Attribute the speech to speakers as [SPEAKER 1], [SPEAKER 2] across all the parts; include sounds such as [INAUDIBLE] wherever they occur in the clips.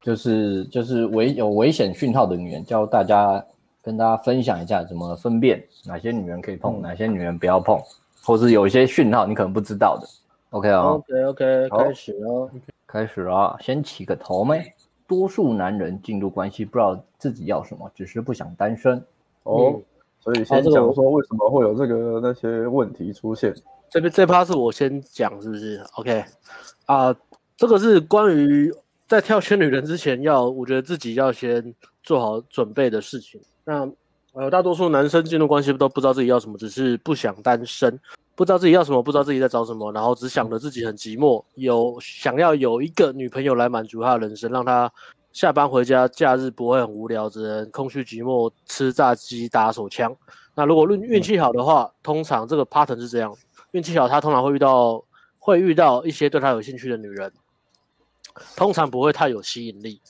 [SPEAKER 1] 就是就是危有危险讯号的女人，教大家跟大家分享一下怎么分辨哪些女人可以碰，
[SPEAKER 2] 嗯
[SPEAKER 1] 哪些女人不要碰，或是有一些讯号你可能不知道的。OK 哦，
[SPEAKER 2] OK OK，
[SPEAKER 1] 好
[SPEAKER 2] 开始哦。
[SPEAKER 1] 开始啊，先起个头没？多数男人进入关系不知道自己要什么，只是不想单身。
[SPEAKER 3] 哦
[SPEAKER 2] 嗯，
[SPEAKER 3] 所以先
[SPEAKER 2] 这个
[SPEAKER 3] 讲
[SPEAKER 2] 我
[SPEAKER 3] 说为什么会有这个那些问题出现。
[SPEAKER 2] 这边这趴是我先讲，是不是？OK，啊、这个是关于在挑选女人之前要，我觉得自己要先做好准备的事情。那呃，大多数男生进入关系都不知道自己要什么，只是不想单身，不知道自己要什么，不知道自己在找什么，然后只想着自己很寂寞，有想要有一个女朋友来满足他的人生，让他下班回家，假日不会很无聊，只能空虚寂寞吃炸鸡打手枪。那如果论运气好的话，通常这个 pattern 是这样，运气好，他通常会遇到会遇到一些对他有兴趣的女人，通常不会太有吸引力，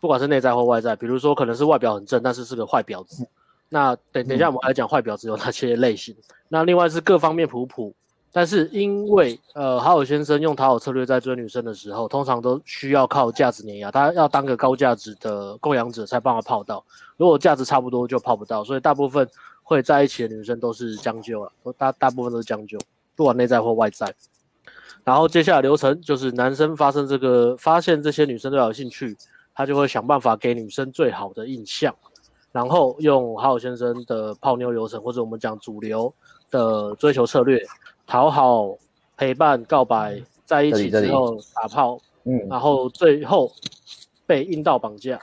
[SPEAKER 2] 不管是内在或外在。比如说，可能是外表很正，但是是个坏婊子。那等等一下，我们来讲坏婊子有哪些类型。那另外是各方面普普，但是因为呃，好友先生用讨好策略在追女生的时候，通常都需要靠价值碾压，他要当个高价值的供养者才帮他泡到。如果价值差不多就泡不到，所以大部分会在一起的女生都是将就了，都大大部分都是将就，不管内在或外在。然后接下来流程就是男生发生这个发现这些女生对他有兴趣，他就会想办法给女生最好的印象，然后用好友先生的泡妞流程，或者我们讲主流的追求策略，讨好、陪伴、告白，在一
[SPEAKER 1] 这里
[SPEAKER 2] 起
[SPEAKER 1] 这里
[SPEAKER 2] 之后打炮，
[SPEAKER 3] 嗯，
[SPEAKER 2] 然后最后被阴道绑架。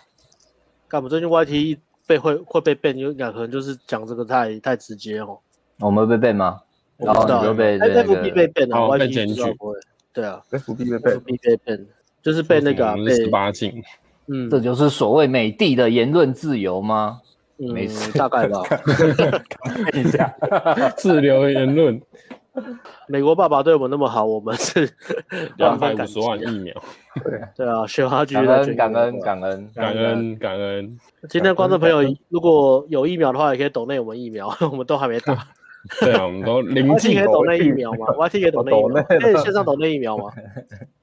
[SPEAKER 2] 干我最近 YT 被会会被 ban，有两可能就是讲这个太太直接哦。
[SPEAKER 1] 我们会被 ban 吗？
[SPEAKER 2] 我
[SPEAKER 1] 然
[SPEAKER 2] 不
[SPEAKER 1] 后
[SPEAKER 2] 知道
[SPEAKER 1] 你就被
[SPEAKER 2] 哎
[SPEAKER 1] 那
[SPEAKER 2] ，FB
[SPEAKER 1] 个
[SPEAKER 2] 被 ban
[SPEAKER 4] 哦
[SPEAKER 2] 啊
[SPEAKER 4] 被
[SPEAKER 2] ，YT
[SPEAKER 4] 检
[SPEAKER 2] 不知道
[SPEAKER 4] 举
[SPEAKER 2] 不会。对啊
[SPEAKER 3] FB 被被
[SPEAKER 2] ，FB 被 ban，就是被那个啊
[SPEAKER 4] 十
[SPEAKER 2] 被
[SPEAKER 4] 八禁，
[SPEAKER 2] 嗯
[SPEAKER 1] 这就是所谓美帝的言论自由
[SPEAKER 2] [LAUGHS]
[SPEAKER 1] 吗？没
[SPEAKER 2] 嗯
[SPEAKER 1] 事
[SPEAKER 2] 大概吧。
[SPEAKER 1] 看一下，
[SPEAKER 4] [LAUGHS] 自留言
[SPEAKER 2] [LAUGHS]
[SPEAKER 4] 论，
[SPEAKER 2] 美国爸爸对我们那么好，我们是
[SPEAKER 4] 两
[SPEAKER 2] 万
[SPEAKER 4] 百
[SPEAKER 2] 分
[SPEAKER 4] 五
[SPEAKER 2] 感
[SPEAKER 4] 十
[SPEAKER 2] 激。啊
[SPEAKER 4] 万
[SPEAKER 2] [LAUGHS]
[SPEAKER 4] 疫苗，
[SPEAKER 2] 对啊，雪花继
[SPEAKER 1] 感
[SPEAKER 2] 续在
[SPEAKER 1] 恩感恩感恩
[SPEAKER 4] 感。
[SPEAKER 2] 啊
[SPEAKER 4] 恩感恩，
[SPEAKER 2] 今天观众朋友如果有疫苗的话，也可以抖内我们疫苗， [LAUGHS] 我们都还没打。
[SPEAKER 4] 对啊，我
[SPEAKER 2] [LAUGHS]
[SPEAKER 4] 们都零
[SPEAKER 2] YT
[SPEAKER 4] 进
[SPEAKER 2] 可以
[SPEAKER 4] 口
[SPEAKER 2] 抖内疫苗吗？YT 可以抖内疫苗吗，
[SPEAKER 3] 抖内
[SPEAKER 2] 可以线上抖内疫苗吗？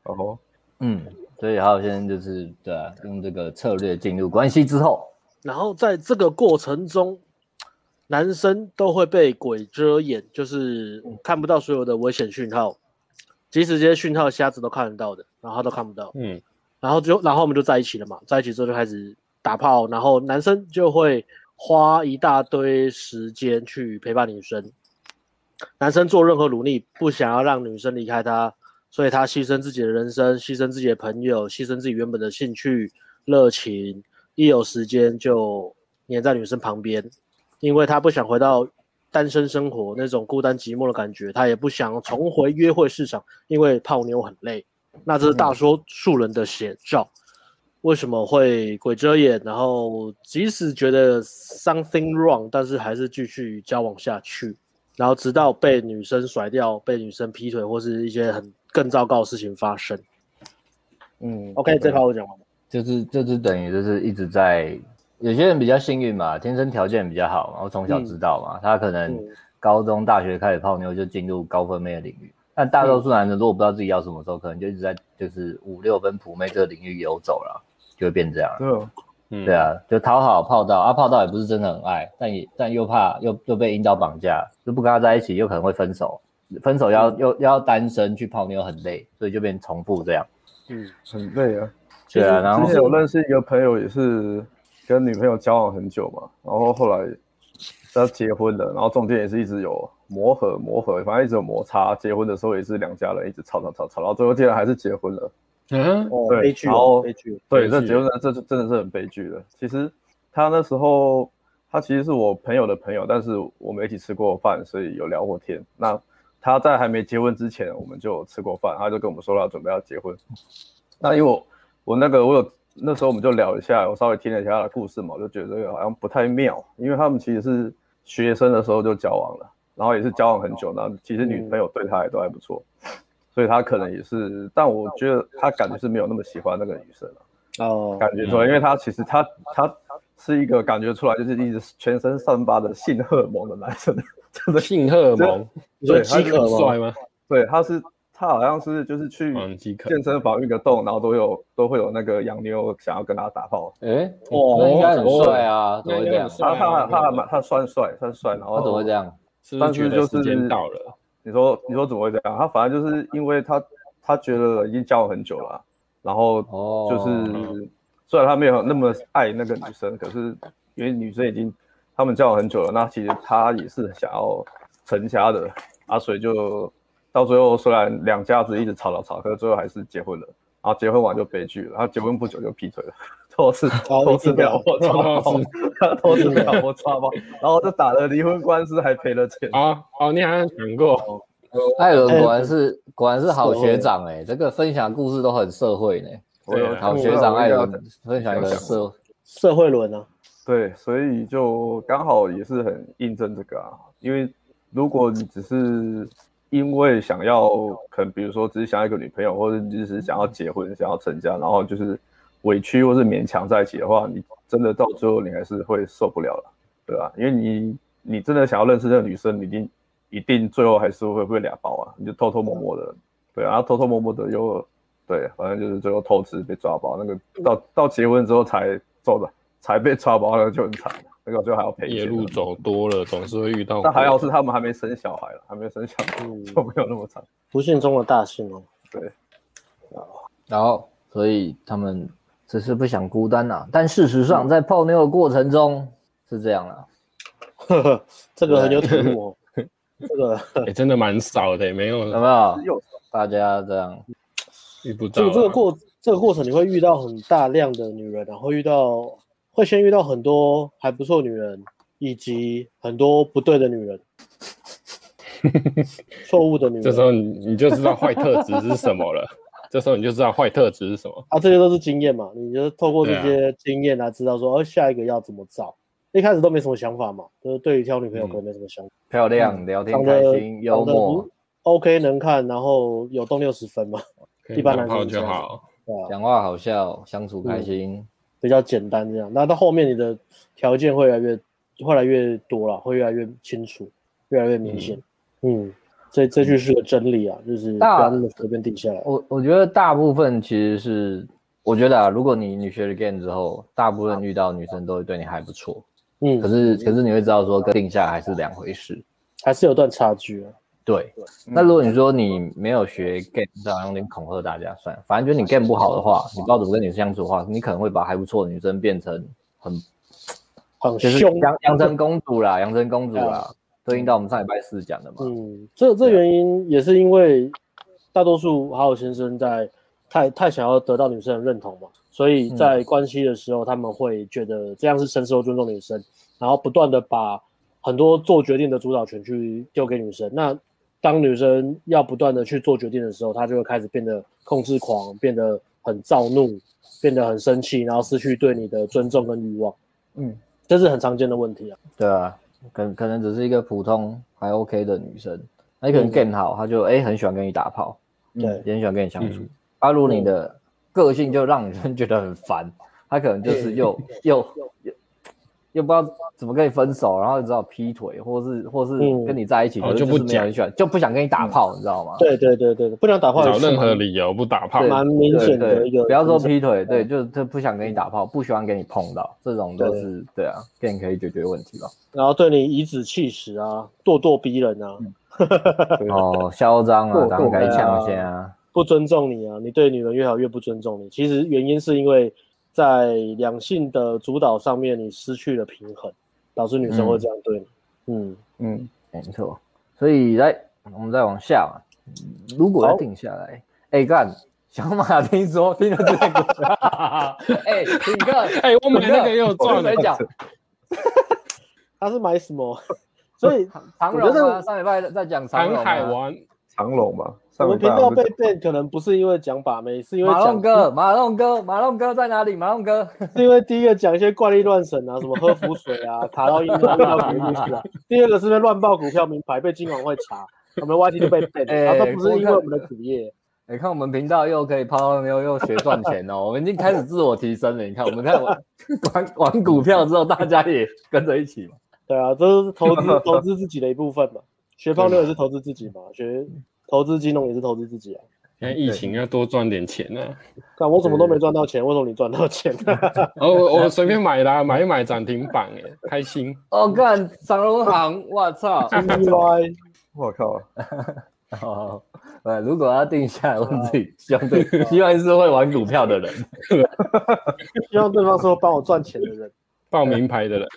[SPEAKER 3] 哦，
[SPEAKER 1] 嗯，所以还有现在就是对啊，用这个策略进入关系之后，
[SPEAKER 2] 然后在这个过程中，男生都会被鬼遮眼，就是看不到所有的危险讯号，即使这些讯号瞎子都看得到的，然后他都看不到，
[SPEAKER 4] 嗯，
[SPEAKER 2] 然后就然后我们就在一起了嘛，在一起之后就开始打炮，然后男生就会花一大堆时间去陪伴女生，男生做任何努力不想要让女生离开他，所以他牺牲自己的人生，牺牲自己的朋友，牺牲自己原本的兴趣热情，一有时间就黏在女生旁边，因为他不想回到单身生活那种孤单寂寞的感觉，他也不想重回约会市场，因为泡妞很累。那这是
[SPEAKER 3] 嗯
[SPEAKER 2] 大多数人的写照。为什么会鬼遮眼？然后即使觉得 something wrong，但是还是继续交往下去，然后直到被女生甩掉、被女生劈腿，或是一些很更糟糕的事情发生。
[SPEAKER 3] 嗯
[SPEAKER 2] OK，这趴我讲完了。
[SPEAKER 1] 就是就是等于就是一直在，有些人比较幸运嘛，天生条件比较好嘛，然后从小知道嘛，他可能
[SPEAKER 2] 嗯
[SPEAKER 1] 高中、大学开始泡妞就进入高分妹的领域。但大多数男人如果不知道自己要什么时候，可能就一直在就是五六分普妹这个领域游走了，就会变这样。
[SPEAKER 3] 对哦，
[SPEAKER 2] [LAUGHS]
[SPEAKER 4] 嗯
[SPEAKER 1] 对，啊，就讨好泡到啊，泡到也不是真的很爱，但也但又怕又又被引导绑架，就不跟他在一起，又可能会分手，分手
[SPEAKER 4] 嗯
[SPEAKER 1] 要又又要单身去泡妞很累，所以就变重复这样。
[SPEAKER 2] 嗯，
[SPEAKER 3] 很累啊。
[SPEAKER 1] 对啊，然
[SPEAKER 3] 之
[SPEAKER 1] 后
[SPEAKER 3] 前有认识一个朋友，也是跟女朋友交往很久嘛，然后后来他结婚了，然后中间也是一直有磨合磨合，反正一直有摩擦。结婚的时候也是两家人一直吵吵吵吵，然后最后竟然还是结婚了。
[SPEAKER 2] [LAUGHS]
[SPEAKER 4] 嗯，
[SPEAKER 2] 哦，
[SPEAKER 3] 对
[SPEAKER 2] 悲剧
[SPEAKER 3] 然后
[SPEAKER 2] 哦，悲剧。
[SPEAKER 3] 对，
[SPEAKER 4] 悲
[SPEAKER 3] 这
[SPEAKER 4] 剧
[SPEAKER 3] 结婚的这就真的是很悲剧了。其实他那时候，他其实是我朋友的朋友，但是我们一起吃过饭，所以有聊过天。那他在还没结婚之前，我们就有吃过饭，他就跟我们说他准备要结婚。那因为我我那个我有那时候我们就聊一下，我稍微听了一下他的故事嘛，我就觉得这个好像不太妙，因为他们其实是学生的时候就交往了，然后也是交往很久，那其实女朋友对他也都还不错。所以他可能也是，但我觉得他感觉是没有那么喜欢那个女生啊
[SPEAKER 2] 哦，
[SPEAKER 3] 感觉出来，因为他其实他他是一个感觉出来就是一直全身散发着性荷尔蒙的男生，真的 [LAUGHS]
[SPEAKER 4] 性荷尔蒙，
[SPEAKER 2] 你说
[SPEAKER 3] 对他
[SPEAKER 2] 饥
[SPEAKER 3] 是
[SPEAKER 2] 渴
[SPEAKER 4] 帅
[SPEAKER 2] 吗？
[SPEAKER 4] 吗？嗯
[SPEAKER 3] 对，他是他好像是就是去
[SPEAKER 4] 黄基肯，
[SPEAKER 3] 健身房运个动，然后都有都会有那个洋妞想要跟他打炮。
[SPEAKER 1] 哎，
[SPEAKER 4] 哦
[SPEAKER 1] 那应该很帅啊，怎
[SPEAKER 4] 那
[SPEAKER 1] 么会
[SPEAKER 4] 应该
[SPEAKER 1] 这样？
[SPEAKER 4] 很帅
[SPEAKER 3] 他
[SPEAKER 4] 啊
[SPEAKER 1] 他
[SPEAKER 3] 他还他还蛮他算帅，他帅，然后
[SPEAKER 1] 哦怎么会这样？
[SPEAKER 4] 是不是觉
[SPEAKER 3] 但是
[SPEAKER 4] 得
[SPEAKER 3] 就是
[SPEAKER 4] 时间到了？
[SPEAKER 3] 你说你说怎么会这样？他反正就是因为他他觉得已经交往很久了啊、然后
[SPEAKER 1] 哦，
[SPEAKER 3] 就是、虽然他没有那么爱那个女生，可是因为女生已经他们交往很久了，那其实他也是想要成家的啊，所以就到最后虽然两家子一直吵吵吵，可是最后还是结婚了。然后结婚完就悲剧了，然后结婚不久就劈腿了，偷吃
[SPEAKER 2] 哦
[SPEAKER 3] 偷吃掉我抓包
[SPEAKER 4] 偷吃，
[SPEAKER 3] 偷吃掉我抓包，然后就打了离婚官司，还赔了钱。
[SPEAKER 4] 啊哦，你好像讲过，
[SPEAKER 2] 哦
[SPEAKER 1] 艾伦果然是果然是好学长哎，这个分享故事都很社会呢。
[SPEAKER 3] 我有
[SPEAKER 4] 对啊
[SPEAKER 1] 好学长艾伦分享一个社
[SPEAKER 2] 社会轮啊，
[SPEAKER 3] 对，所以就刚好也是很印证这个啊，因为如果你只是因为想要，可能比如说只是想要一个女朋友，或者你只是想要结婚、想要成家，然后就是委屈或是勉强在一起的话，你真的到最后你还是会受不了了，对吧、因为你你真的想要认识这个女生，你一定一定最后还是会被俩包啊，你就偷偷摸摸的，对啊，然后偷偷摸摸的又对，反正就是最后偷吃被抓包，那个
[SPEAKER 2] 嗯
[SPEAKER 3] 到到结婚之后才做的，才被抓包，那个就很惨，啊那个就还要赔
[SPEAKER 4] 夜
[SPEAKER 3] 钱。啊
[SPEAKER 4] 路走多了，总是会遇到。
[SPEAKER 3] 但还好是他们还没生小孩了，还没生小孩
[SPEAKER 2] 嗯，
[SPEAKER 3] [LAUGHS] 就没有那么惨。
[SPEAKER 2] 不幸中的大幸哦。 [LAUGHS]
[SPEAKER 1] 然后，所以他们只是不想孤单呐、啊但事实
[SPEAKER 2] 嗯
[SPEAKER 1] 上，在泡妞的过程中是这样啦、啊
[SPEAKER 2] 呵呵，这个很有体悟哦。这个
[SPEAKER 4] 欸真的蛮少的，没有
[SPEAKER 2] 嗯
[SPEAKER 1] 有没有？
[SPEAKER 3] 有
[SPEAKER 1] 大家这样，
[SPEAKER 4] 遇不
[SPEAKER 2] 这
[SPEAKER 4] 到啊。
[SPEAKER 2] 个这个过这个过程，你会遇到很大量的女人，然后遇到会先遇到很多还不错的女人，以及很多不对的女人，错误的女人。
[SPEAKER 4] [LAUGHS] 这时候你你就知道坏特质是什
[SPEAKER 2] [LAUGHS]
[SPEAKER 4] 么了。这时候你就知道坏特质是什么。
[SPEAKER 2] 啊，这些都是经验嘛，你就是透过这
[SPEAKER 4] 对
[SPEAKER 2] 些经验来知道说，哦、下一个要怎么找。一开始都没什么想法嘛，就是对于挑女朋友可能没什么想法，
[SPEAKER 1] 漂亮、聊天
[SPEAKER 2] 长
[SPEAKER 1] 开
[SPEAKER 2] 得
[SPEAKER 1] 心、幽
[SPEAKER 2] 嗯长得
[SPEAKER 1] 默
[SPEAKER 2] 不，，OK 能看，然后有动六十分嘛，
[SPEAKER 4] 可以
[SPEAKER 2] 一般
[SPEAKER 4] 打
[SPEAKER 2] 男生
[SPEAKER 4] 炮
[SPEAKER 2] 是
[SPEAKER 4] 就
[SPEAKER 2] 这样
[SPEAKER 4] 好。
[SPEAKER 2] 对啊，
[SPEAKER 1] 讲话好笑，相处
[SPEAKER 2] 嗯
[SPEAKER 1] 开心。
[SPEAKER 2] 比较简单这样。那到后面你的条件会越来越越来越多了，会越来越清楚，越来越明显。嗯，这这句是个真理啊，就是不
[SPEAKER 1] 大
[SPEAKER 2] 要那么随便定下来。
[SPEAKER 1] 我我觉得大部分其实是，我觉得啊，如果你你学了 game 之后，大部分遇到女生都会对你还不错，可
[SPEAKER 2] 嗯，
[SPEAKER 1] 是可是你会知道说跟定下来还是两回事。
[SPEAKER 2] 还是有段差距啊。
[SPEAKER 1] 对，那如果你说你没有学 game，这好像有点恐吓大家算了，反正就是你 game 不好的话，你不知道怎么跟女生相处的话，你可能会把还不错的女生变成很
[SPEAKER 2] 很
[SPEAKER 1] 就是
[SPEAKER 2] 凶，啊
[SPEAKER 1] 杨杨真公主啦，杨真公主啦，对应到我们上礼拜四讲的嘛。
[SPEAKER 2] 嗯，这这
[SPEAKER 4] 啊
[SPEAKER 2] 原因也是因为大多数好友先生在太太想要得到女生的认同嘛，所以
[SPEAKER 4] 嗯
[SPEAKER 2] 在关系的时候，他们会觉得这样是深受尊重女生，然后不断的把很多做决定的主导权去丢给女生。那当女生要不断的去做决定的时候，她就会开始变得控制狂，变得很躁怒，变得很生气，然后失去对你的尊重跟欲望。
[SPEAKER 1] 嗯，
[SPEAKER 2] 这是很常见的问题啊。
[SPEAKER 1] 对啊，可可能只是一个普通还 OK 的女生，那你可能
[SPEAKER 2] 嗯
[SPEAKER 1] game 好，她就哎、很喜欢跟你打炮，
[SPEAKER 2] 对，
[SPEAKER 1] 也很喜欢跟你相处
[SPEAKER 4] 嗯。
[SPEAKER 1] 阿如你的个性就让女生觉得很烦，她可能就是又又又又不知道怎么跟你分手，然后只好劈腿，或是或是
[SPEAKER 2] 嗯
[SPEAKER 1] 跟你在一起，
[SPEAKER 4] 哦
[SPEAKER 1] 可是
[SPEAKER 4] 就不
[SPEAKER 1] 就是没有
[SPEAKER 4] 讲
[SPEAKER 1] 很喜欢，就不想跟你打炮，你知道吗？
[SPEAKER 2] 对对对对，对不想打话
[SPEAKER 4] 找
[SPEAKER 2] 也是
[SPEAKER 4] 任何
[SPEAKER 2] 嘛
[SPEAKER 4] 理由不打炮
[SPEAKER 1] 对，
[SPEAKER 2] 蛮明
[SPEAKER 1] 对
[SPEAKER 2] 显的
[SPEAKER 1] 对
[SPEAKER 2] 一个，
[SPEAKER 1] 不要说
[SPEAKER 2] 影响
[SPEAKER 1] 劈腿，对，就是他不想跟你打炮，不喜欢给你碰到，这种都是对啊，game 可以解决问题吧？
[SPEAKER 2] 然后对你颐指气使啊，咄咄逼人啊，
[SPEAKER 1] 哦，嚣张啊，
[SPEAKER 3] 对
[SPEAKER 1] 咱们该呛
[SPEAKER 2] 对
[SPEAKER 1] 先啊，
[SPEAKER 2] 不尊重你啊，你对女人越好越不尊重你。其实原因是因为在两性的主导上面，你失去了平衡，导致女生会这样对你。嗯， [LAUGHS]
[SPEAKER 3] 嗯，
[SPEAKER 1] 没错。所以来，我们再往下嘛，如果要
[SPEAKER 2] 好
[SPEAKER 1] 定下来，哎干，小马听说听了这个故事， [LAUGHS] 哎，请客，
[SPEAKER 4] 哎，我买那个也有
[SPEAKER 1] 我
[SPEAKER 4] 赚
[SPEAKER 1] 跟
[SPEAKER 4] 的
[SPEAKER 1] 谁，讲？
[SPEAKER 2] 他是买什么？所以
[SPEAKER 1] 长
[SPEAKER 2] 我觉
[SPEAKER 1] 荣
[SPEAKER 2] 得
[SPEAKER 1] 啊，上礼拜在讲长荣啊，
[SPEAKER 4] 航海王
[SPEAKER 3] [LAUGHS] 长龙吧，
[SPEAKER 2] 我
[SPEAKER 3] 上
[SPEAKER 2] 们
[SPEAKER 3] 礼
[SPEAKER 2] 频
[SPEAKER 3] 拜
[SPEAKER 2] 道
[SPEAKER 3] 好像
[SPEAKER 2] 被
[SPEAKER 3] 是
[SPEAKER 2] 变，可能不是因为讲把妹，是因为
[SPEAKER 1] 马
[SPEAKER 2] 讲
[SPEAKER 1] 龙哥，马龙哥，马龙哥在哪里？马龙哥，
[SPEAKER 2] [LAUGHS] 是因为第一个讲一些怪力乱神啊，什么喝符水
[SPEAKER 1] [LAUGHS]
[SPEAKER 2] 啊，卡到阴啊，遇到鬼故事啊。第二个是被乱报股票名牌，被金管会
[SPEAKER 1] [LAUGHS]
[SPEAKER 2] 查，我们 YT 就被 ban，
[SPEAKER 1] 哎
[SPEAKER 2] 然后都不是因为我们的主业。
[SPEAKER 1] 你、哎看我们频道又可以泡泡妞，又学赚钱哦，我们已经开始自我提升了。你看，我们在玩玩玩股票之后，大家也跟着一起嘛。 [LAUGHS] 啊
[SPEAKER 2] 对啊，这是投资投资自己的一部分嘛，学泡妞也是投资自己嘛，学投资金融也是投资自己啊。
[SPEAKER 4] 现哎在疫情要多赚点钱啊！
[SPEAKER 2] 看我怎么都没赚到钱，为什么你赚
[SPEAKER 1] [LAUGHS]
[SPEAKER 2] 到钱？
[SPEAKER 4] 哦，我我随便买啦，买一买涨停板，哎，开心。
[SPEAKER 1] 哦，干长荣行，我操！
[SPEAKER 2] 意外，
[SPEAKER 3] 我靠， [LAUGHS]
[SPEAKER 1] 哦，呃，如果要定下来，我自己
[SPEAKER 2] 啊
[SPEAKER 1] 希望对，希望是会玩股票的
[SPEAKER 2] [LAUGHS]
[SPEAKER 1] 人。
[SPEAKER 2] 希望对方说帮我赚钱的人，
[SPEAKER 1] [LAUGHS]
[SPEAKER 4] 报名牌的人，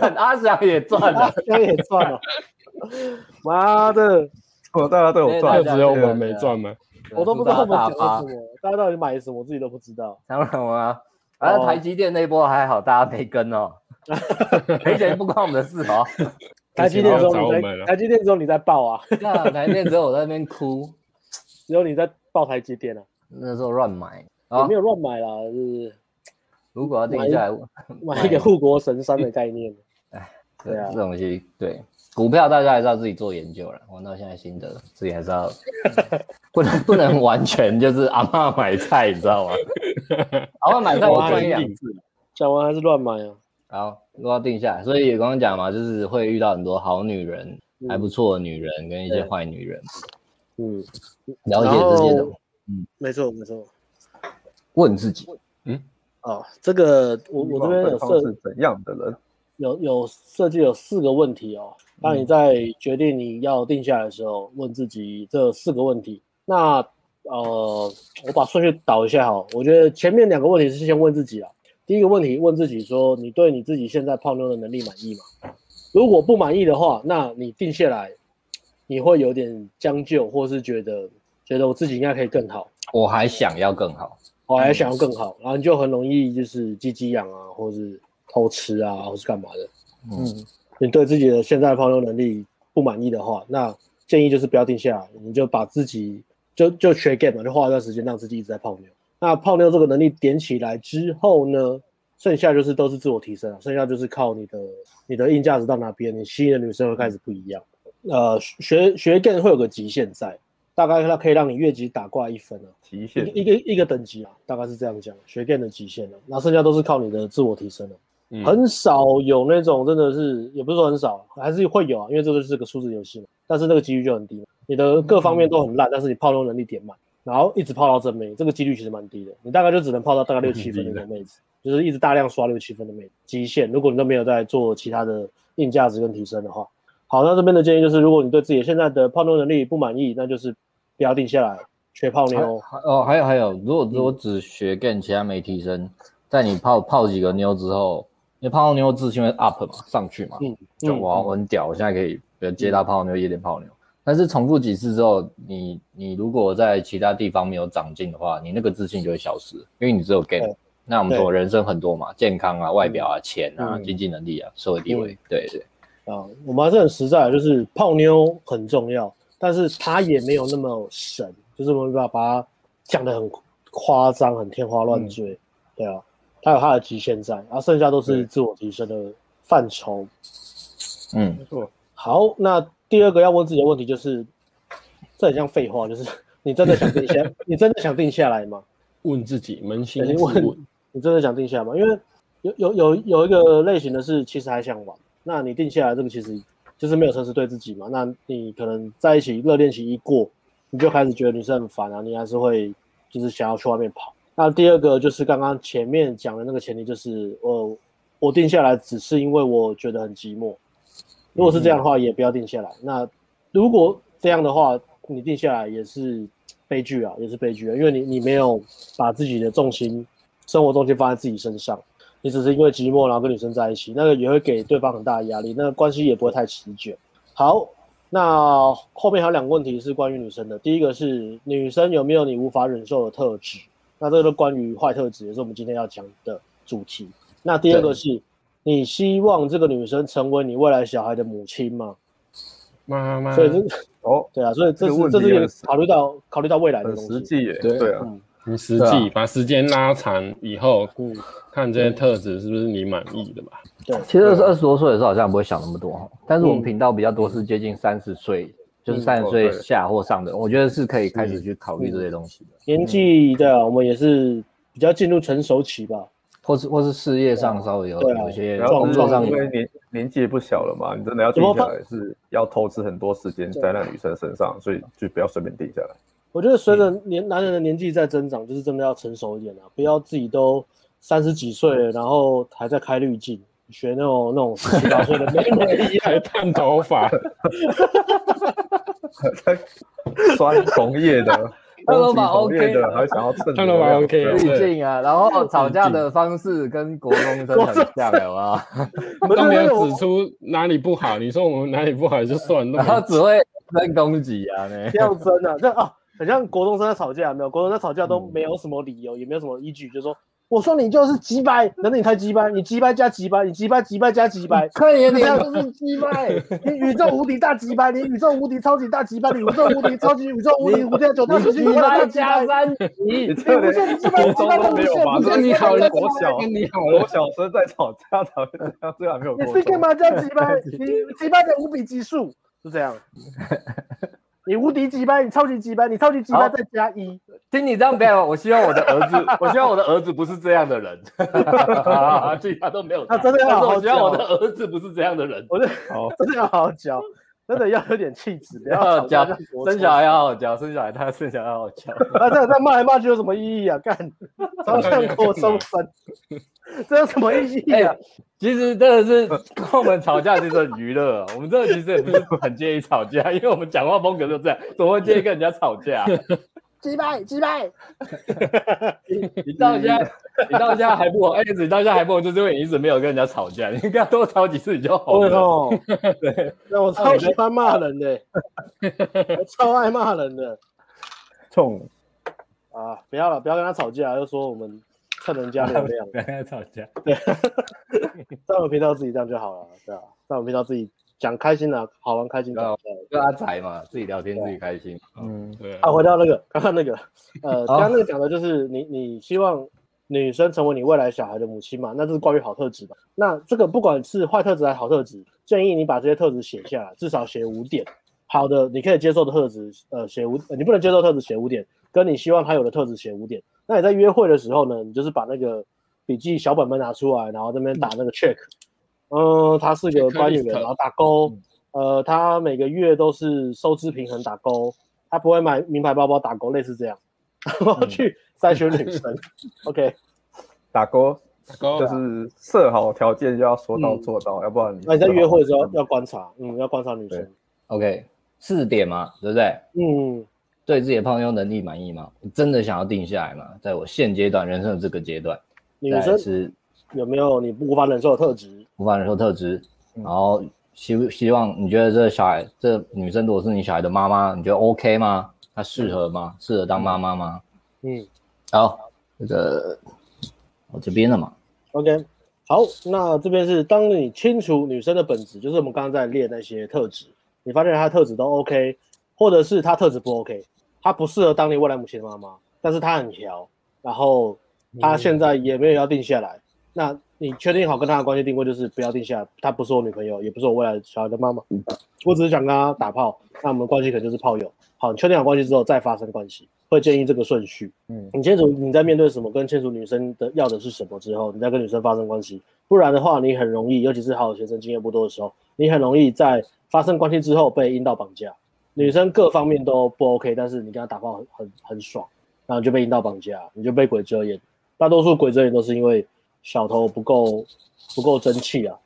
[SPEAKER 1] 干阿翔也赚
[SPEAKER 2] [LAUGHS]
[SPEAKER 1] 了，
[SPEAKER 2] 这样也
[SPEAKER 1] [LAUGHS]
[SPEAKER 2] 赚了。妈
[SPEAKER 1] 啊
[SPEAKER 2] 的，
[SPEAKER 3] 我大家都有
[SPEAKER 1] 对
[SPEAKER 3] 赚
[SPEAKER 4] 就
[SPEAKER 1] 大家，
[SPEAKER 4] 只有我们没赚吗？
[SPEAKER 2] 我都不知道我们
[SPEAKER 1] 大
[SPEAKER 2] 讲
[SPEAKER 1] 发
[SPEAKER 2] 了什么，大家到底买什么，我自己都不知道。
[SPEAKER 1] 当然啊，反正
[SPEAKER 2] 哦
[SPEAKER 1] 台积电那一波还好，大家没跟
[SPEAKER 2] [LAUGHS]
[SPEAKER 1] 哦，赔钱不关我们的事哦。
[SPEAKER 2] 台积电
[SPEAKER 4] 不
[SPEAKER 2] 之
[SPEAKER 4] 要
[SPEAKER 2] 后
[SPEAKER 4] 找我
[SPEAKER 2] 你在
[SPEAKER 4] 们了
[SPEAKER 2] 台积电之后你在爆啊，
[SPEAKER 1] 那台积电只有我在那边哭，
[SPEAKER 2] 只有你在爆台积电啊，
[SPEAKER 1] 那时候乱买。
[SPEAKER 2] 我
[SPEAKER 1] 啊
[SPEAKER 2] 没，有乱买啦，就是
[SPEAKER 1] 如果要定下来，
[SPEAKER 2] 买一个护国神山的概念。
[SPEAKER 1] 对
[SPEAKER 2] 对啊
[SPEAKER 1] 这种东西，对股票大家还是要自己做研究了。玩到现在心得，自己还是要 [LAUGHS] 不能不能完全就是阿嬷买菜，你知道吗？阿嬷买菜我
[SPEAKER 4] 我
[SPEAKER 1] 专
[SPEAKER 4] 最
[SPEAKER 1] 业啊。
[SPEAKER 4] 硬质，
[SPEAKER 2] 讲完还是乱买啊，
[SPEAKER 1] 好，如果要定下来，所以也刚刚讲嘛，就是会遇到很多好女人、
[SPEAKER 2] 嗯
[SPEAKER 1] 还不错的女人跟一些
[SPEAKER 2] 对
[SPEAKER 1] 坏女人，
[SPEAKER 2] 嗯，
[SPEAKER 1] 了解这些的，
[SPEAKER 2] 没错没错。
[SPEAKER 1] 问自己。
[SPEAKER 2] 哦，这个我我这边有
[SPEAKER 3] 方
[SPEAKER 2] 设
[SPEAKER 3] 是怎样的人？
[SPEAKER 2] 有有设计有四个问题哦。当你在决定你要定下来的时候，问自己这四个问题。那呃，我把顺序倒一下好了，我觉得前面两个问题是先问自己啦。第一个问题问自己说，你对你自己现在泡妞的能力满意吗？如果不满意的话，那你定下来，你会有点将就，或是觉得觉得我自己应该可以更好。
[SPEAKER 1] 我还想要更好，
[SPEAKER 2] 我还想要更好，然后你就很容易就是鸡鸡痒啊，或是偷吃啊，或是干嘛的。
[SPEAKER 1] 嗯，
[SPEAKER 2] 你对自己的现在的泡妞能力不满意的话，那建议就是不要定下来，你就把自己就就学 game 嘛，就花一段时间让自己一直在泡妞。那泡妞这个能力点起来之后呢，剩下就是都是自我提升了，啊剩下就是靠你的你的硬价值到哪边，你吸引的女生会开始不一样。呃，学学 game 会有个极限在，大概它可以让你越级打怪一分啊。
[SPEAKER 3] 极限
[SPEAKER 2] 一个一个一个等级啊，大概是这样讲，学 game 的极限了、啊那剩下都是靠你的自我提升了、啊
[SPEAKER 4] 嗯
[SPEAKER 2] 很少有那种真的是，也不是说很少，还是会有啊，因为这就是个数字游戏嘛。但是那个几率就很低嘛，你的各方面都很烂，但是你泡妞能力点满，然后一直泡到真妹，这个几率其实蛮低的。你大概就只能泡到大概六七分的那种妹子，就是一直大量刷六七分的妹子极限。如果你都没有在做其他的硬价值跟提升的话，好，那这边的建议就是，如果你对自己现在的泡妞能力不满意，那就是不要定下来，学泡妞。
[SPEAKER 1] 还哦，还有还有，如果如果只学 game，其他没提升，在你泡泡几个妞之后，因为泡到妞自信会 up 嘛，上去嘛，
[SPEAKER 2] 嗯
[SPEAKER 1] 就
[SPEAKER 2] 嗯
[SPEAKER 1] 哇，我很屌，我现在可以，比如接到泡妞，夜店泡妞。但是重复几次之后，你你如果在其他地方没有长进的话，你那个自信就会消失，因为你只有 game
[SPEAKER 2] 对。
[SPEAKER 1] 那我们说人生很多嘛，健康啊、外表啊、钱啊、
[SPEAKER 2] 嗯
[SPEAKER 1] 经济能力啊、社会地位，对对。
[SPEAKER 2] 啊，我们还是很实在，就是泡妞很重要，但是它也没有那么神，就是我们把把它讲的很夸张、很天花乱坠，对啊，它有它的极限在，然、后剩下都是
[SPEAKER 3] 对
[SPEAKER 2] 自我提升的范畴。
[SPEAKER 1] 嗯，
[SPEAKER 3] 没错，
[SPEAKER 2] 好，那第二个要问自己的问题就是，这很像废话，就是 [LAUGHS] 你真的想定下，你真的想定下来吗？
[SPEAKER 4] 问自己，扪心
[SPEAKER 2] 你
[SPEAKER 4] 自
[SPEAKER 2] 问
[SPEAKER 4] 问。
[SPEAKER 2] 你真的想定下来吗？因为有有有有一个类型的是，其实还想玩。那你定下来这个其实就是没有诚实对自己嘛。那你可能在一起热恋期一过，你就开始觉得女生很烦啊，你还是会就是想要去外面跑。那第二个就是刚刚前面讲的那个前提，就是我我定下来只是因为我觉得很寂寞。如果是这样的话，也不要定下来。那如果这样的话，你定下来也是悲剧啊，也是悲剧啊，因为你你没有把自己的重心、生活重心放在自己身上，你只是因为寂寞然后跟女生在一起，那个也会给对方很大的压力，那个关系也不会太持久。好，那后面还有两个问题是关于女生的，第一个是女生有没有你无法忍受的特质，那这个都关于坏特质，也是我们今天要讲的主题。那第二个是你希望这个女生成为你未来小孩的母亲吗？
[SPEAKER 4] 妈妈，
[SPEAKER 2] 所以这
[SPEAKER 3] 哦，
[SPEAKER 2] 对啊，所以这
[SPEAKER 3] 这个
[SPEAKER 2] 是
[SPEAKER 3] 问
[SPEAKER 2] 这
[SPEAKER 3] 题
[SPEAKER 2] 是也
[SPEAKER 3] 很实
[SPEAKER 2] 考虑到考虑到未来的
[SPEAKER 3] 很
[SPEAKER 2] 东西。
[SPEAKER 3] 实际耶，
[SPEAKER 4] 对
[SPEAKER 3] 对啊，
[SPEAKER 2] 嗯
[SPEAKER 4] 你实
[SPEAKER 1] 对
[SPEAKER 4] 际
[SPEAKER 1] 啊
[SPEAKER 4] 把时间拉长以后，
[SPEAKER 2] 嗯，
[SPEAKER 4] 看这些特质是不是你满意的吧？
[SPEAKER 1] 其实二十多岁的时候好像不会想那么多哈，但是
[SPEAKER 2] 嗯
[SPEAKER 1] 我们频道比较多是接近三十岁，就是三
[SPEAKER 2] 哦
[SPEAKER 1] 十岁下或上的，我觉得是可以开
[SPEAKER 2] 嗯
[SPEAKER 1] 始去考虑这些东西的。
[SPEAKER 2] 啊年纪的我们也是比较进入成熟期吧。
[SPEAKER 1] 或是或是事业上稍微有
[SPEAKER 2] 对啊
[SPEAKER 1] 有些
[SPEAKER 3] 然后
[SPEAKER 1] 工
[SPEAKER 3] 就
[SPEAKER 1] 作
[SPEAKER 3] 是
[SPEAKER 1] 上
[SPEAKER 3] 因
[SPEAKER 1] 有
[SPEAKER 3] 为年年纪也不小了嘛，你真的要定下来是要投资很多时间在那女生身上，所以就不要随便定下来。
[SPEAKER 2] 我觉得随着年男人的年纪在增长，就是真的要成熟一点啊，不要自己都三十几岁了，然后还在开滤镜，学那种那种十七八岁的妹妹
[SPEAKER 3] [LAUGHS]
[SPEAKER 2] 一样。
[SPEAKER 4] 还烫头发，
[SPEAKER 3] 酸红叶的，
[SPEAKER 1] 那
[SPEAKER 3] 攻
[SPEAKER 1] 老
[SPEAKER 3] 击
[SPEAKER 1] 板
[SPEAKER 3] 红叶
[SPEAKER 1] OK
[SPEAKER 3] 的，还想要蹭
[SPEAKER 4] 那老板 OK
[SPEAKER 3] 流量
[SPEAKER 1] 滤镜啊，然后吵架的方式跟国中生很像，有 [LAUGHS] 啊，
[SPEAKER 4] 都没
[SPEAKER 2] 我觉得
[SPEAKER 4] 有
[SPEAKER 2] 我
[SPEAKER 4] 指出哪里不好。你说我们哪里不好就算
[SPEAKER 1] 然后
[SPEAKER 4] 了，
[SPEAKER 1] 只会扔攻击啊，呢
[SPEAKER 2] 不，要争啊，这啊，很像国中生在吵架，有没有？国中生在吵架都
[SPEAKER 3] 嗯
[SPEAKER 2] 没有什么理由，也没有什么依据，就说我说你就是鸡掰，难道你太鸡掰？你鸡掰加鸡掰，你鸡掰鸡掰加鸡掰，
[SPEAKER 1] 看你的
[SPEAKER 2] 你
[SPEAKER 1] 脸
[SPEAKER 2] 这样就是鸡掰，你宇宙无敌大鸡掰，你宇宙无敌超级大鸡掰，你宇宙无敌超级宇宙无敌无限九大
[SPEAKER 1] 你
[SPEAKER 2] 九十
[SPEAKER 1] 鸡
[SPEAKER 2] 一万
[SPEAKER 1] 巴
[SPEAKER 2] 大
[SPEAKER 1] 加
[SPEAKER 2] 鸡掰。
[SPEAKER 1] 三
[SPEAKER 3] 你
[SPEAKER 1] 级，
[SPEAKER 3] 这
[SPEAKER 2] 不是
[SPEAKER 3] 连
[SPEAKER 2] 不是不是
[SPEAKER 3] 国中都没有吧？
[SPEAKER 2] 不是
[SPEAKER 4] 那你好
[SPEAKER 3] 了，
[SPEAKER 4] 了，
[SPEAKER 3] 国小
[SPEAKER 4] 跟你好了
[SPEAKER 3] 国，小生在吵架才会这样，这个还没有
[SPEAKER 2] 你
[SPEAKER 3] 国中。
[SPEAKER 2] 是干嘛这样击败？你击败的无比级数是这样。你无敌击败，你超级击败，你超级击败
[SPEAKER 1] 好
[SPEAKER 2] 再加一，
[SPEAKER 1] 听你这样表演，我希望我的儿子， [LAUGHS] 我希望我的儿子不是这样的 [LAUGHS] 人，啊其他都没有差，
[SPEAKER 2] 啊真的要
[SPEAKER 1] 但是
[SPEAKER 2] 好好
[SPEAKER 1] 我希望
[SPEAKER 2] 教
[SPEAKER 1] 我的儿子不是这样的人，
[SPEAKER 2] 我就
[SPEAKER 3] 好
[SPEAKER 2] 真的要好好教，真的要有点气质，不
[SPEAKER 1] 要
[SPEAKER 2] 要
[SPEAKER 1] 教生
[SPEAKER 2] 哦真
[SPEAKER 1] 小孩要好好教，生小孩他生小孩要好好教。
[SPEAKER 2] 那这样再骂来骂去有什么意义啊？ [LAUGHS] 干，超像国中生， [LAUGHS] 这有什么意义
[SPEAKER 1] 哎、
[SPEAKER 2] 啊？
[SPEAKER 1] 其实真的是跟我们吵架其实很娱乐，啊 [LAUGHS] 我们真的其实也不是很介意吵架， [LAUGHS] 因为我们讲话风格就这样，怎么会介意跟人家吵架？啊
[SPEAKER 2] [LAUGHS] 击败击败，
[SPEAKER 1] [LAUGHS] 你到现在，你到现在还不红，哎、你到现在还不红，就是因为你一直没有跟人家吵架， [LAUGHS] 你跟他多吵几次你就红
[SPEAKER 2] 对
[SPEAKER 1] 了。
[SPEAKER 2] 哦，对， [LAUGHS] 那我超喜欢骂人的，我超爱骂人的。
[SPEAKER 3] 冲？
[SPEAKER 2] 啊，不要了，不要跟他吵架，就说我们蹭人家流量，
[SPEAKER 1] [LAUGHS] 跟他吵架，
[SPEAKER 2] 在我们频道自己这样就好了，对啊，在我们频道自己讲开心的、好玩开心的。
[SPEAKER 1] 对啊
[SPEAKER 2] 对
[SPEAKER 1] 跟他踩嘛，自己聊天自己开心。
[SPEAKER 3] 嗯，
[SPEAKER 4] 对啊
[SPEAKER 2] 啊，回到那个刚刚那个，呃，
[SPEAKER 1] 好
[SPEAKER 2] 刚刚那个讲的就是你你希望女生成为你未来小孩的母亲嘛，那这是关于好特质嘛。那这个不管是坏特质还是好特质，建议你把这些特质写下来，至少写五点。好的，你可以接受的特质，呃，写五，呃你不能接受特质写五点，跟你希望他有的特质写五点。那你在约会的时候呢，你就是把那个笔记小本本拿出来，然后这边打 [LAUGHS] 那个 check，嗯、他是个
[SPEAKER 4] Checklist
[SPEAKER 2] 乖女人，然后打勾，呃，他每个月都是收支平衡打勾，他不会买名牌包包打勾，类似这样，然后去筛选女 [LAUGHS] 生。OK，
[SPEAKER 3] 打勾
[SPEAKER 4] 高
[SPEAKER 3] 就是设好条件就要说到做到，要不然
[SPEAKER 2] 那你在约会的时候
[SPEAKER 3] 嗯
[SPEAKER 2] 要观察，嗯，要观察女生，
[SPEAKER 1] OK，四点嘛，对不对？
[SPEAKER 2] 嗯，
[SPEAKER 1] 对自己的泡妞能力满意吗？你真的想要定下来吗？在我现阶段人生的这个阶段，
[SPEAKER 2] 女
[SPEAKER 1] 再来
[SPEAKER 2] 生
[SPEAKER 1] 是
[SPEAKER 2] 有没有你无法忍受的特质？
[SPEAKER 1] 无法忍受特质，
[SPEAKER 3] 嗯
[SPEAKER 1] 然后希希望你觉得这小孩这女生如果是你小孩的妈妈，你觉得 OK 吗？她适合吗？适合当妈妈吗？
[SPEAKER 2] 嗯
[SPEAKER 1] 好，这个我这边了嘛，
[SPEAKER 2] ，OK，好，那这边是当你清楚女生的本质，就是我们刚刚在列那些特质，你发现她特质都 OK，或者是她特质不 OK，她不适合当你未来母亲的妈妈，但是她很调，然后她现在也没有要定下来，那你确定好跟她的关系定位就是不要定下来，她不是我女朋友，也不是我未来小孩的妈妈，我只是想跟她打炮，那我们关系可能就是炮友。好，你确定好关系之后再发生关系，会建议这个顺序。
[SPEAKER 3] 嗯
[SPEAKER 2] 你清楚你在面对什么，跟清楚女生的要的是什么之后，你再跟女生发生关系，不然的话，你很容易，尤其是好学生经验不多的时候，你很容易在发生关系之后被阴道绑架。女生各方面都不 OK，但是你跟她打炮很很很爽，然后你就被阴道绑架，你就被鬼遮眼。大多数鬼遮眼都是因为小头不够不够争气啊。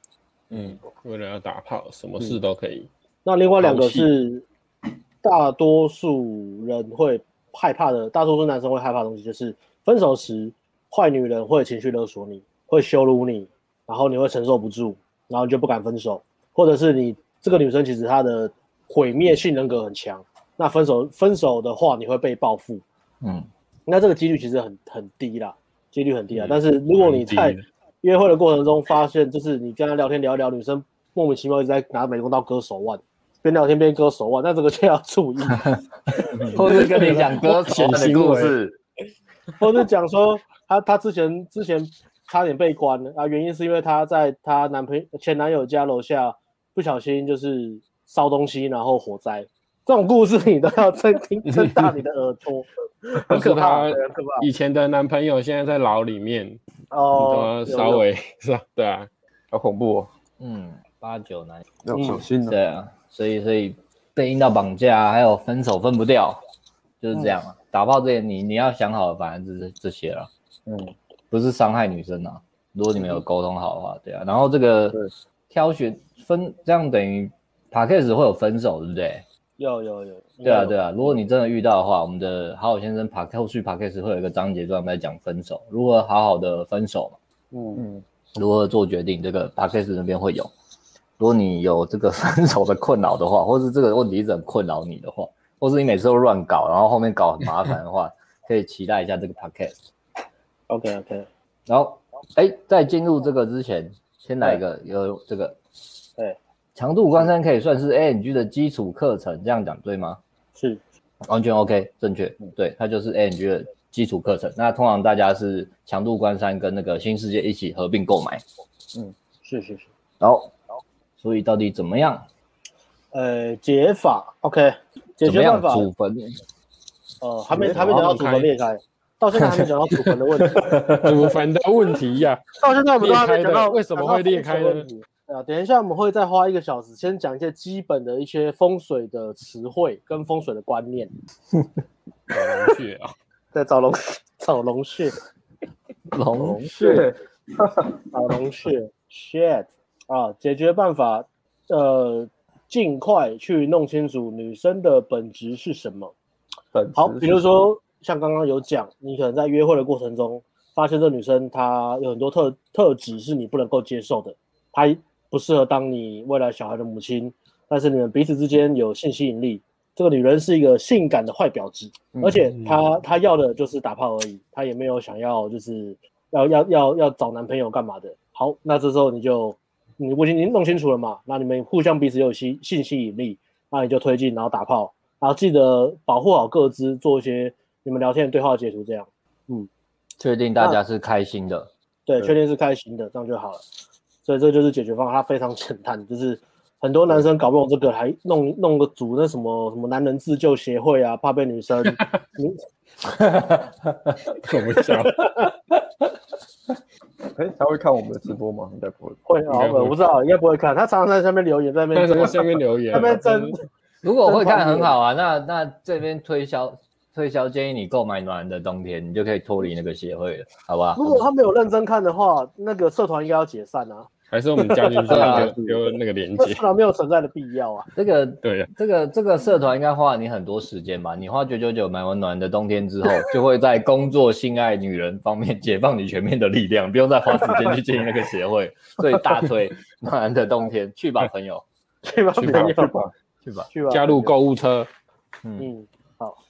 [SPEAKER 4] 嗯，为了要打炮，什么
[SPEAKER 2] 嗯
[SPEAKER 4] 事都可以。
[SPEAKER 2] 那另外两个
[SPEAKER 4] 好戏
[SPEAKER 2] 是大多数人会害怕的，大多数男生会害怕的东西，就是分手时坏女人会情绪勒索你，会羞辱你，然后你会承受不住，然后你就不敢分手，或者是你这个女生其实她的毁灭性人格很强，那分手分手的话你会被报复，
[SPEAKER 1] 嗯，
[SPEAKER 2] 那这个几率其实很很低啦，几率很低啊。
[SPEAKER 4] 嗯
[SPEAKER 2] 但是如果你在
[SPEAKER 4] 很低
[SPEAKER 2] 约会的过程中发现，就是你跟她聊天聊一聊，女生莫名其妙一直在拿美工刀割手腕，边聊天边割手腕，那这个就要注意，
[SPEAKER 1] 或是跟你讲
[SPEAKER 3] [LAUGHS]
[SPEAKER 1] 歌手
[SPEAKER 4] 险
[SPEAKER 1] 的
[SPEAKER 4] 行
[SPEAKER 1] 故
[SPEAKER 4] 为
[SPEAKER 1] 事，
[SPEAKER 2] 或者讲说她她之前之前差点被关了啊，原因是因为她在她男朋友前男友家楼下不小心就是烧东西，然后火灾，这种故事你都要睁听睁大你的耳朵，很可怕，
[SPEAKER 4] 就是
[SPEAKER 2] 对
[SPEAKER 4] 她
[SPEAKER 2] 很可怕。
[SPEAKER 4] 以前的男朋友现在在牢里面，你
[SPEAKER 2] 哦
[SPEAKER 4] 懂吗，稍
[SPEAKER 2] 有
[SPEAKER 4] 微 [LAUGHS] 是吧？对啊，
[SPEAKER 3] 好恐怖哦，
[SPEAKER 1] 嗯，八九男，
[SPEAKER 3] 要
[SPEAKER 2] 嗯
[SPEAKER 3] 小心啊！
[SPEAKER 1] 对啊，所以所以被阴道绑架啊，还有分手分不掉，就是这样啊。打炮这些你你要想好，反正就是这些了，
[SPEAKER 3] 嗯，
[SPEAKER 1] 不是伤害女生啊。如果你们有沟通好的话，对啊。然后这个
[SPEAKER 3] 对
[SPEAKER 1] 挑选分这样等于 p a c k a g e 会有分手，对不对？
[SPEAKER 2] 有有有，
[SPEAKER 1] 对啊，
[SPEAKER 2] 有
[SPEAKER 1] 对啊，如果你真的遇到的话，我们的好好先生 p a 后续 p a c k a g e 会有一个章节专门在讲分手，如何好好的分手嘛，
[SPEAKER 2] 嗯，
[SPEAKER 3] 嗯，
[SPEAKER 1] 如何做决定，这个 p a c k a g e 那边会有。如果你有这个分手的困扰的话，或是这个问题一直很困扰你的话，或是你每次都乱搞，然后后面搞很麻烦的话，可以期待一下这个 p a c k a g e
[SPEAKER 2] OK OK，
[SPEAKER 1] 然后，哎，在进入这个之前，先来一个有这个，
[SPEAKER 2] 对，
[SPEAKER 1] 强度关山可以算是 ANG 的基础课程，这样讲对吗？
[SPEAKER 2] 是
[SPEAKER 1] 完全 OK，正确，
[SPEAKER 2] 嗯
[SPEAKER 1] 对，它就是 ANG 的基础课程。那通常大家是强度关山跟那个新世界一起合并购买，
[SPEAKER 2] 是是是，
[SPEAKER 1] 然后，所以到底怎么样？
[SPEAKER 2] 呃，解法 OK，
[SPEAKER 1] 怎
[SPEAKER 2] 解
[SPEAKER 1] 么
[SPEAKER 2] 决
[SPEAKER 1] 样
[SPEAKER 2] 办法，
[SPEAKER 1] 组分？
[SPEAKER 2] 呃，还没还没讲到组合裂开，到现在还没讲到组合的
[SPEAKER 1] [LAUGHS]
[SPEAKER 2] 问题，
[SPEAKER 4] 祖坟的问题呀、
[SPEAKER 2] 到现在我们都还没讲
[SPEAKER 4] 裂开
[SPEAKER 2] 到
[SPEAKER 4] 的为什么会裂开呢
[SPEAKER 2] 讲到风水问题？对啊，等一下我们会再花一个小时，先讲一些基本的一些风水的词汇跟风水的观念，
[SPEAKER 4] 搞龙穴啊， [LAUGHS]
[SPEAKER 2] 在找龙找龙穴，
[SPEAKER 1] 龙
[SPEAKER 3] 对，
[SPEAKER 2] 找龙穴 shit 啊，解决办法，呃，尽快去弄清楚女生的本质是什么。
[SPEAKER 3] 本
[SPEAKER 2] 好，
[SPEAKER 3] 质
[SPEAKER 2] 比
[SPEAKER 3] 是
[SPEAKER 2] 如说像刚刚有讲，你可能在约会的过程中发现这女生她有很多特特质是你不能够接受的，她不适合当你未来小孩的母亲，但是你们彼此之间有性吸引力。这个女人是一个性感的坏婊子，
[SPEAKER 3] 嗯
[SPEAKER 2] 而且她她要的就是打炮而已，她也没有想要就是要要要要找男朋友干嘛的。好，那这时候你就你我已经弄清楚了嘛，那你们互相彼此有吸性吸引力，那你就推进然后打炮，然后记得保护好各自，做一些你们聊天的对话截图，这样
[SPEAKER 1] 确定大家是开心的，
[SPEAKER 2] 对，
[SPEAKER 3] 对
[SPEAKER 2] 确定是开心的，这样就好了。所以这就是解决方案，它非常简单，就是很多男生搞不懂这个，还弄弄个组那什么什么男人自救协会啊，怕被女
[SPEAKER 4] [LAUGHS]
[SPEAKER 2] 生你
[SPEAKER 4] 怎么讲？
[SPEAKER 3] 哎，他会看我们的直播吗？应该不会。
[SPEAKER 2] 会啊，
[SPEAKER 4] 应该会
[SPEAKER 2] 我不知道，应该不会看，他常常在下面留言，在那
[SPEAKER 4] 但
[SPEAKER 2] 边
[SPEAKER 4] 是在下面留言
[SPEAKER 2] 在
[SPEAKER 4] 啊
[SPEAKER 2] 那边争，
[SPEAKER 1] 如果会看很好啊，那那这边推销推销建议你购买暖的冬天，你就可以脱离那个协会了，好吧？
[SPEAKER 2] 如果他没有认真看的话，那个社团应该要解散啊，
[SPEAKER 4] 还是我们加进
[SPEAKER 2] [LAUGHS]
[SPEAKER 4] 去
[SPEAKER 1] 对啊
[SPEAKER 4] 那个丢那个链
[SPEAKER 2] 那
[SPEAKER 4] 接啊
[SPEAKER 2] 社？团没有存在的必要啊。
[SPEAKER 1] 这个
[SPEAKER 4] 对呀、
[SPEAKER 1] 这个这个社团应该花了你很多时间吧？你花九九九买完暖的冬天之后，就会在工作、性爱、女人方面解放你全面的力量，不用再花时间去经营那个协会。
[SPEAKER 3] [LAUGHS]
[SPEAKER 1] 所以大推暖的冬天，去吧，朋友，
[SPEAKER 2] 去吧，
[SPEAKER 4] 去
[SPEAKER 2] 朋
[SPEAKER 4] 吧
[SPEAKER 2] 友，
[SPEAKER 3] 去吧，
[SPEAKER 1] 去吧。
[SPEAKER 2] 去吧，
[SPEAKER 4] 加入购物车，
[SPEAKER 1] 嗯，
[SPEAKER 2] 嗯。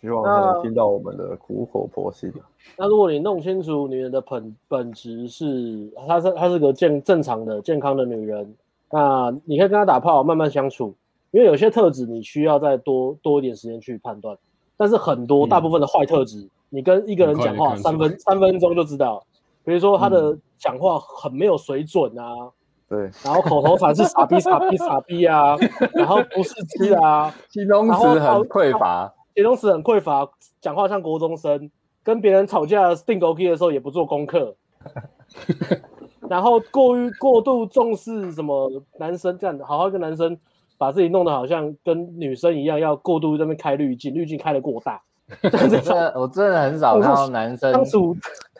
[SPEAKER 3] 希望能听到我们的苦口婆心。
[SPEAKER 2] 那如果你弄清楚女人的本本质是，她是她是个健正常的健康的女人，那你可以跟她打炮，慢慢相处，因为有些特质你需要再多多一点时间去判断，但是很多
[SPEAKER 4] 嗯
[SPEAKER 2] 大部分的坏特质，你跟一个人讲话
[SPEAKER 4] 很快就嗯看
[SPEAKER 2] 三
[SPEAKER 4] 出来
[SPEAKER 2] 分三分钟就知道，比如说她的讲话很没有水准啊，
[SPEAKER 3] 对，
[SPEAKER 2] 然后口头禅是傻逼 [LAUGHS] 傻逼傻逼啊，然后不是字啊，
[SPEAKER 1] 形容
[SPEAKER 2] 词很匮
[SPEAKER 1] 乏，
[SPEAKER 2] 形容词很匮乏，讲话像国中生，跟别人吵架定狗 k 的时候也不做功课，然后过于过度重视什么男生这样，好好一个男生把自己弄得好像跟女生一样，要过度这边开滤镜，滤镜开得过大，
[SPEAKER 1] 我真的我真的很少看到男生
[SPEAKER 2] 相处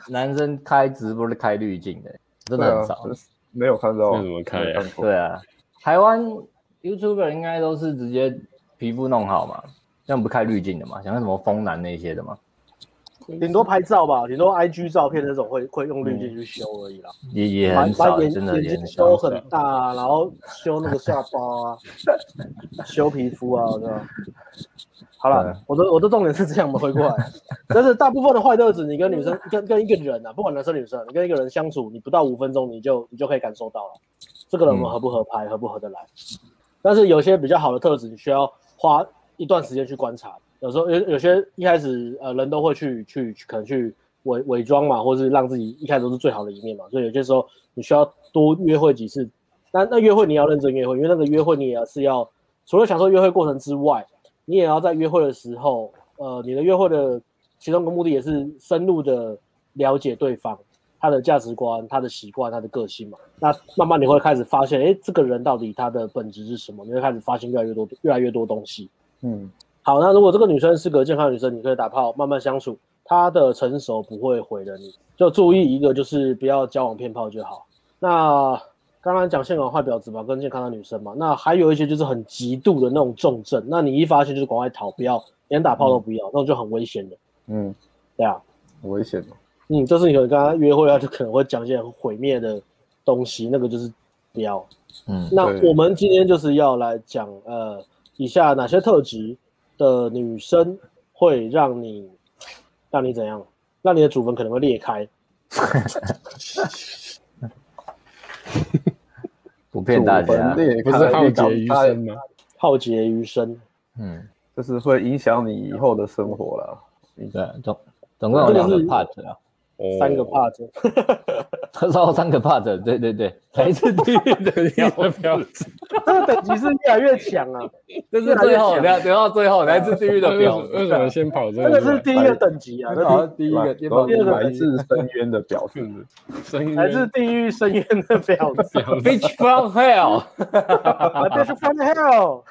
[SPEAKER 1] 男生开直播是开滤镜的，真
[SPEAKER 3] 对
[SPEAKER 1] 的
[SPEAKER 3] 啊
[SPEAKER 1] 很少。，
[SPEAKER 3] 没有看到，
[SPEAKER 4] 那怎么看呀
[SPEAKER 3] 没有过
[SPEAKER 1] 对啊，台湾 YouTuber 应该都是直接皮肤弄好嘛，这样不开滤镜的嘛，像什么丰男那些的嘛，
[SPEAKER 2] 顶多拍照吧，顶多 IG 照片那种会会用滤镜去修而已啦，
[SPEAKER 1] 也也
[SPEAKER 2] 把
[SPEAKER 1] 很
[SPEAKER 2] 把
[SPEAKER 1] 少，
[SPEAKER 2] 眼
[SPEAKER 1] 真的也
[SPEAKER 2] 眼睛
[SPEAKER 1] 很少
[SPEAKER 2] 修。很大、啊，然后修那个下巴啊， [LAUGHS] 修皮肤啊，对吧？好了
[SPEAKER 1] 对，
[SPEAKER 2] 我的我的重点是这样，我们回过来，但是大部分的坏特质，你跟女生 [LAUGHS] 跟跟一个人啊，不管男生女生，你跟一个人相处，你不到五分钟，你就你就可以感受到了，这个人我们合不合拍，合不合得来。但是有些比较好的特质，你需要花一段时间去观察。有时候有有些一开始呃人都会去去去可能去伪伪装嘛，或是让自己一开始都是最好的一面嘛，所以有些时候你需要多约会几次。那那约会你要认真约会，因为那个约会你也是要除了享受约会过程之外，你也要在约会的时候，呃，你的约会的其中一个目的也是深入的了解对方，他的价值观、他的习惯、他的个性嘛。那慢慢你会开始发现，哎，这个人到底他的本质是什么？你会开始发现越来越多、越来越多东西。
[SPEAKER 3] 嗯，
[SPEAKER 2] 好，那如果这个女生是个健康的女生，你可以打炮慢慢相处，她的成熟不会毁了你。就注意一个，就是不要交往骗炮就好。那刚刚讲现场坏婊子嘛，跟健康的女生嘛，那还有一些就是很极度的那种重症，那你一发现就是赶快逃，不要连打炮都不要，那种就很危险的，
[SPEAKER 3] 嗯，
[SPEAKER 2] 对啊。
[SPEAKER 3] 很危险哦。
[SPEAKER 2] 嗯，就是你可能跟他约会，啊他就可能会讲一些很毁灭的东西，那个就是不要。
[SPEAKER 1] 嗯
[SPEAKER 2] 那
[SPEAKER 3] 对
[SPEAKER 2] 我们今天就是要来讲，呃，以下哪些特质的女生会让你让你怎样？让你的祖坟可能会裂开。
[SPEAKER 1] 不骗大
[SPEAKER 3] 祖坟
[SPEAKER 1] 家，
[SPEAKER 3] 裂
[SPEAKER 4] 不
[SPEAKER 3] 开
[SPEAKER 4] 是浩
[SPEAKER 3] 一
[SPEAKER 4] 劫
[SPEAKER 3] 打
[SPEAKER 4] 余
[SPEAKER 3] 开
[SPEAKER 4] 生吗？
[SPEAKER 2] 浩劫余生，
[SPEAKER 1] 嗯，
[SPEAKER 3] 就是会影响你以后的生活啦。
[SPEAKER 1] 对，总总共有两个 part 啊， [LAUGHS]
[SPEAKER 4] 哦
[SPEAKER 2] 三个 part，、
[SPEAKER 1] 他烧三个 part，对对对，来自地狱的
[SPEAKER 4] 要
[SPEAKER 2] [LAUGHS]
[SPEAKER 1] 婊子
[SPEAKER 4] 不要吃？
[SPEAKER 2] [LAUGHS] 这个等级是越来越强
[SPEAKER 3] [LAUGHS]
[SPEAKER 2] 啊，
[SPEAKER 1] 这是最后，等下等到最后，来自地狱的
[SPEAKER 4] 为
[SPEAKER 2] [LAUGHS]
[SPEAKER 4] 什
[SPEAKER 1] 婊
[SPEAKER 4] 么为什么
[SPEAKER 1] 子，
[SPEAKER 4] 先跑这
[SPEAKER 2] 这
[SPEAKER 4] 个
[SPEAKER 2] 啊个
[SPEAKER 4] 出来？
[SPEAKER 2] 是第一个等级啊，
[SPEAKER 1] 这好像第一个，第一
[SPEAKER 3] 然后
[SPEAKER 1] 个
[SPEAKER 3] 来自深渊的表示，
[SPEAKER 4] [LAUGHS] 声音
[SPEAKER 2] 来自地狱深渊的婊
[SPEAKER 3] [LAUGHS]
[SPEAKER 2] 子，
[SPEAKER 1] bitch from
[SPEAKER 2] [LAUGHS]
[SPEAKER 1] hell，
[SPEAKER 2] 啊这是 from hell。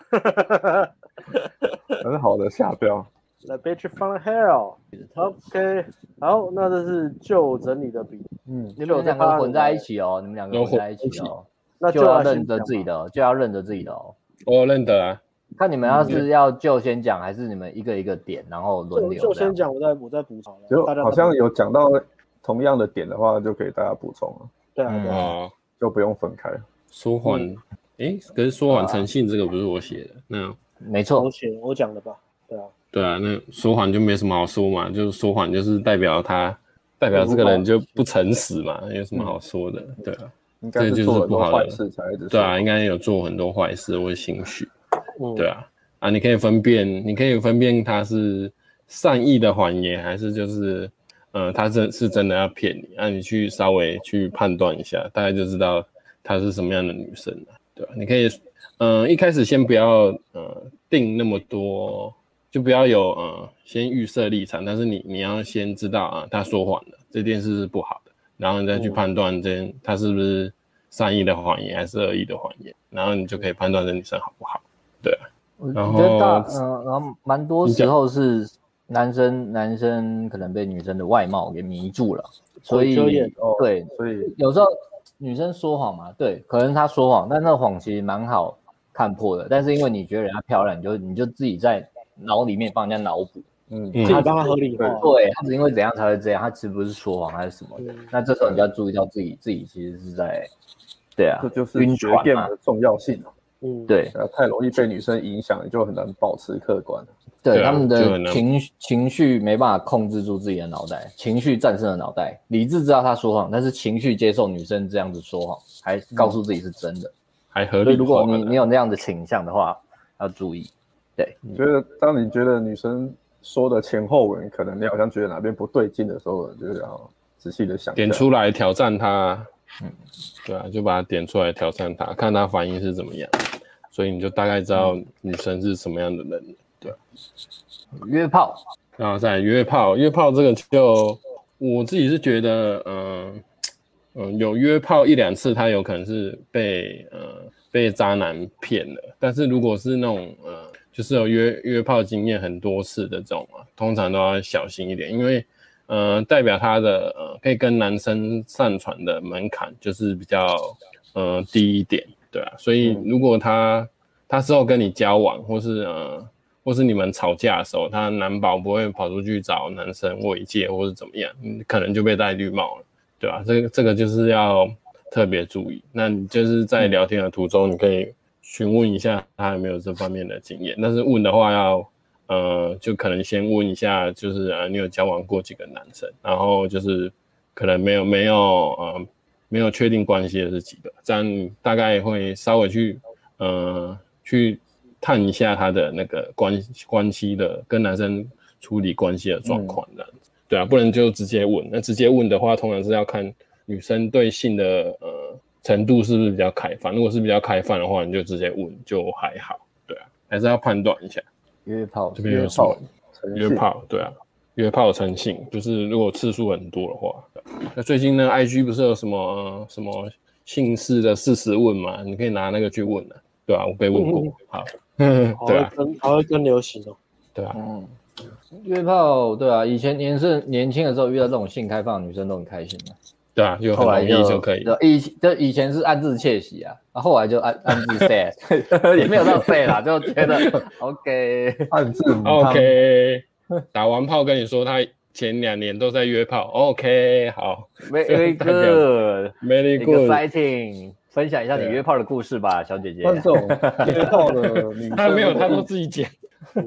[SPEAKER 3] 很好的下标。
[SPEAKER 2] The bitch from hell。OK，好，那这是旧整理的笔，
[SPEAKER 3] 嗯，
[SPEAKER 2] 你
[SPEAKER 1] 你们
[SPEAKER 2] 在
[SPEAKER 1] 两个
[SPEAKER 2] 趴
[SPEAKER 1] 混在一，起哦，你们两个
[SPEAKER 4] 有
[SPEAKER 1] 混在一起哦，
[SPEAKER 2] 那
[SPEAKER 1] 就
[SPEAKER 2] 要
[SPEAKER 1] 要
[SPEAKER 2] 先
[SPEAKER 1] 认得
[SPEAKER 2] 讲
[SPEAKER 1] 自己
[SPEAKER 2] 嘛。
[SPEAKER 1] 的哦，就要认得自己的哦。
[SPEAKER 4] 我认得啊，
[SPEAKER 1] 看你们要
[SPEAKER 2] 嗯
[SPEAKER 1] 是要就先讲，还是你们一个一个点，然后轮
[SPEAKER 2] 就
[SPEAKER 1] 流
[SPEAKER 2] 就
[SPEAKER 1] 这样
[SPEAKER 2] 先。讲，我再我再补充。
[SPEAKER 3] 就
[SPEAKER 2] 大家
[SPEAKER 3] 好像有讲到同样的点的话，就可以大家补充了，
[SPEAKER 2] 对啊，
[SPEAKER 1] 嗯
[SPEAKER 2] 对啊
[SPEAKER 4] 哦，
[SPEAKER 3] 就不用分开。
[SPEAKER 4] 舒缓，诶，可是舒缓诚信这个不是我写的，那
[SPEAKER 1] 没
[SPEAKER 2] 我
[SPEAKER 1] 错，
[SPEAKER 2] 写我讲的吧？对啊，
[SPEAKER 4] 对啊，那舒缓就没什么好说嘛，就是舒缓就是代表他代表这个人就不诚实嘛，有什么好说的？对啊，
[SPEAKER 3] 应该
[SPEAKER 4] 这就是
[SPEAKER 3] 做了很
[SPEAKER 4] 是不
[SPEAKER 3] 多
[SPEAKER 4] 好的
[SPEAKER 3] 坏事才一直说
[SPEAKER 4] 对啊，应该有做很多坏事或心虚，
[SPEAKER 2] 嗯，
[SPEAKER 4] 对啊，啊，你可以分辨，你可以分辨他是善意的谎言，还是就是，呃，他真是真的要骗你，那、你去稍微去判断一下，大概就知道她是什么样的女生了，对啊吧、你可以，嗯、一开始先不要，呃，定那么多，就不要有，呃，先预设立场，但是你你要先知道啊，他说谎了，这件事是不好的，然后你再去
[SPEAKER 2] 嗯
[SPEAKER 4] 判断这他是不是善意的谎言还是恶意的谎言，然后你就可以判断这女生好不好。
[SPEAKER 1] 我
[SPEAKER 4] 然
[SPEAKER 1] 觉得大
[SPEAKER 4] 后
[SPEAKER 1] 嗯，然后蛮多时候是男生男生可能被女生的外貌给迷住了，所以
[SPEAKER 2] 遮掩
[SPEAKER 3] 哦
[SPEAKER 1] 对，
[SPEAKER 3] 所以
[SPEAKER 1] 有时候女生说谎嘛，对，可能她说谎，但那谎其实蛮好看破的，但是因为你觉得人家漂亮，你就你就自己在脑里面帮人家脑补，
[SPEAKER 3] 嗯，
[SPEAKER 4] 嗯
[SPEAKER 2] 自己帮他合理化。
[SPEAKER 1] 对，她只是因为怎样才会这样，她其实不是说谎还是什么的
[SPEAKER 2] 嗯，
[SPEAKER 1] 那这时候你就要注意到自己自己其实是在，对啊
[SPEAKER 3] 这，就是
[SPEAKER 1] 晕
[SPEAKER 3] 学
[SPEAKER 1] 船
[SPEAKER 3] game
[SPEAKER 1] 嘛
[SPEAKER 3] 的重要性啊。
[SPEAKER 2] 嗯，
[SPEAKER 1] 对，
[SPEAKER 3] 呃，太容易被女生影响，你就很难保持客观。
[SPEAKER 1] 对
[SPEAKER 4] 对啊
[SPEAKER 1] 他们
[SPEAKER 4] 就
[SPEAKER 1] 的
[SPEAKER 4] 很难
[SPEAKER 1] 情绪情绪没办法控制住自己的脑袋，情绪战胜了脑袋。理智知道他说谎，但是情绪接受女生这样子说谎，还告诉自己是真的。
[SPEAKER 4] 还嗯合
[SPEAKER 1] 所以
[SPEAKER 4] 理
[SPEAKER 1] 如
[SPEAKER 4] 化
[SPEAKER 1] 果
[SPEAKER 4] 了。
[SPEAKER 1] 你你有那样的倾向的话，要注意。对，
[SPEAKER 4] 嗯
[SPEAKER 3] 你觉得，当你觉得女生说的前后文，可能你好像觉得哪边不对劲的时候，你就要仔细的想一下
[SPEAKER 4] 点出来挑战他，
[SPEAKER 1] 嗯
[SPEAKER 4] 对啊，就把他点出来挑战他，看他反应是怎么样，所以你就大概知
[SPEAKER 1] 嗯
[SPEAKER 4] 道女生是什么样的人，
[SPEAKER 1] 约炮，
[SPEAKER 4] 然后再来约炮，约炮这个就我自己是觉得，嗯、嗯、有约炮一两次，他有可能是被呃被渣男骗了，但是如果是那种呃就是有约约炮经验很多次的这种啊，通常都要小心一点，因为呃，代表他的呃可以跟男生上床的门槛就是比较呃低一点，对啊，所以如果他、他之后跟你交往，或是呃或是你们吵架的时候，他难保不会跑出去找男生慰藉或是怎么样，你可能就被戴绿帽了，对吧、这个这个就是要特别注意。那你就是在聊天的途中，你可以询问一下他有没有这方面的经验，但是问的话要。呃，就可能先问一下，就是呃，你有交往过几个男生？然后就是可能没有没有呃没有确定关系的是几个，这样你大概会稍微去呃去探一下他的那个关关系的跟男生处理关系的状况的，对啊，不能就直接问。那直接问的话，通常是要看女生对性的呃程度是不是比较开放。如果是比较开放的话，你就直接问就还好，对啊，还是要判断一下。
[SPEAKER 1] 约炮，
[SPEAKER 4] 这边有
[SPEAKER 1] 约
[SPEAKER 4] 什
[SPEAKER 1] 炮
[SPEAKER 4] 么，
[SPEAKER 3] 诚
[SPEAKER 4] 约
[SPEAKER 3] 信
[SPEAKER 4] 炮，对啊，约炮成性，就是如果次数很多的话，那最近呢，IG 不是有什么、呃什么姓氏的事实问嘛？你可以拿那个去问啊，对啊，我被问过，好，
[SPEAKER 2] 嗯好
[SPEAKER 4] 对
[SPEAKER 2] 会
[SPEAKER 4] 啊，
[SPEAKER 2] 跟好会跟流行哦。
[SPEAKER 4] 对啊，
[SPEAKER 1] 嗯，约炮，对啊，以前年是年轻的时候遇到这种性开放的女生都很开心的、
[SPEAKER 4] 对啊，就很
[SPEAKER 1] 后来
[SPEAKER 4] 容易就
[SPEAKER 1] 就
[SPEAKER 4] 可以，
[SPEAKER 1] 对啊以就以前是暗自窃喜啊，然后后来就暗暗自 sad，也 [LAUGHS] 没有到 sad 啦，就觉得 OK，
[SPEAKER 3] 暗自母汤
[SPEAKER 4] OK，打 [LAUGHS] 完炮跟你说他前两年都在约炮，OK，好
[SPEAKER 1] [LAUGHS] 没没
[SPEAKER 4] 代表
[SPEAKER 1] good，
[SPEAKER 4] ，Very good。
[SPEAKER 1] exciting，分享一下你
[SPEAKER 4] 对啊
[SPEAKER 1] 约炮的故事吧，小姐姐。
[SPEAKER 3] 但这种约炮
[SPEAKER 4] [LAUGHS]
[SPEAKER 3] 的女生，
[SPEAKER 4] [LAUGHS] 他没
[SPEAKER 3] [LAUGHS]
[SPEAKER 4] 有，他都自己讲。
[SPEAKER 2] 嗯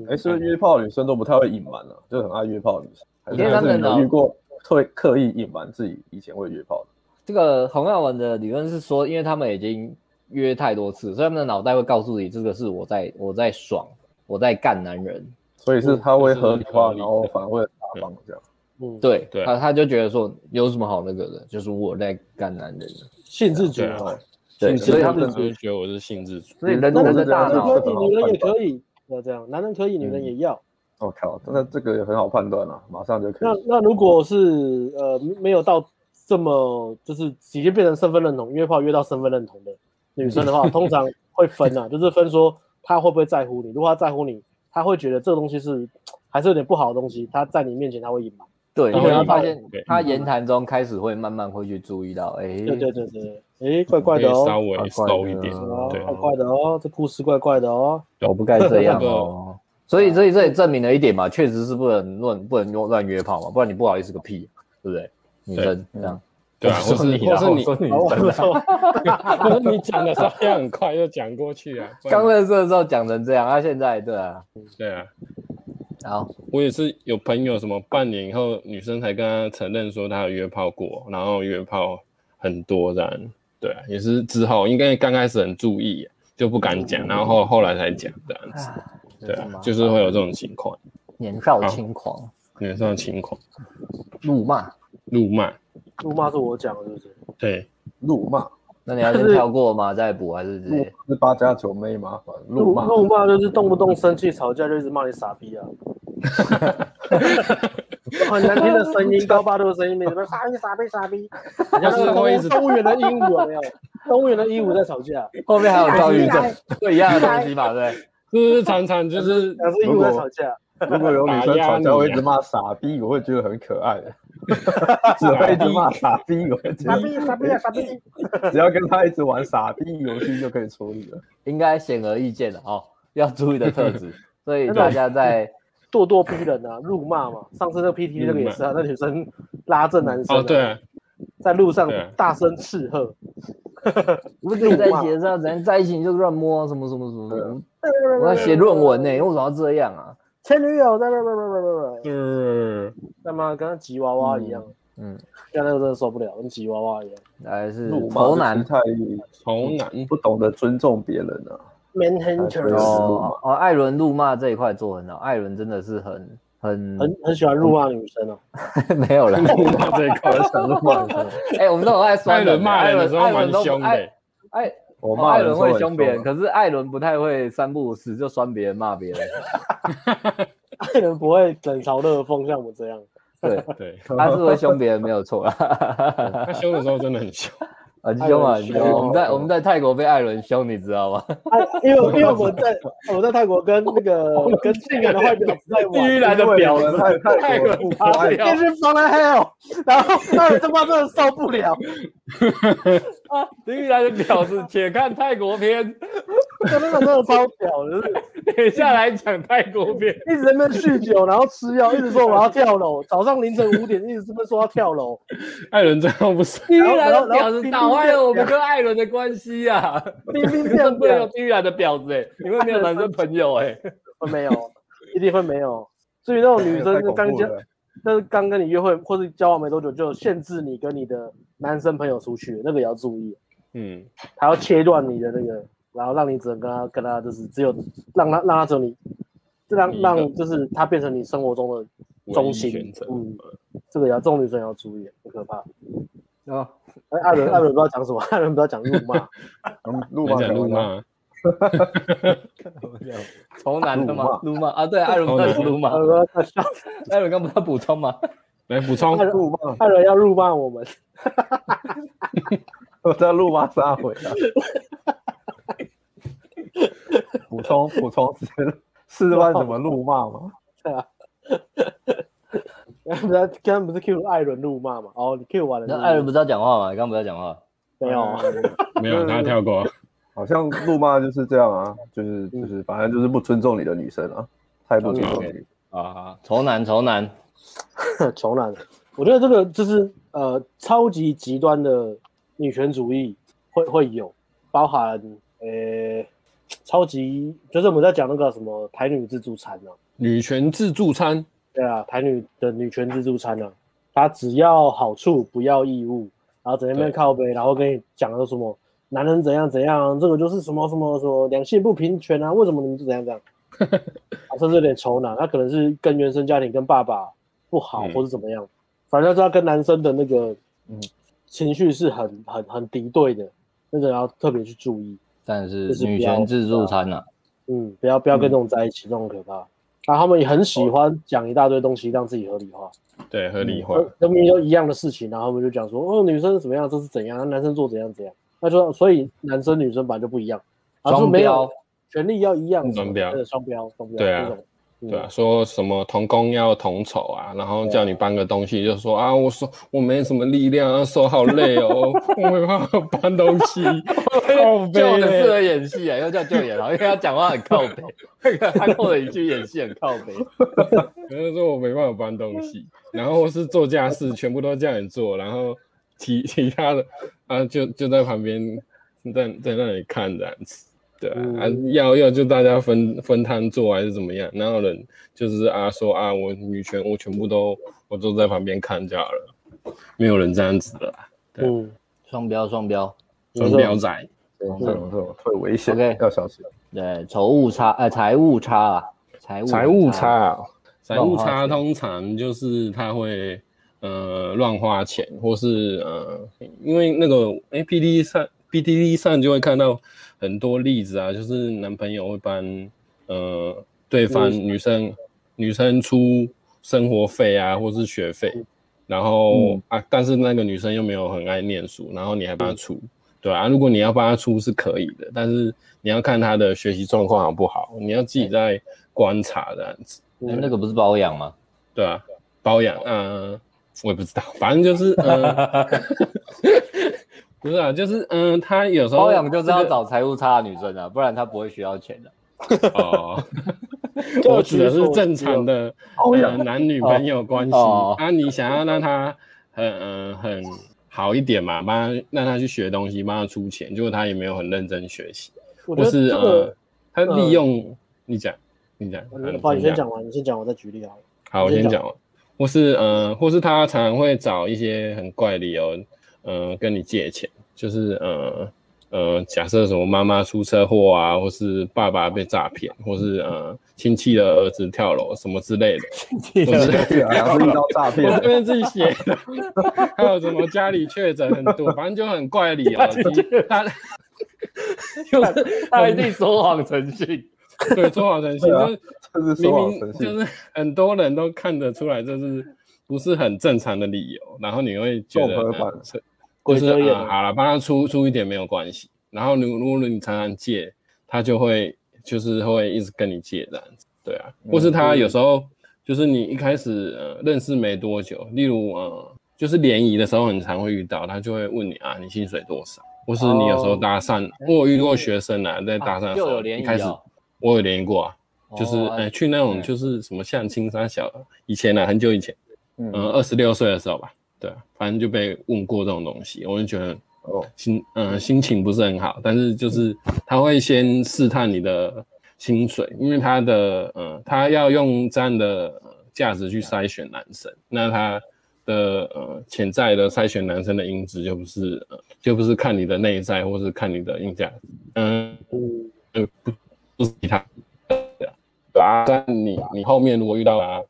[SPEAKER 3] 哎，是不是约炮的女生都不太会隐瞒啊，就很爱约炮的女生，还
[SPEAKER 1] 因为
[SPEAKER 3] 是
[SPEAKER 1] 他
[SPEAKER 3] 还是
[SPEAKER 1] 们
[SPEAKER 3] 你
[SPEAKER 1] 呢
[SPEAKER 2] 哦
[SPEAKER 3] 有遇过会刻意隐瞒自己以前会约炮的？
[SPEAKER 1] 这个洪耀文的理论是说，因为他们已经约太多次，所以他们的脑袋会告诉你，这个是我在我在爽，我在干男人。
[SPEAKER 3] 所以是他会合理化，
[SPEAKER 4] 嗯
[SPEAKER 3] 然后反而会很大方这样。
[SPEAKER 2] 嗯，，
[SPEAKER 1] 对，
[SPEAKER 4] 对
[SPEAKER 1] 他他就觉得说有什么好那个的，就是我在干男人。
[SPEAKER 2] 性自主
[SPEAKER 4] 对啊
[SPEAKER 2] 哦，
[SPEAKER 1] 对，
[SPEAKER 4] 性
[SPEAKER 1] 所以他们
[SPEAKER 4] 自主就觉得我是性自主，
[SPEAKER 1] 所以人
[SPEAKER 3] 那我
[SPEAKER 1] 人
[SPEAKER 3] 就
[SPEAKER 1] 的
[SPEAKER 3] 觉得
[SPEAKER 1] 大
[SPEAKER 2] 男
[SPEAKER 3] 这
[SPEAKER 2] 人
[SPEAKER 1] 脑
[SPEAKER 3] 个
[SPEAKER 2] 可以，女人也可以，要这样，男人可以，女人
[SPEAKER 4] 嗯
[SPEAKER 2] 也要。
[SPEAKER 3] 我哦靠，那这个也很好判断啊，马上就可
[SPEAKER 2] 那
[SPEAKER 3] 以。
[SPEAKER 2] 那如果是呃没有到这么就是已经变成身份认同，约炮约到身份认同的女生的
[SPEAKER 4] [LAUGHS]
[SPEAKER 2] 话，通常会分啊，就是分说她会不会在乎你。如果她在乎你，她会觉得这个东西是还是有点不好的东西，她在你面前她会隐瞒。
[SPEAKER 1] 对，
[SPEAKER 4] 他
[SPEAKER 1] 因
[SPEAKER 4] 会
[SPEAKER 1] 为他
[SPEAKER 4] 隐瞒
[SPEAKER 1] 发现
[SPEAKER 4] 对
[SPEAKER 1] 他言谈中开始会慢慢会去注意到，哎，
[SPEAKER 2] 对对对对，诶，怪怪的
[SPEAKER 4] 可以稍
[SPEAKER 2] 哦，
[SPEAKER 4] 微
[SPEAKER 3] 怪怪
[SPEAKER 4] 收一
[SPEAKER 3] 的
[SPEAKER 4] 点
[SPEAKER 2] 哦，
[SPEAKER 4] 嗯对
[SPEAKER 2] 怪怪的哦，这故事怪怪的哦。
[SPEAKER 1] 我不该这样 [LAUGHS] 哦。所以这这也证明了一点嘛，确实是不能乱不能乱约炮嘛，不然你不好意思个屁，啊对不对？嗯女生这样，
[SPEAKER 4] 对啊，或
[SPEAKER 1] 我
[SPEAKER 4] 是
[SPEAKER 1] 说你
[SPEAKER 4] 或
[SPEAKER 1] 啦
[SPEAKER 4] 是
[SPEAKER 1] 我
[SPEAKER 3] 哦
[SPEAKER 4] [LAUGHS] 你
[SPEAKER 1] 说女
[SPEAKER 2] 好，
[SPEAKER 1] 生
[SPEAKER 2] 我说 [LAUGHS]
[SPEAKER 4] [LAUGHS] 可是你讲的时候要很快就讲过去啊。不然
[SPEAKER 1] 刚认识的时候讲成这样，他、现在对啊，
[SPEAKER 4] 对啊，
[SPEAKER 1] 好，
[SPEAKER 4] 我也是有朋友什么半年以后女生才跟他承认说他有约炮过，然后约炮很多这样。对啊，也是之后应该刚开始很注意、就不敢讲，然后后后来才讲这样子。对啊，就是会有这种情况，
[SPEAKER 1] 年少轻狂，
[SPEAKER 4] 有这种情况，
[SPEAKER 1] 怒骂。
[SPEAKER 4] 辱骂，
[SPEAKER 2] 辱骂是我讲的，是不
[SPEAKER 4] [LAUGHS]
[SPEAKER 2] 是？
[SPEAKER 4] 对，
[SPEAKER 3] 辱骂
[SPEAKER 1] 那你要先
[SPEAKER 2] 可是
[SPEAKER 1] 跳过吗？再补还是直接？
[SPEAKER 3] 是八加九妹吗？反正
[SPEAKER 2] 辱
[SPEAKER 3] 辱骂
[SPEAKER 2] 辱骂就是动不动生气吵架就一直骂你傻逼
[SPEAKER 4] [LAUGHS]
[SPEAKER 2] 啊，很难听的声音，高八度的声音，你什么傻逼傻逼傻逼，你像
[SPEAKER 4] [LAUGHS]
[SPEAKER 2] 那个
[SPEAKER 4] 就是会一直
[SPEAKER 2] 动物动物园的鹦鹉
[SPEAKER 4] [LAUGHS]
[SPEAKER 2] 有没有？动物园的鹦鹉在吵架，
[SPEAKER 1] 后面还有躁郁症
[SPEAKER 2] 来，
[SPEAKER 1] 对一样的东西嘛，对不对。
[SPEAKER 4] 就是常常
[SPEAKER 2] [LAUGHS]
[SPEAKER 4] 就是
[SPEAKER 2] 两只鹦鹉在吵架，
[SPEAKER 3] 如果有女生吵
[SPEAKER 4] 打压你啊
[SPEAKER 3] 架会一直骂傻逼，我会觉得很可
[SPEAKER 1] [LAUGHS]
[SPEAKER 3] 爱。只会一直骂傻逼，我会觉
[SPEAKER 2] 傻
[SPEAKER 3] 得
[SPEAKER 2] 逼傻逼啊傻逼！
[SPEAKER 3] 只要跟他一直玩傻逼游戏就可以处理了。
[SPEAKER 1] 应该显而易见的哦，要注意的特质。所以大家在
[SPEAKER 2] 咄咄逼人啊，辱骂嘛。上次那个 PT 那个也是啊，那女生拉正男生啊、
[SPEAKER 4] 哦，对啊，
[SPEAKER 2] 在路上
[SPEAKER 4] 对啊
[SPEAKER 2] 大声斥喝，
[SPEAKER 1] [LAUGHS] 不是在一起的时候，咱在一起你就乱摸什么什么什么，我要写论文呢，为什么要这样啊？
[SPEAKER 2] 前女友在不不不不不，
[SPEAKER 4] 就是
[SPEAKER 2] 他妈跟吉娃娃一样，
[SPEAKER 1] 嗯，
[SPEAKER 2] 像那个真的受不了，跟吉娃娃一样。
[SPEAKER 1] 还是
[SPEAKER 3] 辱骂
[SPEAKER 1] 头
[SPEAKER 3] 就
[SPEAKER 1] 男
[SPEAKER 3] 是太
[SPEAKER 4] 好难，
[SPEAKER 3] 不懂得尊重别人了、啊。
[SPEAKER 2] Man Hunter
[SPEAKER 1] 哦哦，艾伦怒骂这一块做很好，艾伦真的是很很
[SPEAKER 2] 很很喜欢辱骂女生哦，
[SPEAKER 1] [LAUGHS] 没有了。
[SPEAKER 4] 辱骂这一块，
[SPEAKER 3] 想着骂人，
[SPEAKER 1] [LAUGHS] 哎，我们都很爱酸
[SPEAKER 4] 艾伦骂
[SPEAKER 1] 艾
[SPEAKER 4] 人的
[SPEAKER 1] 伦
[SPEAKER 4] 时候
[SPEAKER 1] 艾
[SPEAKER 4] 蛮
[SPEAKER 1] 伦都
[SPEAKER 4] 凶
[SPEAKER 1] 不
[SPEAKER 4] 的、欸
[SPEAKER 1] 爱艾
[SPEAKER 3] 我
[SPEAKER 1] 哦
[SPEAKER 3] 骂
[SPEAKER 1] 艾
[SPEAKER 3] 人
[SPEAKER 1] 伦
[SPEAKER 3] 的时候
[SPEAKER 1] 会
[SPEAKER 3] 很
[SPEAKER 1] 凶别人，
[SPEAKER 3] 啊
[SPEAKER 1] 可是艾伦不太会三不五时就酸别人、骂别人。
[SPEAKER 2] 爱人嗯 [LAUGHS] 不会冷嘲热讽像我这样。
[SPEAKER 1] 对，
[SPEAKER 4] 对，
[SPEAKER 3] 啊
[SPEAKER 1] 他
[SPEAKER 3] [LAUGHS]
[SPEAKER 1] 是会凶别人，没有错啦，
[SPEAKER 4] 他凶的时候真的很凶，
[SPEAKER 1] 很凶啊！
[SPEAKER 2] 艾伦
[SPEAKER 1] 很
[SPEAKER 2] 凶
[SPEAKER 1] 凶我们在我们在泰国被艾伦凶，你知道吗？ [LAUGHS]
[SPEAKER 2] 哎，因为因为我在我在泰国跟那 [LAUGHS] 个跟性感的坏婊子在
[SPEAKER 1] 地狱
[SPEAKER 2] 玩，
[SPEAKER 1] 来的婊子，
[SPEAKER 3] 太太过
[SPEAKER 1] [LAUGHS]
[SPEAKER 3] 分了
[SPEAKER 2] 啊，电视放在 hell，然后那人他妈真的受不了，
[SPEAKER 1] 啊，地狱来的婊子，且看泰国片，
[SPEAKER 2] 真的真的超屌，就是
[SPEAKER 1] 等一下来讲泰国片。
[SPEAKER 2] 一直在那边酗酒，然后吃药，一直说我要跳楼，早上凌晨五点一直这边说要跳 [LAUGHS] 楼，
[SPEAKER 4] 艾伦最后不是
[SPEAKER 1] 地狱来的婊子打坏了我们跟艾伦的关系啊！
[SPEAKER 2] 冰冰
[SPEAKER 1] 你 [LAUGHS] 们
[SPEAKER 2] 变
[SPEAKER 1] 不能有
[SPEAKER 2] 变，
[SPEAKER 1] 地狱来的婊子哎、你们没有男生朋友哎、
[SPEAKER 2] 会没有，一定会没有。至于那种女
[SPEAKER 3] 太
[SPEAKER 2] 生
[SPEAKER 3] 恐
[SPEAKER 2] 刚
[SPEAKER 3] 怖
[SPEAKER 2] 交
[SPEAKER 3] 了，
[SPEAKER 2] 但是刚跟你约会或是交往没多久，就限制你跟你的男生朋友出去，那个也要注意，
[SPEAKER 4] 嗯，
[SPEAKER 2] 他要切断你的那个，然后让你只能跟他跟他就是只有让他让他只有你，这让
[SPEAKER 4] 你的
[SPEAKER 2] 让就是他变成你生活中的中
[SPEAKER 4] 唯一选
[SPEAKER 2] 心
[SPEAKER 4] 择。
[SPEAKER 2] 嗯，这个也要这种女生也要注意，很可怕。
[SPEAKER 1] 哦，
[SPEAKER 2] 哎，艾伦艾伦不知道讲什么，艾伦不知道讲辱骂，
[SPEAKER 3] 嗯，怒
[SPEAKER 4] 我
[SPEAKER 3] 骂
[SPEAKER 4] 讲
[SPEAKER 3] 讲
[SPEAKER 4] 路
[SPEAKER 3] 辱骂，
[SPEAKER 4] 骂，
[SPEAKER 1] 从男的吗？鲁马啊，对，艾伦
[SPEAKER 4] 从
[SPEAKER 1] 刚
[SPEAKER 4] 男
[SPEAKER 1] 是鲁马，
[SPEAKER 2] 艾伦要笑
[SPEAKER 1] 艾伦刚不是要补充吗？
[SPEAKER 4] 来补充
[SPEAKER 2] 艾，伦
[SPEAKER 3] 路骂，
[SPEAKER 2] 艾伦要辱骂我们， [LAUGHS]
[SPEAKER 3] [LAUGHS] 我在路骂杀回啊。补充补充 [LAUGHS] 是示范什么路骂吗？
[SPEAKER 2] 对啊。刚才刚刚不是 Q 艾伦辱骂嘛？哦，你 Q 完了是
[SPEAKER 1] 那
[SPEAKER 2] 不是
[SPEAKER 1] 艾伦不是要讲话吗？刚刚不是要讲话？
[SPEAKER 2] 没有？ [LAUGHS]
[SPEAKER 4] 没
[SPEAKER 2] 嗯
[SPEAKER 4] 有，他跳过。
[SPEAKER 3] 好像路骂就是这样啊，就是就是反正就是不尊重你的女生啊，太不尊重你。
[SPEAKER 1] 啊，仇男仇男，
[SPEAKER 2] [LAUGHS] 穷男，我觉得这个就是呃超级极端的女权主义会会有，包含呃超级就是我们在讲那个什么台女自助餐啊，
[SPEAKER 4] 女权自助餐，
[SPEAKER 2] 对啊，台女的女权自助餐啊，她只要好处不要义务，然后整天在那边
[SPEAKER 4] 对
[SPEAKER 2] 靠背，然后跟你讲的什么男人怎样怎样，这个就是什么什么什么两性不平权啊，为什么你们就怎样怎样，啊甚至有点仇男，他可能是跟原生家庭跟爸爸不好，
[SPEAKER 4] 嗯
[SPEAKER 2] 或是怎么样，反正就是他跟男生的那个
[SPEAKER 3] 嗯
[SPEAKER 2] 情绪是很很很敌对的，那个要特别去注意。
[SPEAKER 1] 但是
[SPEAKER 2] 就是
[SPEAKER 1] 女
[SPEAKER 2] 不要
[SPEAKER 1] 权自助餐呐、啊，
[SPEAKER 2] 嗯，不要不要跟这种在一起，这种很可怕。然后他们也很喜欢讲一大堆东西，让自己合理化。
[SPEAKER 4] 对，合理化。
[SPEAKER 2] 呃人民都一样的事情，然后我们就讲说，哦，女生怎么样，这是怎样，男生做怎样怎样，那就所以男生女生本来就不一样，啊，
[SPEAKER 1] 双
[SPEAKER 2] 说没有
[SPEAKER 1] 标
[SPEAKER 2] 权利要一样，
[SPEAKER 4] 嗯双标
[SPEAKER 2] 对双标，双标，
[SPEAKER 4] 对啊
[SPEAKER 2] 这种，嗯
[SPEAKER 4] 对啊，，说什么同工要同酬啊，然后叫你搬个东西，就说啊，我手我没什么力量啊，手好累哦， [LAUGHS] 我没办法搬东西，靠
[SPEAKER 1] 就
[SPEAKER 4] 背
[SPEAKER 1] 很适
[SPEAKER 4] 嘞。
[SPEAKER 1] 合演戏啊，又叫就演好，因为他讲话很靠北，他跟我一句演戏很靠北。
[SPEAKER 4] 然后说我没办法搬东西，然后是做家事，全部都叫你做，然后其其他的啊，就就在旁边在在那里看这样子。对啊，啊
[SPEAKER 2] 嗯
[SPEAKER 4] 要要就大家分分摊做还是怎么样？然后人就是啊说啊，我女权我全部都我都在旁边看就好了，没有人这样子的啦。对啊
[SPEAKER 2] 嗯，
[SPEAKER 1] 双标双标，
[SPEAKER 4] 双标仔，
[SPEAKER 3] 这种这种会危险
[SPEAKER 1] OK
[SPEAKER 3] 要小心。
[SPEAKER 1] 对，仇误差，呃，财务差啊，财务
[SPEAKER 4] 财务差，啊，财
[SPEAKER 1] 乱
[SPEAKER 4] 务
[SPEAKER 1] 花
[SPEAKER 4] 差
[SPEAKER 1] 钱
[SPEAKER 4] 通常就是他会呃乱花钱，或是呃，因为那个 A P D 上 P D D 上就会看到很多例子啊，就是男朋友会帮呃对
[SPEAKER 1] 嗯
[SPEAKER 4] 方女生女生出生活费啊，或是学费，
[SPEAKER 1] 嗯
[SPEAKER 4] 然后、啊，但是那个女生又没有很爱念书，然后你还帮她出，对啊，如果你要帮她出是可以的，但是你要看她的学习状况好不好，你要自己在观察这样子，
[SPEAKER 1] 哎那个不是包养吗？
[SPEAKER 4] 对啊，包养，嗯、我也不知道，反正就是，嗯、 [LAUGHS] 不是啊，就是，嗯、她有时候
[SPEAKER 1] 包养就是啊要
[SPEAKER 4] 这个
[SPEAKER 1] 找财务差的女生啊，不然她不会需要钱的、
[SPEAKER 2] [LAUGHS]
[SPEAKER 4] 哦，我指的是正常的
[SPEAKER 2] 哦
[SPEAKER 3] 包
[SPEAKER 4] 呃
[SPEAKER 3] 养
[SPEAKER 4] 男女朋友关系
[SPEAKER 1] 哦
[SPEAKER 4] 啊，你想要让他很嗯很好一点嘛，帮他让他去学东西，帮他出钱，结果他也没有很认真学习，
[SPEAKER 2] 我觉得
[SPEAKER 4] 或是
[SPEAKER 2] 这
[SPEAKER 4] 呃
[SPEAKER 2] 个，呃
[SPEAKER 4] 他利用你讲你讲，
[SPEAKER 2] 我
[SPEAKER 4] 啊
[SPEAKER 2] 不好，你先
[SPEAKER 4] 讲
[SPEAKER 2] 讲完，你先讲，我再举例好了。
[SPEAKER 4] 好，我
[SPEAKER 2] 你先
[SPEAKER 4] 先讲完。或是呃，或是他常常会找一些很怪的理由，呃，跟你借钱，就是呃呃，假设什么妈妈出车祸啊，或是爸爸被诈骗，或是呃亲戚的儿子跳楼什么之类的，
[SPEAKER 1] 你
[SPEAKER 4] 我是
[SPEAKER 3] 对啊，是遇到诈骗
[SPEAKER 4] 我这
[SPEAKER 3] 的，
[SPEAKER 4] 边自己写的。还有什么家里确诊很多，反正就很怪的理由。他 [LAUGHS] 就是
[SPEAKER 1] [LAUGHS] 他一定说谎成
[SPEAKER 4] [LAUGHS]
[SPEAKER 1] 性，
[SPEAKER 4] 对说谎成性，
[SPEAKER 3] 对啊
[SPEAKER 4] 就是
[SPEAKER 3] 这是
[SPEAKER 4] 明
[SPEAKER 3] 说谎
[SPEAKER 4] 明
[SPEAKER 3] 成
[SPEAKER 4] 就
[SPEAKER 3] 性。
[SPEAKER 4] 是很多人都看得出来，这是不是很正常的理由，然后你会觉得
[SPEAKER 3] 综合
[SPEAKER 4] 呃
[SPEAKER 3] 版
[SPEAKER 4] 是就
[SPEAKER 2] 鬼
[SPEAKER 4] 是
[SPEAKER 2] 遮眼
[SPEAKER 4] 啊，好了，帮他出出一点没有关系。然后你如果你常常借，他就会就是会一直跟你借这样子，对啊，
[SPEAKER 1] 嗯
[SPEAKER 4] 或是他有时候就是你一开始呃认识没多久，例如呃就是联谊的时候，你常会遇到，他就会问你啊，你薪水多少？或是你有时候
[SPEAKER 1] 哦哎
[SPEAKER 4] 搭讪，我有遇过学生啊，在搭讪的时
[SPEAKER 1] 又有
[SPEAKER 4] 候，
[SPEAKER 1] 联
[SPEAKER 4] 一
[SPEAKER 1] 谊
[SPEAKER 4] 开始
[SPEAKER 1] 哦
[SPEAKER 4] 我有联谊过啊，就是
[SPEAKER 1] 哦
[SPEAKER 4] 哎、
[SPEAKER 1] 啊
[SPEAKER 4] 去那
[SPEAKER 1] 嗯
[SPEAKER 4] 种就是什么相亲三小，以前呢、啊很久以前，
[SPEAKER 3] 嗯
[SPEAKER 4] 嗯，二十六岁的时候吧，对啊，反正就被问过这种东西，我就觉得
[SPEAKER 3] 哦，
[SPEAKER 4] 心嗯、心情不是很好，但是就是他会先试探你的薪水，因为他的呃他要用这样的呃价值去筛选男生，那他的呃潜在的筛选男生的因子就不是、呃、就不是看你的内在或是看你的硬价值，嗯、
[SPEAKER 2] 嗯，
[SPEAKER 4] 呃，不不是其他的对啊。但你你后面如果遇到啊，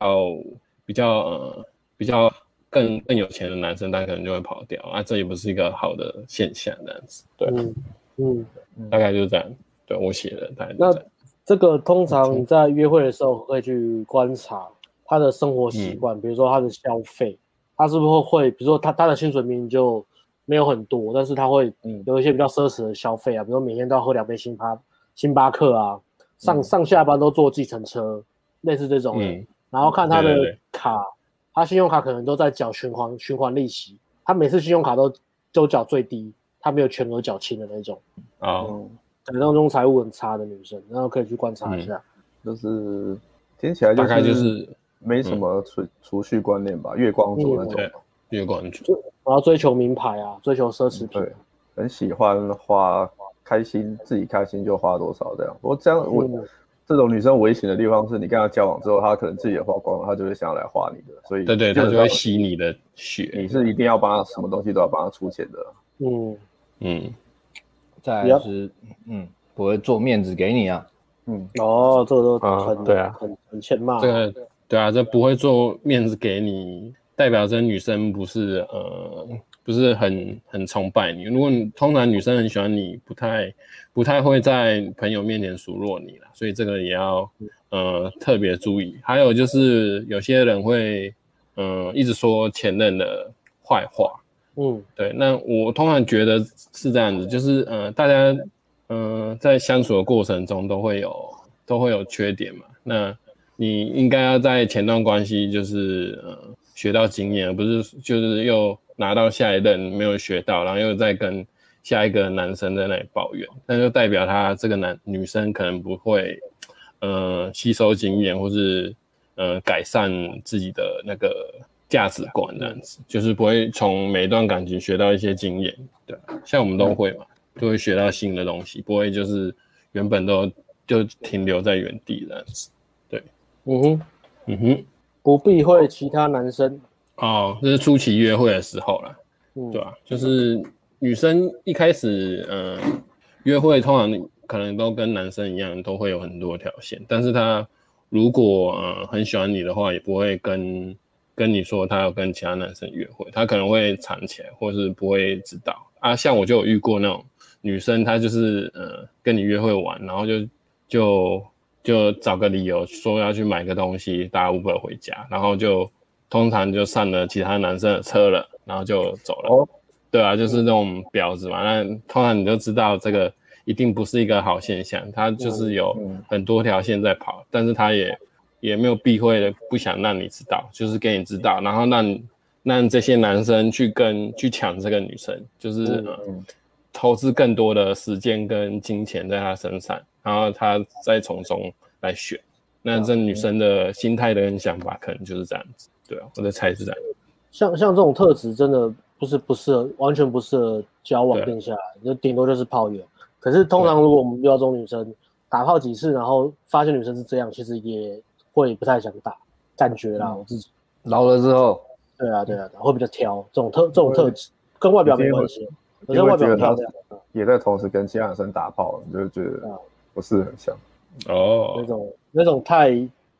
[SPEAKER 4] 哦，比较呃比较更更有钱的男生，他可能就会跑掉啊，这也不是一个好的现象，这样子。对，
[SPEAKER 2] 嗯嗯，
[SPEAKER 4] 大概就是这样。对对我写的，大概就
[SPEAKER 2] 那
[SPEAKER 4] 这样
[SPEAKER 2] 这个通常你在约会的时候会去观察他的生活习
[SPEAKER 4] 嗯
[SPEAKER 2] 惯，比如说他的消费，他是不是会，比如说他他的薪水明明就没有很多，但是他会
[SPEAKER 1] 嗯
[SPEAKER 2] 有一些比较奢侈的消费啊，比如说每天都要喝两杯星巴星巴克啊，上、上下班都坐计程车，类似这种的。
[SPEAKER 4] 嗯
[SPEAKER 2] 然后看他
[SPEAKER 4] 对
[SPEAKER 2] 的
[SPEAKER 4] 对对
[SPEAKER 2] 卡，他信用卡可能都在缴循环循环利息，他每次信用卡都都缴最低，他没有全额缴清的那种。
[SPEAKER 4] 哦，
[SPEAKER 3] 嗯，
[SPEAKER 2] 感觉当中财务很差的女生，然后可以去观察
[SPEAKER 4] 嗯
[SPEAKER 2] 一下。
[SPEAKER 3] 就是听起来
[SPEAKER 4] 大概就
[SPEAKER 3] 就是
[SPEAKER 4] 是
[SPEAKER 3] 没什么储储蓄观念吧，月光族那
[SPEAKER 4] 嗯对
[SPEAKER 3] 种，
[SPEAKER 4] 月光族。
[SPEAKER 2] 然后追求名牌啊，追求奢侈品。
[SPEAKER 3] 嗯对，很喜欢花，开心自己开心就花多少这样。我这样我
[SPEAKER 2] 嗯
[SPEAKER 3] 这种女生危险的地方是你跟她交往之后，她可能自己也花光了，她就会想要来花你的，所以
[SPEAKER 4] 对对，
[SPEAKER 3] 基
[SPEAKER 4] 他
[SPEAKER 3] 本
[SPEAKER 4] 就会
[SPEAKER 3] 上
[SPEAKER 4] 吸你的
[SPEAKER 3] 你
[SPEAKER 4] 血。
[SPEAKER 3] 是一定要帮她什么东西都要帮她出钱的。
[SPEAKER 2] 嗯，
[SPEAKER 4] 嗯，
[SPEAKER 1] 再来就是嗯，我会做面子给你啊。
[SPEAKER 3] 嗯，
[SPEAKER 2] 哦，这个都
[SPEAKER 4] 啊
[SPEAKER 2] 很、
[SPEAKER 4] 对啊
[SPEAKER 2] 很很欠骂。
[SPEAKER 4] 这个对啊，这不会做面子给你，代表着女生不是呃不是很很崇拜你。如果你通常女生很喜欢你，不太不太会在朋友面前数落你啦，所以这个也要呃特别注意。还有就是有些人会嗯、呃一直说前任的坏话，
[SPEAKER 2] 嗯
[SPEAKER 4] 对，那我通常觉得是这样子，就是呃，大家呃在相处的过程中都会有都会有缺点嘛，那你应该要在前段关系就是呃学到经验，而不是就是又拿到下一任没有学到，然后又再跟下一个男生在那里抱怨，那就代表他这个男女生可能不会呃吸收经验，或是呃改善自己的那个价值观这样子，就是不会从每一段感情学到一些经验，对啊，像我们都会嘛，都会学到新的东西，不会就是原本都就停留在原地这样子。
[SPEAKER 2] 嗯哼，
[SPEAKER 4] 嗯哼，
[SPEAKER 2] 不避讳其他男生。
[SPEAKER 4] 哦，这是初期约会的时候啦，
[SPEAKER 2] 嗯，
[SPEAKER 4] 对啊，就是女生一开始，嗯、约会通常可能都跟男生一样，都会有很多条线，但是她如果呃很喜欢你的话，也不会跟跟你说她要跟其他男生约会，她可能会藏起来，或是不会知道啊。像我就有遇过那种女生，她就是呃跟你约会完，然后就就就找个理由说要去买个东西，搭 Uber 回家，然后就通常就上了其他男生的车了，然后就走了。
[SPEAKER 3] 哦
[SPEAKER 4] 对啊，就是那种婊子嘛。那通常你就知道这个一定不是一个好现象，他就是有
[SPEAKER 3] 嗯
[SPEAKER 4] 很多条线在跑，但是他也也没有避讳的，不想让你知道，就是给你知道，然后让让这些男生去跟去抢这个女生，就是、呃
[SPEAKER 3] 嗯
[SPEAKER 4] 投资更多的时间跟金钱在她身上，然后她再从中来选。那这女生的心态跟想法可能就是这样子，对啊，我的猜是这样。
[SPEAKER 2] 像像这种特质真的不是不适合，完全不适合交往
[SPEAKER 4] 对啊
[SPEAKER 2] 定下来，就顶多就是炮友。可是通常如果我们遇到这种女生，打炮几次，然后发现女生是这样，其实也会不太想打，感觉
[SPEAKER 3] 嗯
[SPEAKER 2] 啦，我自己。
[SPEAKER 1] 老了之后，
[SPEAKER 2] 对啊，对啊，对啊会比较挑这种特这种特质，跟外表没关系。啊可
[SPEAKER 3] 因
[SPEAKER 2] 是
[SPEAKER 3] 为
[SPEAKER 2] 外表
[SPEAKER 3] 觉得
[SPEAKER 2] 很漂
[SPEAKER 3] 她
[SPEAKER 2] 亮，
[SPEAKER 3] 也在同时跟其他男生打炮，你就会觉
[SPEAKER 2] 啊
[SPEAKER 3] 得不是很像。
[SPEAKER 4] 哦
[SPEAKER 2] 那种那种太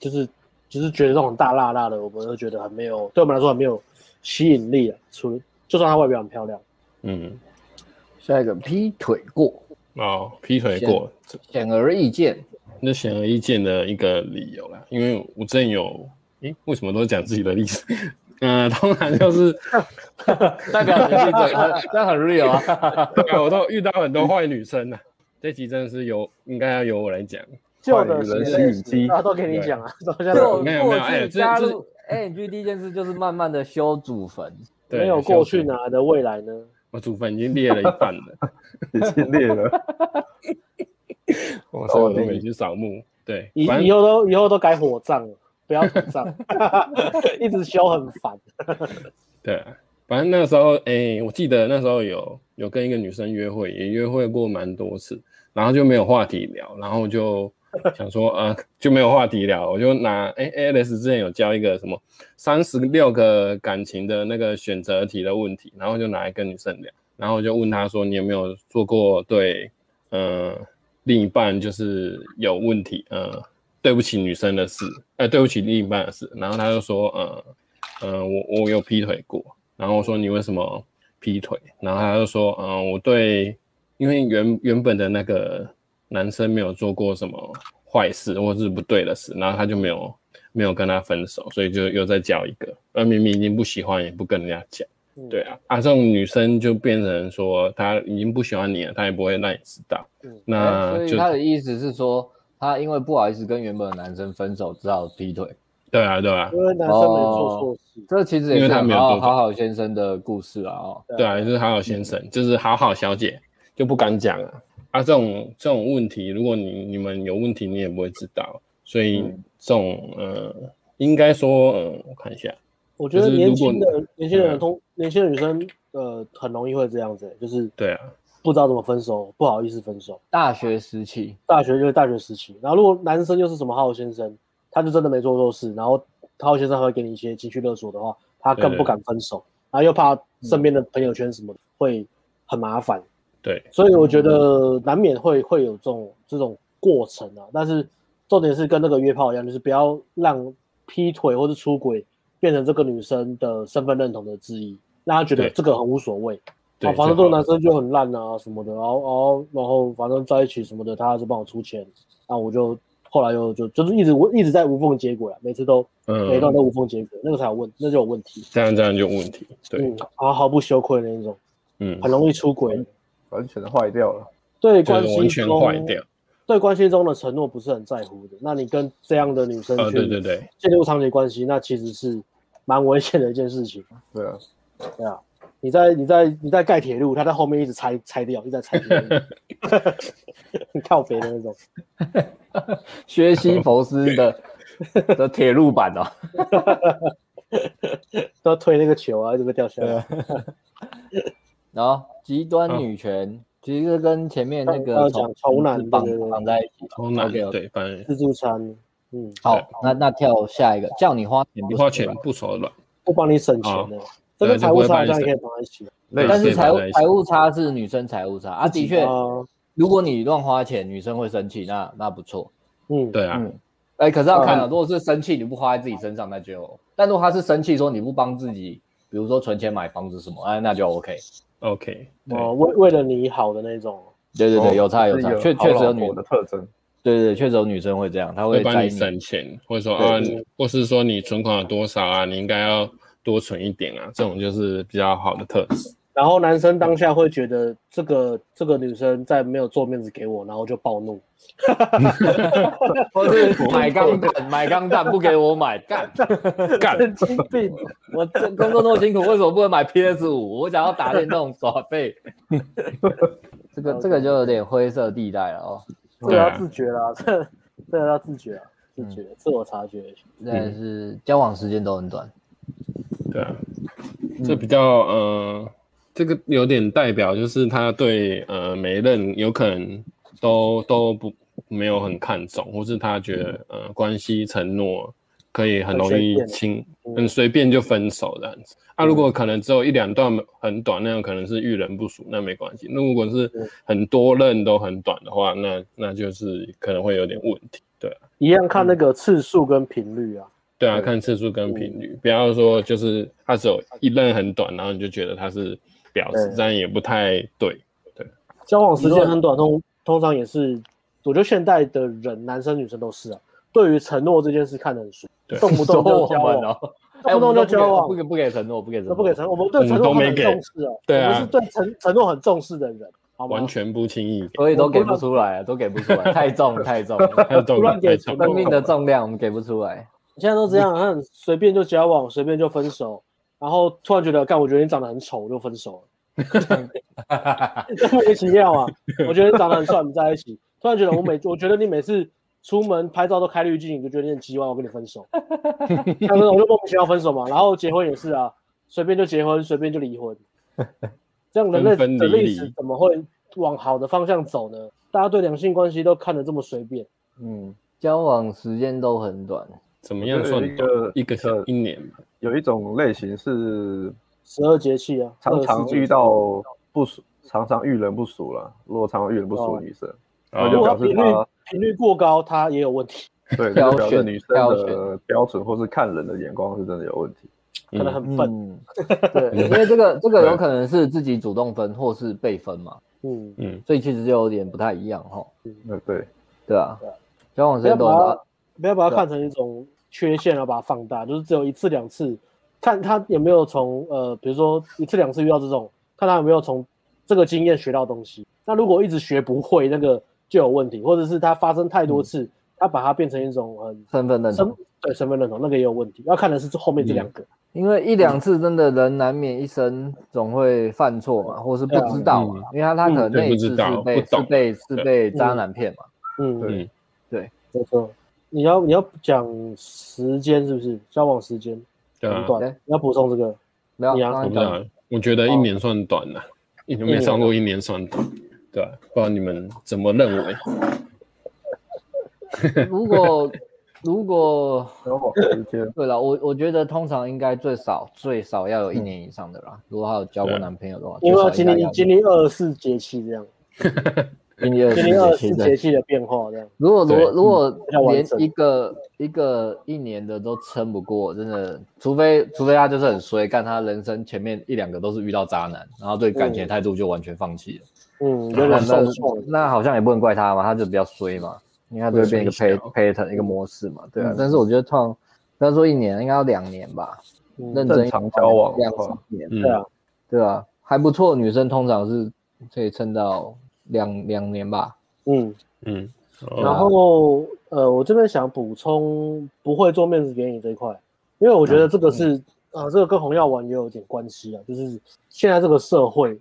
[SPEAKER 2] 就是就是觉得那种大辣辣的，我们都觉得很没有，对我们来说很没有吸引力啊。除就算她外表很漂亮，
[SPEAKER 4] 嗯，
[SPEAKER 1] 下一个劈腿过，
[SPEAKER 4] 哦，劈腿过，这
[SPEAKER 1] 显而易
[SPEAKER 4] [LAUGHS]
[SPEAKER 1] 见。
[SPEAKER 4] 这显而易见的一个理由啦。因为我之前有，诶，为什么都讲自己的例子？嗯、当然就是
[SPEAKER 1] 代表你是整很，那很 real 啊。
[SPEAKER 4] 对啊，我都遇到很多坏女生呐、这集真的是由应该要由我来讲。
[SPEAKER 2] 旧
[SPEAKER 3] 坏
[SPEAKER 2] 的
[SPEAKER 3] 女人
[SPEAKER 2] 时代
[SPEAKER 3] 吸引机
[SPEAKER 2] 啊，都给你讲啊，都现在
[SPEAKER 4] 就
[SPEAKER 1] 就
[SPEAKER 4] 没有没
[SPEAKER 1] [LAUGHS]
[SPEAKER 4] 有
[SPEAKER 1] 过
[SPEAKER 4] 哎
[SPEAKER 1] 去
[SPEAKER 4] 这
[SPEAKER 1] 加
[SPEAKER 4] 这
[SPEAKER 1] 入 ANG 第一件事就是慢慢的修祖坟，
[SPEAKER 4] 对，
[SPEAKER 2] 没有过去哪来的未来呢？
[SPEAKER 4] 我祖坟已经裂了一半了。
[SPEAKER 3] 已经裂了， [LAUGHS]
[SPEAKER 4] 我哦所以我都没去扫墓。对，
[SPEAKER 2] 哦以
[SPEAKER 4] 反
[SPEAKER 2] 以
[SPEAKER 4] 正
[SPEAKER 2] 后都以后都改火葬了，不要土葬， [LAUGHS] 一直修很烦。
[SPEAKER 4] 对啊，反正那个时候，哎、我记得那时候有有跟一个女生约会，也约会过蛮多次，然后就没有话题聊，然后就想说，呃，就没有话题聊，我就拿，哎、a l e x 之前有教一个什么三十六个感情的那个选择题的问题，然后就拿来跟女生聊，然后我就问她说，你有没有做过对，呃，另一半就是有问题，呃，对不起女生的事，呃，对不起另一半的事，然后她就说，呃。嗯，我我有劈腿过。然后我说你为什么呃劈腿？然后他就说，嗯，我对，因为原原本的那个男生没有做过什么坏事或是不对的事，然后他就没有没有跟他分手，所以就又再交一个，而明明已经不喜欢也不跟人家讲，
[SPEAKER 2] 嗯
[SPEAKER 4] 对，啊，啊这种女生就变成说她已经不喜欢你了，她也不会让你知道
[SPEAKER 2] 嗯，
[SPEAKER 1] 哎
[SPEAKER 4] [LAUGHS] 那
[SPEAKER 1] 所以
[SPEAKER 4] 就
[SPEAKER 1] 他的意思是说，他因为不好意思跟原本的男生分手，只好劈腿。
[SPEAKER 4] 对啊对啊
[SPEAKER 2] 因为男生没做错
[SPEAKER 4] 哦
[SPEAKER 2] 事，
[SPEAKER 1] 这其实也
[SPEAKER 4] 因为
[SPEAKER 1] 是
[SPEAKER 4] 他没有
[SPEAKER 1] 好好
[SPEAKER 4] 做错
[SPEAKER 1] 好好先生的故事啊，哦，
[SPEAKER 4] 对啊，就是好好先
[SPEAKER 1] 嗯
[SPEAKER 4] 生，就是好好小姐就不敢讲啊。啊，这种这种问题，如果你你们有问题，你也不会知道，所以
[SPEAKER 1] 嗯
[SPEAKER 4] 这种呃，应该说，呃，我看一下，
[SPEAKER 2] 我觉得
[SPEAKER 4] 就是
[SPEAKER 2] 年
[SPEAKER 4] 如果
[SPEAKER 2] 轻的年轻人
[SPEAKER 4] 嗯
[SPEAKER 2] 通年轻的女生呃很容易会这样子、欸就是
[SPEAKER 4] 对啊，
[SPEAKER 2] 不知道怎么分手，不好意思分手。
[SPEAKER 1] 大学时期，
[SPEAKER 2] 大学就是大学时期，然后如果男生又是什么好好先生，他就真的没做错事，然后好好先生还会给你一些情绪勒索的话，他更
[SPEAKER 4] 对
[SPEAKER 2] 不敢分手，然后又怕身边的朋友圈什么的会很麻烦，
[SPEAKER 4] 对，
[SPEAKER 2] 所以我觉得难免会会有这种这种过程啊。但是重点是跟那个约炮一样，就是不要让劈腿或是出轨变成这个女生的身份认同的质疑，让她觉得
[SPEAKER 4] 对
[SPEAKER 2] 这个很无所谓。
[SPEAKER 4] 对
[SPEAKER 2] 啊，反正这
[SPEAKER 4] 最
[SPEAKER 2] 个
[SPEAKER 4] 好
[SPEAKER 2] 男生就很烂啊什么的，然后然后然后反正在一起什么的，他就帮我出钱，那我就后来又就就是一直我一直在无缝接轨啊，每次都、每一段
[SPEAKER 4] 嗯，
[SPEAKER 2] 都无缝接轨，那个才有问，那就有问题。
[SPEAKER 4] 这样这样就有问题，对，
[SPEAKER 2] 嗯，然后毫不羞愧的那种，
[SPEAKER 4] 嗯，
[SPEAKER 2] 很容易出轨，
[SPEAKER 3] 完全坏掉了。
[SPEAKER 2] 对
[SPEAKER 4] 就
[SPEAKER 2] 关
[SPEAKER 4] 是
[SPEAKER 2] 系
[SPEAKER 4] 完全坏
[SPEAKER 2] 中
[SPEAKER 4] 掉，
[SPEAKER 2] 对关系中的承诺不是很在乎的，那你跟这样的女生
[SPEAKER 4] 啊，对对
[SPEAKER 2] 去
[SPEAKER 4] 对，
[SPEAKER 2] 进入长期关系，那其实是蛮危险的一件事情。
[SPEAKER 3] 对啊，
[SPEAKER 2] 对啊，你在你在你在盖铁路，他在后面一直拆拆掉，一直在拆铁路， [LAUGHS] 很靠北的那种。
[SPEAKER 1] 薛西弗斯
[SPEAKER 4] [LAUGHS]
[SPEAKER 1] 的的铁路版哦，
[SPEAKER 2] 都要推那个球啊，一直被掉下来。
[SPEAKER 1] 然后极
[SPEAKER 4] 嗯
[SPEAKER 1] 端女权，其实跟前面那
[SPEAKER 2] 刚
[SPEAKER 1] 个
[SPEAKER 2] 刚讲丑男
[SPEAKER 1] 是绑
[SPEAKER 2] 对对对
[SPEAKER 1] 绑在一起。
[SPEAKER 4] 偷懒
[SPEAKER 1] OK，OK
[SPEAKER 4] 对，反正
[SPEAKER 2] 自助餐，嗯，
[SPEAKER 1] 好，那那跳下一个，叫你花钱不
[SPEAKER 4] 花
[SPEAKER 1] 手
[SPEAKER 4] 钱
[SPEAKER 1] 软
[SPEAKER 4] 不手软，
[SPEAKER 2] 不帮你省钱的，这跟财务差好像也可以绑在一起。
[SPEAKER 3] 类
[SPEAKER 1] 但是
[SPEAKER 3] 似
[SPEAKER 4] 对绑
[SPEAKER 1] 财务
[SPEAKER 4] 在一起
[SPEAKER 1] 财务差是女生财务差啊，的确，
[SPEAKER 2] 啊，
[SPEAKER 1] 如果你乱花钱，女生会生气，那那不错。
[SPEAKER 2] 嗯，
[SPEAKER 4] 对啊，
[SPEAKER 1] 嗯，哎、可是要看啊，如果是生气你不花在自己身上，那就；但如果他是生气说你不帮自己，比如说存钱买房子什么，哎、那就 OK。
[SPEAKER 4] ，OK，对，
[SPEAKER 2] 哦，为为了你好的那种，
[SPEAKER 1] 对对对，
[SPEAKER 3] 哦
[SPEAKER 1] 有差有
[SPEAKER 3] 是一
[SPEAKER 1] 差，
[SPEAKER 3] 个
[SPEAKER 1] 确
[SPEAKER 3] 好
[SPEAKER 1] 确实有
[SPEAKER 3] 老
[SPEAKER 1] 女
[SPEAKER 3] 婆，的特征。
[SPEAKER 1] 对对，确实有女生会这样，她
[SPEAKER 4] 会
[SPEAKER 1] 会
[SPEAKER 4] 帮
[SPEAKER 1] 在
[SPEAKER 4] 你
[SPEAKER 1] 意
[SPEAKER 4] 省钱，或者说
[SPEAKER 3] 对
[SPEAKER 4] 啊
[SPEAKER 3] 对，
[SPEAKER 4] 你或是说你存款有多少啊，你应该要多存一点啊，这种就是比较好的特质。
[SPEAKER 2] 然后男生当下会觉得这个这个女生在没有做面子给我，然后就暴怒。
[SPEAKER 1] 或是买钢蛋，买钢蛋不给我买，
[SPEAKER 2] [LAUGHS]
[SPEAKER 1] 干
[SPEAKER 4] 干，
[SPEAKER 1] 神经病！我这工作那么辛苦，为什么不能买 PS 五？我想要打电动耍废。 [LAUGHS] 这个这个就有点灰色地带了哦，
[SPEAKER 2] 这个
[SPEAKER 4] 对啊
[SPEAKER 2] 要自觉啦，这这个要自觉啊，自觉，自我察觉。
[SPEAKER 1] 但
[SPEAKER 2] 嗯
[SPEAKER 1] 是交往时间都很短。
[SPEAKER 4] 对啊，这比较呃，这个有点代表就是他对呃每一任有可能都都不没有很看重，或是他觉得呃关系承诺可以很容易
[SPEAKER 2] 很随便
[SPEAKER 4] 轻
[SPEAKER 2] 嗯
[SPEAKER 4] 很随便就分手这样子。啊，如果可能只有一两段很短，那样可能是遇人不淑，那没关系。那如果是很多任都很短的话，那那就是可能会有点问题。对啊，
[SPEAKER 2] 一样看那个次数跟频率啊，
[SPEAKER 4] 对啊，
[SPEAKER 3] 对
[SPEAKER 4] 看次数跟频率，不要说就是他只有一任很短，然后你就觉得他是婊子
[SPEAKER 2] 对，
[SPEAKER 4] 这样也不太对。
[SPEAKER 2] 交往时间很短，通通常也是，我觉得现代的人，男生女生都是啊，对于承诺这件事看得很熟，
[SPEAKER 4] 对
[SPEAKER 2] 动不
[SPEAKER 1] 说
[SPEAKER 2] 动
[SPEAKER 4] [LAUGHS]
[SPEAKER 2] 就
[SPEAKER 1] 我
[SPEAKER 2] 交
[SPEAKER 1] 们
[SPEAKER 4] 啊
[SPEAKER 2] 往，
[SPEAKER 1] 哦，
[SPEAKER 2] 动
[SPEAKER 1] 我
[SPEAKER 2] 不动就
[SPEAKER 1] 们都
[SPEAKER 4] 哎
[SPEAKER 2] 交往
[SPEAKER 1] 不给不给承诺，不给承
[SPEAKER 2] 都
[SPEAKER 1] 诺，
[SPEAKER 2] 不给承诺，我们对承
[SPEAKER 4] 我
[SPEAKER 2] 诺
[SPEAKER 4] 们都
[SPEAKER 2] 很
[SPEAKER 4] 没给
[SPEAKER 2] 重视啊，
[SPEAKER 4] 对啊
[SPEAKER 2] 我们是对承承诺很重视的人，好吗？
[SPEAKER 4] 完全不轻易给，
[SPEAKER 1] 所以都给不出来，都给不出来，太重太重，
[SPEAKER 2] [LAUGHS]
[SPEAKER 4] 太重
[SPEAKER 2] 乱
[SPEAKER 4] 了，
[SPEAKER 2] 给
[SPEAKER 4] 太
[SPEAKER 2] 承
[SPEAKER 4] 重
[SPEAKER 2] 诺
[SPEAKER 1] 生
[SPEAKER 4] 了。
[SPEAKER 1] 命的重量我们给不出来。嗯
[SPEAKER 2] 现在都这样，很随便就交往，随便就分手，然后突然觉得，干，我觉得你长得很丑，我就分手了，莫名其妙啊！我觉得你长得很帅，我们在一起，突然觉得我每，我觉得你每次出门拍照都开滤镜，你就觉得你很鸡歪，我跟你分手， [LAUGHS] 那我就莫名其妙分手嘛。然后结婚也是啊，随便就结婚，随便就离婚，这样人类
[SPEAKER 4] 分
[SPEAKER 2] 的
[SPEAKER 4] 分离
[SPEAKER 2] 历
[SPEAKER 4] 离
[SPEAKER 2] 史怎么会往好的方向走呢？大家对两性关系都看得这么随便，
[SPEAKER 1] 嗯，交往时间都很短，
[SPEAKER 4] 怎么样
[SPEAKER 3] 我觉得
[SPEAKER 4] 算
[SPEAKER 3] 有一
[SPEAKER 4] 短
[SPEAKER 3] 个
[SPEAKER 4] 一个小一年吧？
[SPEAKER 3] 有一种类型是
[SPEAKER 2] 十二节气啊，
[SPEAKER 3] 常常
[SPEAKER 2] 24节气
[SPEAKER 3] 遇到不熟，常常遇人不熟了。如果常常遇人不熟
[SPEAKER 2] 哦
[SPEAKER 3] 的女生，那
[SPEAKER 4] 然
[SPEAKER 2] 如
[SPEAKER 3] 就
[SPEAKER 2] 果
[SPEAKER 4] 后
[SPEAKER 3] 表示
[SPEAKER 2] 频率
[SPEAKER 3] 她
[SPEAKER 2] 频率过高，它也有问题，
[SPEAKER 3] 对，
[SPEAKER 1] 挑
[SPEAKER 3] 那就表示
[SPEAKER 1] 选
[SPEAKER 3] 女生
[SPEAKER 1] 挑
[SPEAKER 3] 的标准或是看人的眼光是真的有问题。
[SPEAKER 2] 可能很笨。
[SPEAKER 1] 嗯，对，因为这个这个有可能是自己主动分或是被分嘛，
[SPEAKER 2] 嗯，
[SPEAKER 4] 嗯，
[SPEAKER 1] 所以其实就有点不太一样哈，
[SPEAKER 3] 呃，对，
[SPEAKER 1] 对啊，交往时
[SPEAKER 2] 不要
[SPEAKER 1] 间都
[SPEAKER 2] 把
[SPEAKER 1] 很大
[SPEAKER 2] 它不要把它看成一种呃缺陷，然后把它放大，就是只有一次两次，看他有没有从呃，比如说一次两次遇到这种，看他有没有从这个经验学到东西。那如果一直学不会，那个就有问题，或者是他发生太多次，他把它变成一种很
[SPEAKER 1] 身份认
[SPEAKER 2] 身
[SPEAKER 1] 同，
[SPEAKER 2] 对身份认同，那个也有问题。要看的是后面这两个，
[SPEAKER 1] 因为一两次真的人难免一生总会犯错嘛，或是不知道嘛，因为他他可能那一次
[SPEAKER 4] 啊嗯对
[SPEAKER 1] 是
[SPEAKER 4] 不
[SPEAKER 1] 被
[SPEAKER 4] 知道不懂
[SPEAKER 1] 是被是被渣男骗嘛，
[SPEAKER 2] 嗯，
[SPEAKER 3] 对
[SPEAKER 2] 没错。你要你要讲时间是不是？交往时间
[SPEAKER 4] 对啊
[SPEAKER 2] 很，短，
[SPEAKER 1] 哎
[SPEAKER 2] 你要补充这个。
[SPEAKER 1] 没有，
[SPEAKER 2] 你啊
[SPEAKER 1] 刚
[SPEAKER 4] 我
[SPEAKER 1] 刚
[SPEAKER 4] 不知
[SPEAKER 1] 讲
[SPEAKER 4] 道，我觉得一年算短了，一年没上过一年算短，对啊，不知道你们怎么认为？
[SPEAKER 1] 如果如果
[SPEAKER 3] 交往时
[SPEAKER 1] [LAUGHS]
[SPEAKER 3] 间
[SPEAKER 1] 对了，我我觉得通常应该最少最少要有一年以上的啦。如果她有交过
[SPEAKER 4] 对啊
[SPEAKER 1] 男朋友的话，
[SPEAKER 2] 嗯因为要
[SPEAKER 1] 最
[SPEAKER 2] 经
[SPEAKER 1] 少应该
[SPEAKER 2] 历
[SPEAKER 1] 要
[SPEAKER 2] 经历二十四节气这样，
[SPEAKER 1] 经历二
[SPEAKER 2] 经历二
[SPEAKER 1] 十四
[SPEAKER 2] 十四
[SPEAKER 1] 节
[SPEAKER 2] 节
[SPEAKER 1] 气。
[SPEAKER 2] 气的变化这样。
[SPEAKER 1] 如果如
[SPEAKER 4] 对
[SPEAKER 1] 果如
[SPEAKER 3] 嗯
[SPEAKER 1] 果
[SPEAKER 2] 比较完
[SPEAKER 1] 连
[SPEAKER 2] 整
[SPEAKER 1] 一个一个一年的都撑不过，真的，除非除非他就是很衰，干他人生前面一两个都是遇到渣男，然后对感情的态度就完全放弃了。
[SPEAKER 2] 嗯，有
[SPEAKER 1] 那
[SPEAKER 2] 点受
[SPEAKER 1] 那
[SPEAKER 2] 挫。
[SPEAKER 1] 那好像也不能怪他嘛，他就比较衰嘛，应该就会变一个
[SPEAKER 4] 衰
[SPEAKER 1] pat
[SPEAKER 4] 小
[SPEAKER 1] pattern 一个模式嘛，对
[SPEAKER 3] 嗯
[SPEAKER 1] 啊。但是我觉得通常不要说一年，应该要两年吧，认
[SPEAKER 2] 嗯，
[SPEAKER 1] 真一
[SPEAKER 3] 正常交往的
[SPEAKER 1] 两
[SPEAKER 3] 话
[SPEAKER 1] 三年。
[SPEAKER 4] 嗯
[SPEAKER 2] 对啊，
[SPEAKER 1] 对啊，还不错。女生通常是可以撑到两两年吧。
[SPEAKER 2] 嗯，
[SPEAKER 4] 嗯，
[SPEAKER 1] 啊
[SPEAKER 2] 然
[SPEAKER 4] 哦
[SPEAKER 2] 后呃，我这边想补充不会做面子给你这一块，因为我觉得
[SPEAKER 1] 嗯
[SPEAKER 2] 这个是啊，这个跟红药丸也有点关系啊，就是现在这个社会，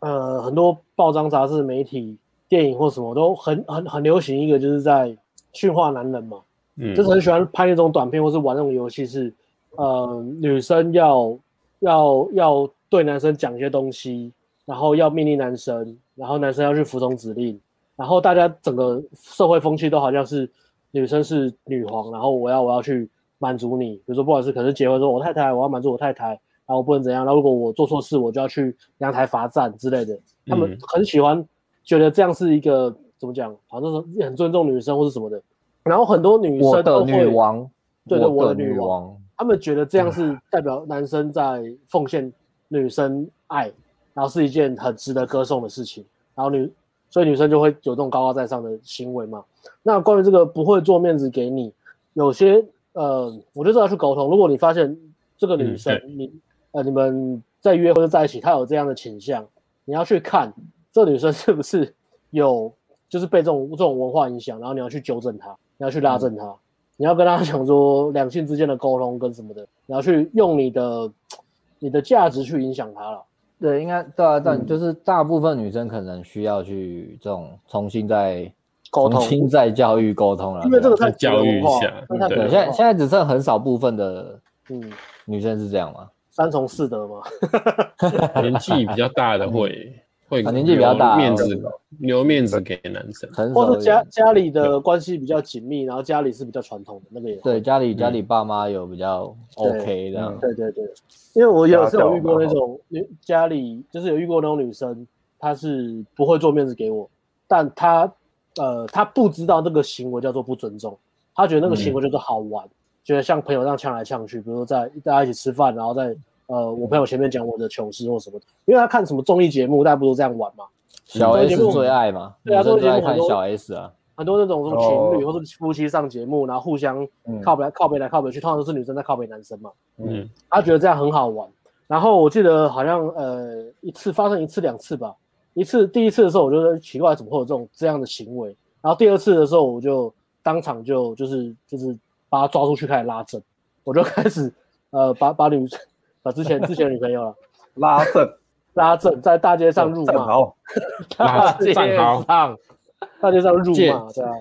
[SPEAKER 2] 呃，很多报章杂志、媒体、电影或什么都很很很流行一个，就是在驯化男人嘛。
[SPEAKER 4] 嗯
[SPEAKER 2] 就是很喜欢拍那种短片或是玩那种游戏，是呃女生要要要对男生讲一些东西，然后要命令男生，然后男生要去服从指令，然后大家整个社会风气都好像是女生是女皇，然后我要我要去满足你，比如说不管是可能结婚说我太太我要满足我太太，然后我不能怎样，然后如果我做错事我就要去阳台罚站之类的，他们
[SPEAKER 4] 嗯
[SPEAKER 2] 很喜欢觉得这样是一个怎么讲，好像是很尊重女生或是什么的。然后很多女
[SPEAKER 1] 我的
[SPEAKER 2] 生都
[SPEAKER 1] 女
[SPEAKER 2] 会，
[SPEAKER 1] 王，嗯
[SPEAKER 2] 对对我
[SPEAKER 1] 的
[SPEAKER 2] 的女王
[SPEAKER 1] 王，
[SPEAKER 2] 他们觉得这样是代表男生在奉献女生爱，然后是一件很值得歌颂的事情。然后女，所以女生就会有这种高高在上的行为嘛。那关于这个不会做面子给你，有些呃，我觉得这要去沟通。如果你发现这个女生，
[SPEAKER 4] 嗯
[SPEAKER 2] 你呃你们在约或者在一起，她有这样的倾向，你要去看这女生是不是有就是被这种这种文化影响，然后你要去纠正她，你要去
[SPEAKER 1] 嗯
[SPEAKER 2] 拉正她，你要跟她讲说两性之间的沟通跟什么的，你要去用你的你的价值去影响她了。
[SPEAKER 1] 对，应该对啊，但就是大部分女生可能需要去这种重新再
[SPEAKER 2] 沟通
[SPEAKER 1] 重新再教育沟通了。
[SPEAKER 2] 因为这个
[SPEAKER 1] 对啊
[SPEAKER 2] 太主流文化了太
[SPEAKER 4] 再教育一下
[SPEAKER 2] 主
[SPEAKER 1] 对，
[SPEAKER 2] 流
[SPEAKER 1] 现在
[SPEAKER 2] 文化
[SPEAKER 1] 现在只剩很少部分的
[SPEAKER 2] 嗯，
[SPEAKER 1] 女生是这样嘛？
[SPEAKER 2] 三从四德嘛，
[SPEAKER 4] [LAUGHS] 年纪比较大的会会
[SPEAKER 1] 啊年纪比较大
[SPEAKER 4] 留面子留面子给男生，
[SPEAKER 1] 很
[SPEAKER 2] 或
[SPEAKER 1] 少
[SPEAKER 2] 者
[SPEAKER 1] 有
[SPEAKER 2] 家家里的关系比较紧密，然后家里是比较传统的那个也
[SPEAKER 1] 对家里家
[SPEAKER 4] 嗯
[SPEAKER 1] 里爸妈有比较 OK 这样
[SPEAKER 3] 嗯，
[SPEAKER 2] 对对对，因为我有时候有遇过那
[SPEAKER 3] 家教
[SPEAKER 2] 种女家里就是有遇过那种女生，她是不会做面子给我，但她呃她不知道这个行为叫做不尊重，她觉得那个行
[SPEAKER 3] 嗯
[SPEAKER 2] 为就是好玩，觉得像朋友这样呛来呛去，比如说在大家一起吃饭，然后在呃我朋友前面讲我的糗事或什么的，因为她看什么综艺节目，大家不都这样玩嘛，
[SPEAKER 1] 小
[SPEAKER 2] 综艺
[SPEAKER 1] S
[SPEAKER 2] 节目
[SPEAKER 1] 最爱嘛，女
[SPEAKER 2] 对啊
[SPEAKER 1] 生
[SPEAKER 2] 综艺
[SPEAKER 1] 最
[SPEAKER 2] 节
[SPEAKER 1] 爱
[SPEAKER 2] 目
[SPEAKER 1] 看
[SPEAKER 2] 很多
[SPEAKER 1] 小 S 啊，
[SPEAKER 2] 很多那种什么情侣
[SPEAKER 3] 哦
[SPEAKER 2] 或者夫妻上节目，然后互相
[SPEAKER 3] 嗯
[SPEAKER 2] 靠北来靠北来靠北去，通常都是女生在靠北男生嘛。
[SPEAKER 4] 嗯
[SPEAKER 2] 他觉得这样很好玩。然后我记得好像呃一次发生一次两次吧，一次第一次的时候我就觉得奇怪，怎么会有这种这样的行为？然后第二次的时候我就当场就就是就是把他抓出去开始拉正，我就开始呃把 [LAUGHS] 把女把之前之前女朋友了
[SPEAKER 3] 拉正，
[SPEAKER 2] 拉正，在大街上辱
[SPEAKER 3] 站
[SPEAKER 2] 骂，
[SPEAKER 3] 好，
[SPEAKER 1] 大
[SPEAKER 4] [LAUGHS] 拉
[SPEAKER 1] 街
[SPEAKER 4] 站好
[SPEAKER 1] 上
[SPEAKER 2] 大街上辱
[SPEAKER 4] 借
[SPEAKER 2] 骂，对啊。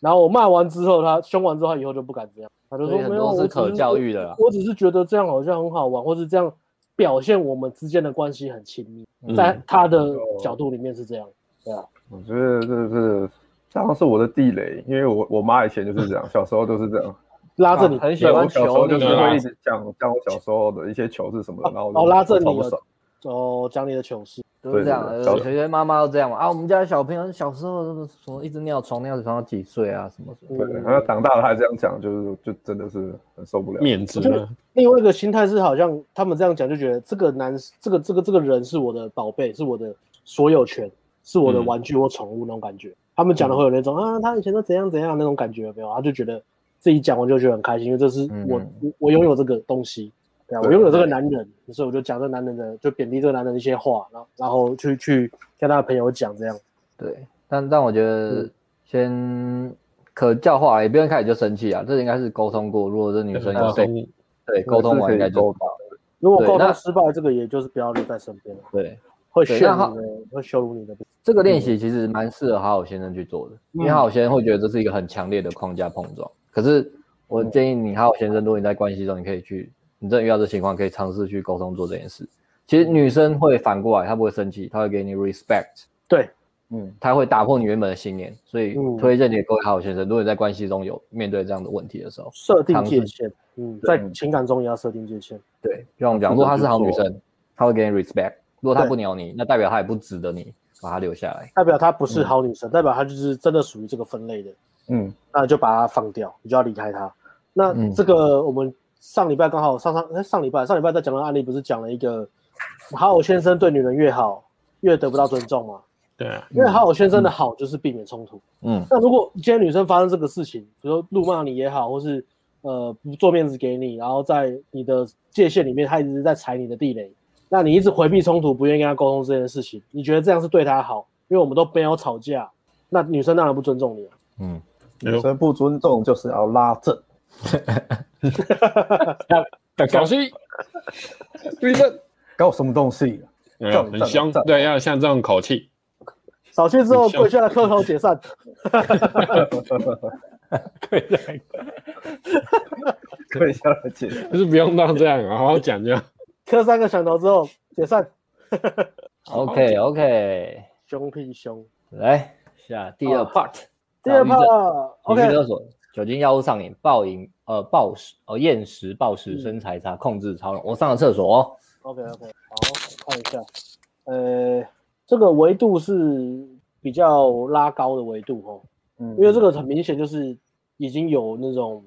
[SPEAKER 2] 然后我骂完之后，他凶完之后，他以后就不敢这样，他就
[SPEAKER 1] 所
[SPEAKER 2] 说
[SPEAKER 1] 以很
[SPEAKER 2] 没有，啊
[SPEAKER 1] 多
[SPEAKER 2] 我
[SPEAKER 1] 是
[SPEAKER 2] 只
[SPEAKER 1] 可教育的啦
[SPEAKER 2] 我。我只是觉得这样好像很好玩，或是这样表现我们之间的关系很亲密，
[SPEAKER 1] 嗯
[SPEAKER 2] 在他的角度里面是这样。
[SPEAKER 3] 我觉得这是这好像是我的地雷，因为我我妈以前就是这样，小时候都是这样，啊
[SPEAKER 2] 拉着你，
[SPEAKER 1] 啊很喜
[SPEAKER 3] 对
[SPEAKER 1] 欢
[SPEAKER 3] 我小时
[SPEAKER 1] 求
[SPEAKER 3] 候就
[SPEAKER 1] 你
[SPEAKER 3] 是
[SPEAKER 1] 啊
[SPEAKER 3] 会一，直讲讲我小时候的一些球是什么的，然后
[SPEAKER 2] 哦，拉着你
[SPEAKER 3] 超不爽
[SPEAKER 2] 有，哦，讲你的糗事，
[SPEAKER 1] 都是这样，
[SPEAKER 3] 对
[SPEAKER 1] 呃
[SPEAKER 3] 对对
[SPEAKER 1] 有些妈妈都这样嘛啊。我们家小朋友小时候都是什么一直尿床，尿床到几岁啊，什么什么。
[SPEAKER 3] 对，
[SPEAKER 2] 嗯
[SPEAKER 3] 然后长大了还这样讲，就是就真的是很受不了。
[SPEAKER 4] 面子呢？
[SPEAKER 2] 另外一个心态是，好像他们这样讲就觉得这个男，这个这个这个人是我的宝贝，是我的所有权，是我的
[SPEAKER 4] 嗯
[SPEAKER 2] 玩具或宠物那种感觉。他们讲的会有那种
[SPEAKER 1] 嗯
[SPEAKER 2] 啊，他以前都怎样怎样那种感觉，有没有？他就觉得自己讲完就觉得很开心，因为这是
[SPEAKER 1] 嗯
[SPEAKER 2] 我、我我拥有这个东西，对啊，
[SPEAKER 3] 对
[SPEAKER 2] 我拥有这个男人，所以我就讲这男人的，就贬低这个男人的一些话，然后然后去去跟他的朋友讲这样。
[SPEAKER 1] 对，但但我觉得先可教化，也不用一开始就生气啊，这应该是沟通过。如果这女生有对对沟通完，应该就知道了
[SPEAKER 2] 如果
[SPEAKER 1] 对
[SPEAKER 2] 沟
[SPEAKER 1] 那
[SPEAKER 2] 通失败，这个也就是不要留在身边了，
[SPEAKER 1] 对。
[SPEAKER 2] 会
[SPEAKER 1] 对
[SPEAKER 2] 羞
[SPEAKER 1] 那好
[SPEAKER 2] 辱你的，会羞辱你的。
[SPEAKER 1] 这个练习其实蛮适合好好先生去做的，因为好好先生会觉得这是一个很强烈的框架碰撞。可是我建议你好好先生，如果你在关系中，你可以去，你真的遇到这情况，可以尝试去沟通做这件事。其实女生会反过来，她不会生气，她会给你 respect，
[SPEAKER 2] 对，
[SPEAKER 3] 嗯，
[SPEAKER 1] 她会打破你原本的信念。所以
[SPEAKER 2] 嗯
[SPEAKER 1] 推荐给各位好好先生，如果你在关系中有面对这样的问题的时候，
[SPEAKER 2] 设定
[SPEAKER 1] 尝试
[SPEAKER 2] 界限，嗯，在情感中也要设定界限。
[SPEAKER 1] 对，就像我们讲，如果她是好女
[SPEAKER 3] 做
[SPEAKER 1] 生，她会给你 respect；如果她
[SPEAKER 2] 对
[SPEAKER 1] 不鸟你，那代表她也不值得你把她留下来。
[SPEAKER 2] 代表她不是好女生，代表她就是真的属于这个分类的，
[SPEAKER 3] 嗯，
[SPEAKER 2] 那就把她放掉，你就要离开她。那
[SPEAKER 1] 嗯
[SPEAKER 2] 这个我们上礼拜刚好上上哎上礼拜上礼拜在讲的案例不是讲了一个好好先生对女人越好越得不到尊重嘛？
[SPEAKER 4] 对啊，
[SPEAKER 2] 因为好好先生的好就是避免冲突。
[SPEAKER 1] 嗯
[SPEAKER 2] 那如果今天女生发生这个事情，比如说怒骂你也好，或是呃不做面子给你，然后在你的界限里面，她一直在踩你的地雷，那你一直回避冲突，不愿意跟她沟通这件事情，你觉得这样是对她好？因为我们都没有吵架，那女生当然不尊重你啊了。
[SPEAKER 1] 嗯，
[SPEAKER 4] 哎
[SPEAKER 3] 女
[SPEAKER 4] 呦
[SPEAKER 3] 生不尊重就是要拉正，
[SPEAKER 4] 小心，对的，
[SPEAKER 3] 搞什么东 [LAUGHS] 西？
[SPEAKER 4] 哎呦很凶，对，要像这种口气，
[SPEAKER 2] 扫去之后
[SPEAKER 4] 你笑
[SPEAKER 2] 跪下来磕头解散，
[SPEAKER 4] 对的，
[SPEAKER 3] 可以下来解释。
[SPEAKER 4] 就是不用到这样，啊好好讲就好。
[SPEAKER 2] 磕三个响头之后解散，
[SPEAKER 1] OK OK，
[SPEAKER 2] 凶屁凶。
[SPEAKER 1] 来下第二
[SPEAKER 2] 哦
[SPEAKER 1] part，
[SPEAKER 2] 第
[SPEAKER 1] 躁
[SPEAKER 2] 二
[SPEAKER 1] 郁症
[SPEAKER 2] part，OK，、
[SPEAKER 1] 情绪勒索、酒精、药物上瘾、暴饮、呃暴食、呃厌食、暴
[SPEAKER 2] 嗯
[SPEAKER 1] 食、身材差、控制超容。我上了厕所哦。
[SPEAKER 2] OK OK，好，看一下，呃，这个维度是比较拉高的维度哦，
[SPEAKER 3] 嗯，
[SPEAKER 2] 因为这个很明显就是已经有那种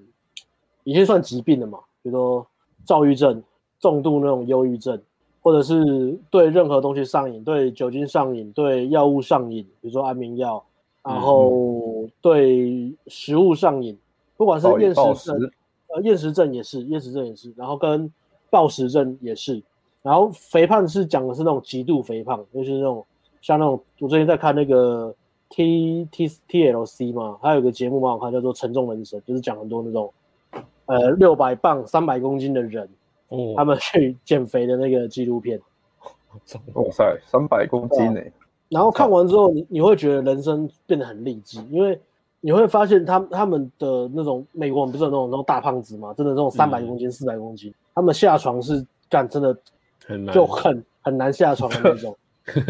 [SPEAKER 2] 已经算疾病了嘛，比如说躁郁症、重度那种忧郁症，或者是对任何东西上瘾，对酒精上瘾，对药物上瘾，比如说安眠药，
[SPEAKER 3] 嗯
[SPEAKER 2] 然后对食物上瘾，不管是
[SPEAKER 3] 暴饮
[SPEAKER 2] 厌
[SPEAKER 3] 暴
[SPEAKER 2] 食
[SPEAKER 3] 食
[SPEAKER 2] 症，呃，厌食症也是，厌食症也是，然后跟暴食症也是，然后肥胖是讲的是那种极度肥胖，就是那种像那种我最近在看那个 T T T L C 嘛，还有一个节目蛮好看，叫做《沉重人生》，就是讲很多那种呃六百磅、三百公斤的人，
[SPEAKER 4] 哦
[SPEAKER 2] 他们去 [LAUGHS] 减肥的那个纪录片。
[SPEAKER 3] 哇塞，三百公斤呢、欸
[SPEAKER 2] 然后看完之后，你你会觉得人生变得很励志，因为你会发现他他们的那种美国人不是有那种那种大胖子嘛，真的那种三
[SPEAKER 4] 嗯
[SPEAKER 2] 百公斤、四百公斤，他们下床是干真的
[SPEAKER 4] 很难，
[SPEAKER 2] 就很很难下床的
[SPEAKER 4] [LAUGHS]
[SPEAKER 2] 那种。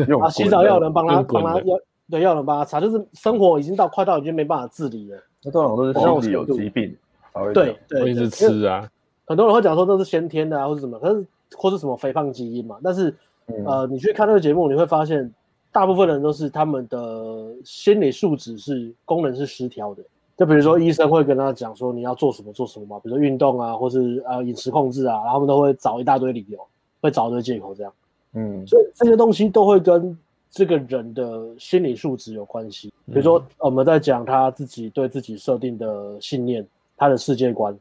[SPEAKER 3] 用
[SPEAKER 2] 啊，
[SPEAKER 3] 滚
[SPEAKER 2] 洗澡要有人帮他
[SPEAKER 4] 用
[SPEAKER 2] 帮
[SPEAKER 4] 滚的
[SPEAKER 2] 他要对要有人帮他擦，就是生活已经到快到已经没办法自理了。
[SPEAKER 3] 那通常都是心理有疾病才会这样
[SPEAKER 2] 对对，
[SPEAKER 4] 会一
[SPEAKER 2] 对
[SPEAKER 4] 直
[SPEAKER 2] 因为
[SPEAKER 4] 吃啊，
[SPEAKER 2] 很多人会讲说这是先天的啊，或是什么，可是或是什么肥胖基因嘛。但是，
[SPEAKER 3] 嗯
[SPEAKER 2] 呃，你去看那个节目，你会发现，大部分人都是他们的心理素质是功能是失调的。就比如说医生会跟他讲说你要做什么做什么嘛，比如说运动啊，或是呃饮食控制啊，然后他们都会找一大堆理由，会找一堆借口这样。
[SPEAKER 3] 嗯，
[SPEAKER 2] 所以这些东西都会跟这个人的心理素质有关系。比如说，呃我们在讲他自己对自己设定的信念，他的世界观，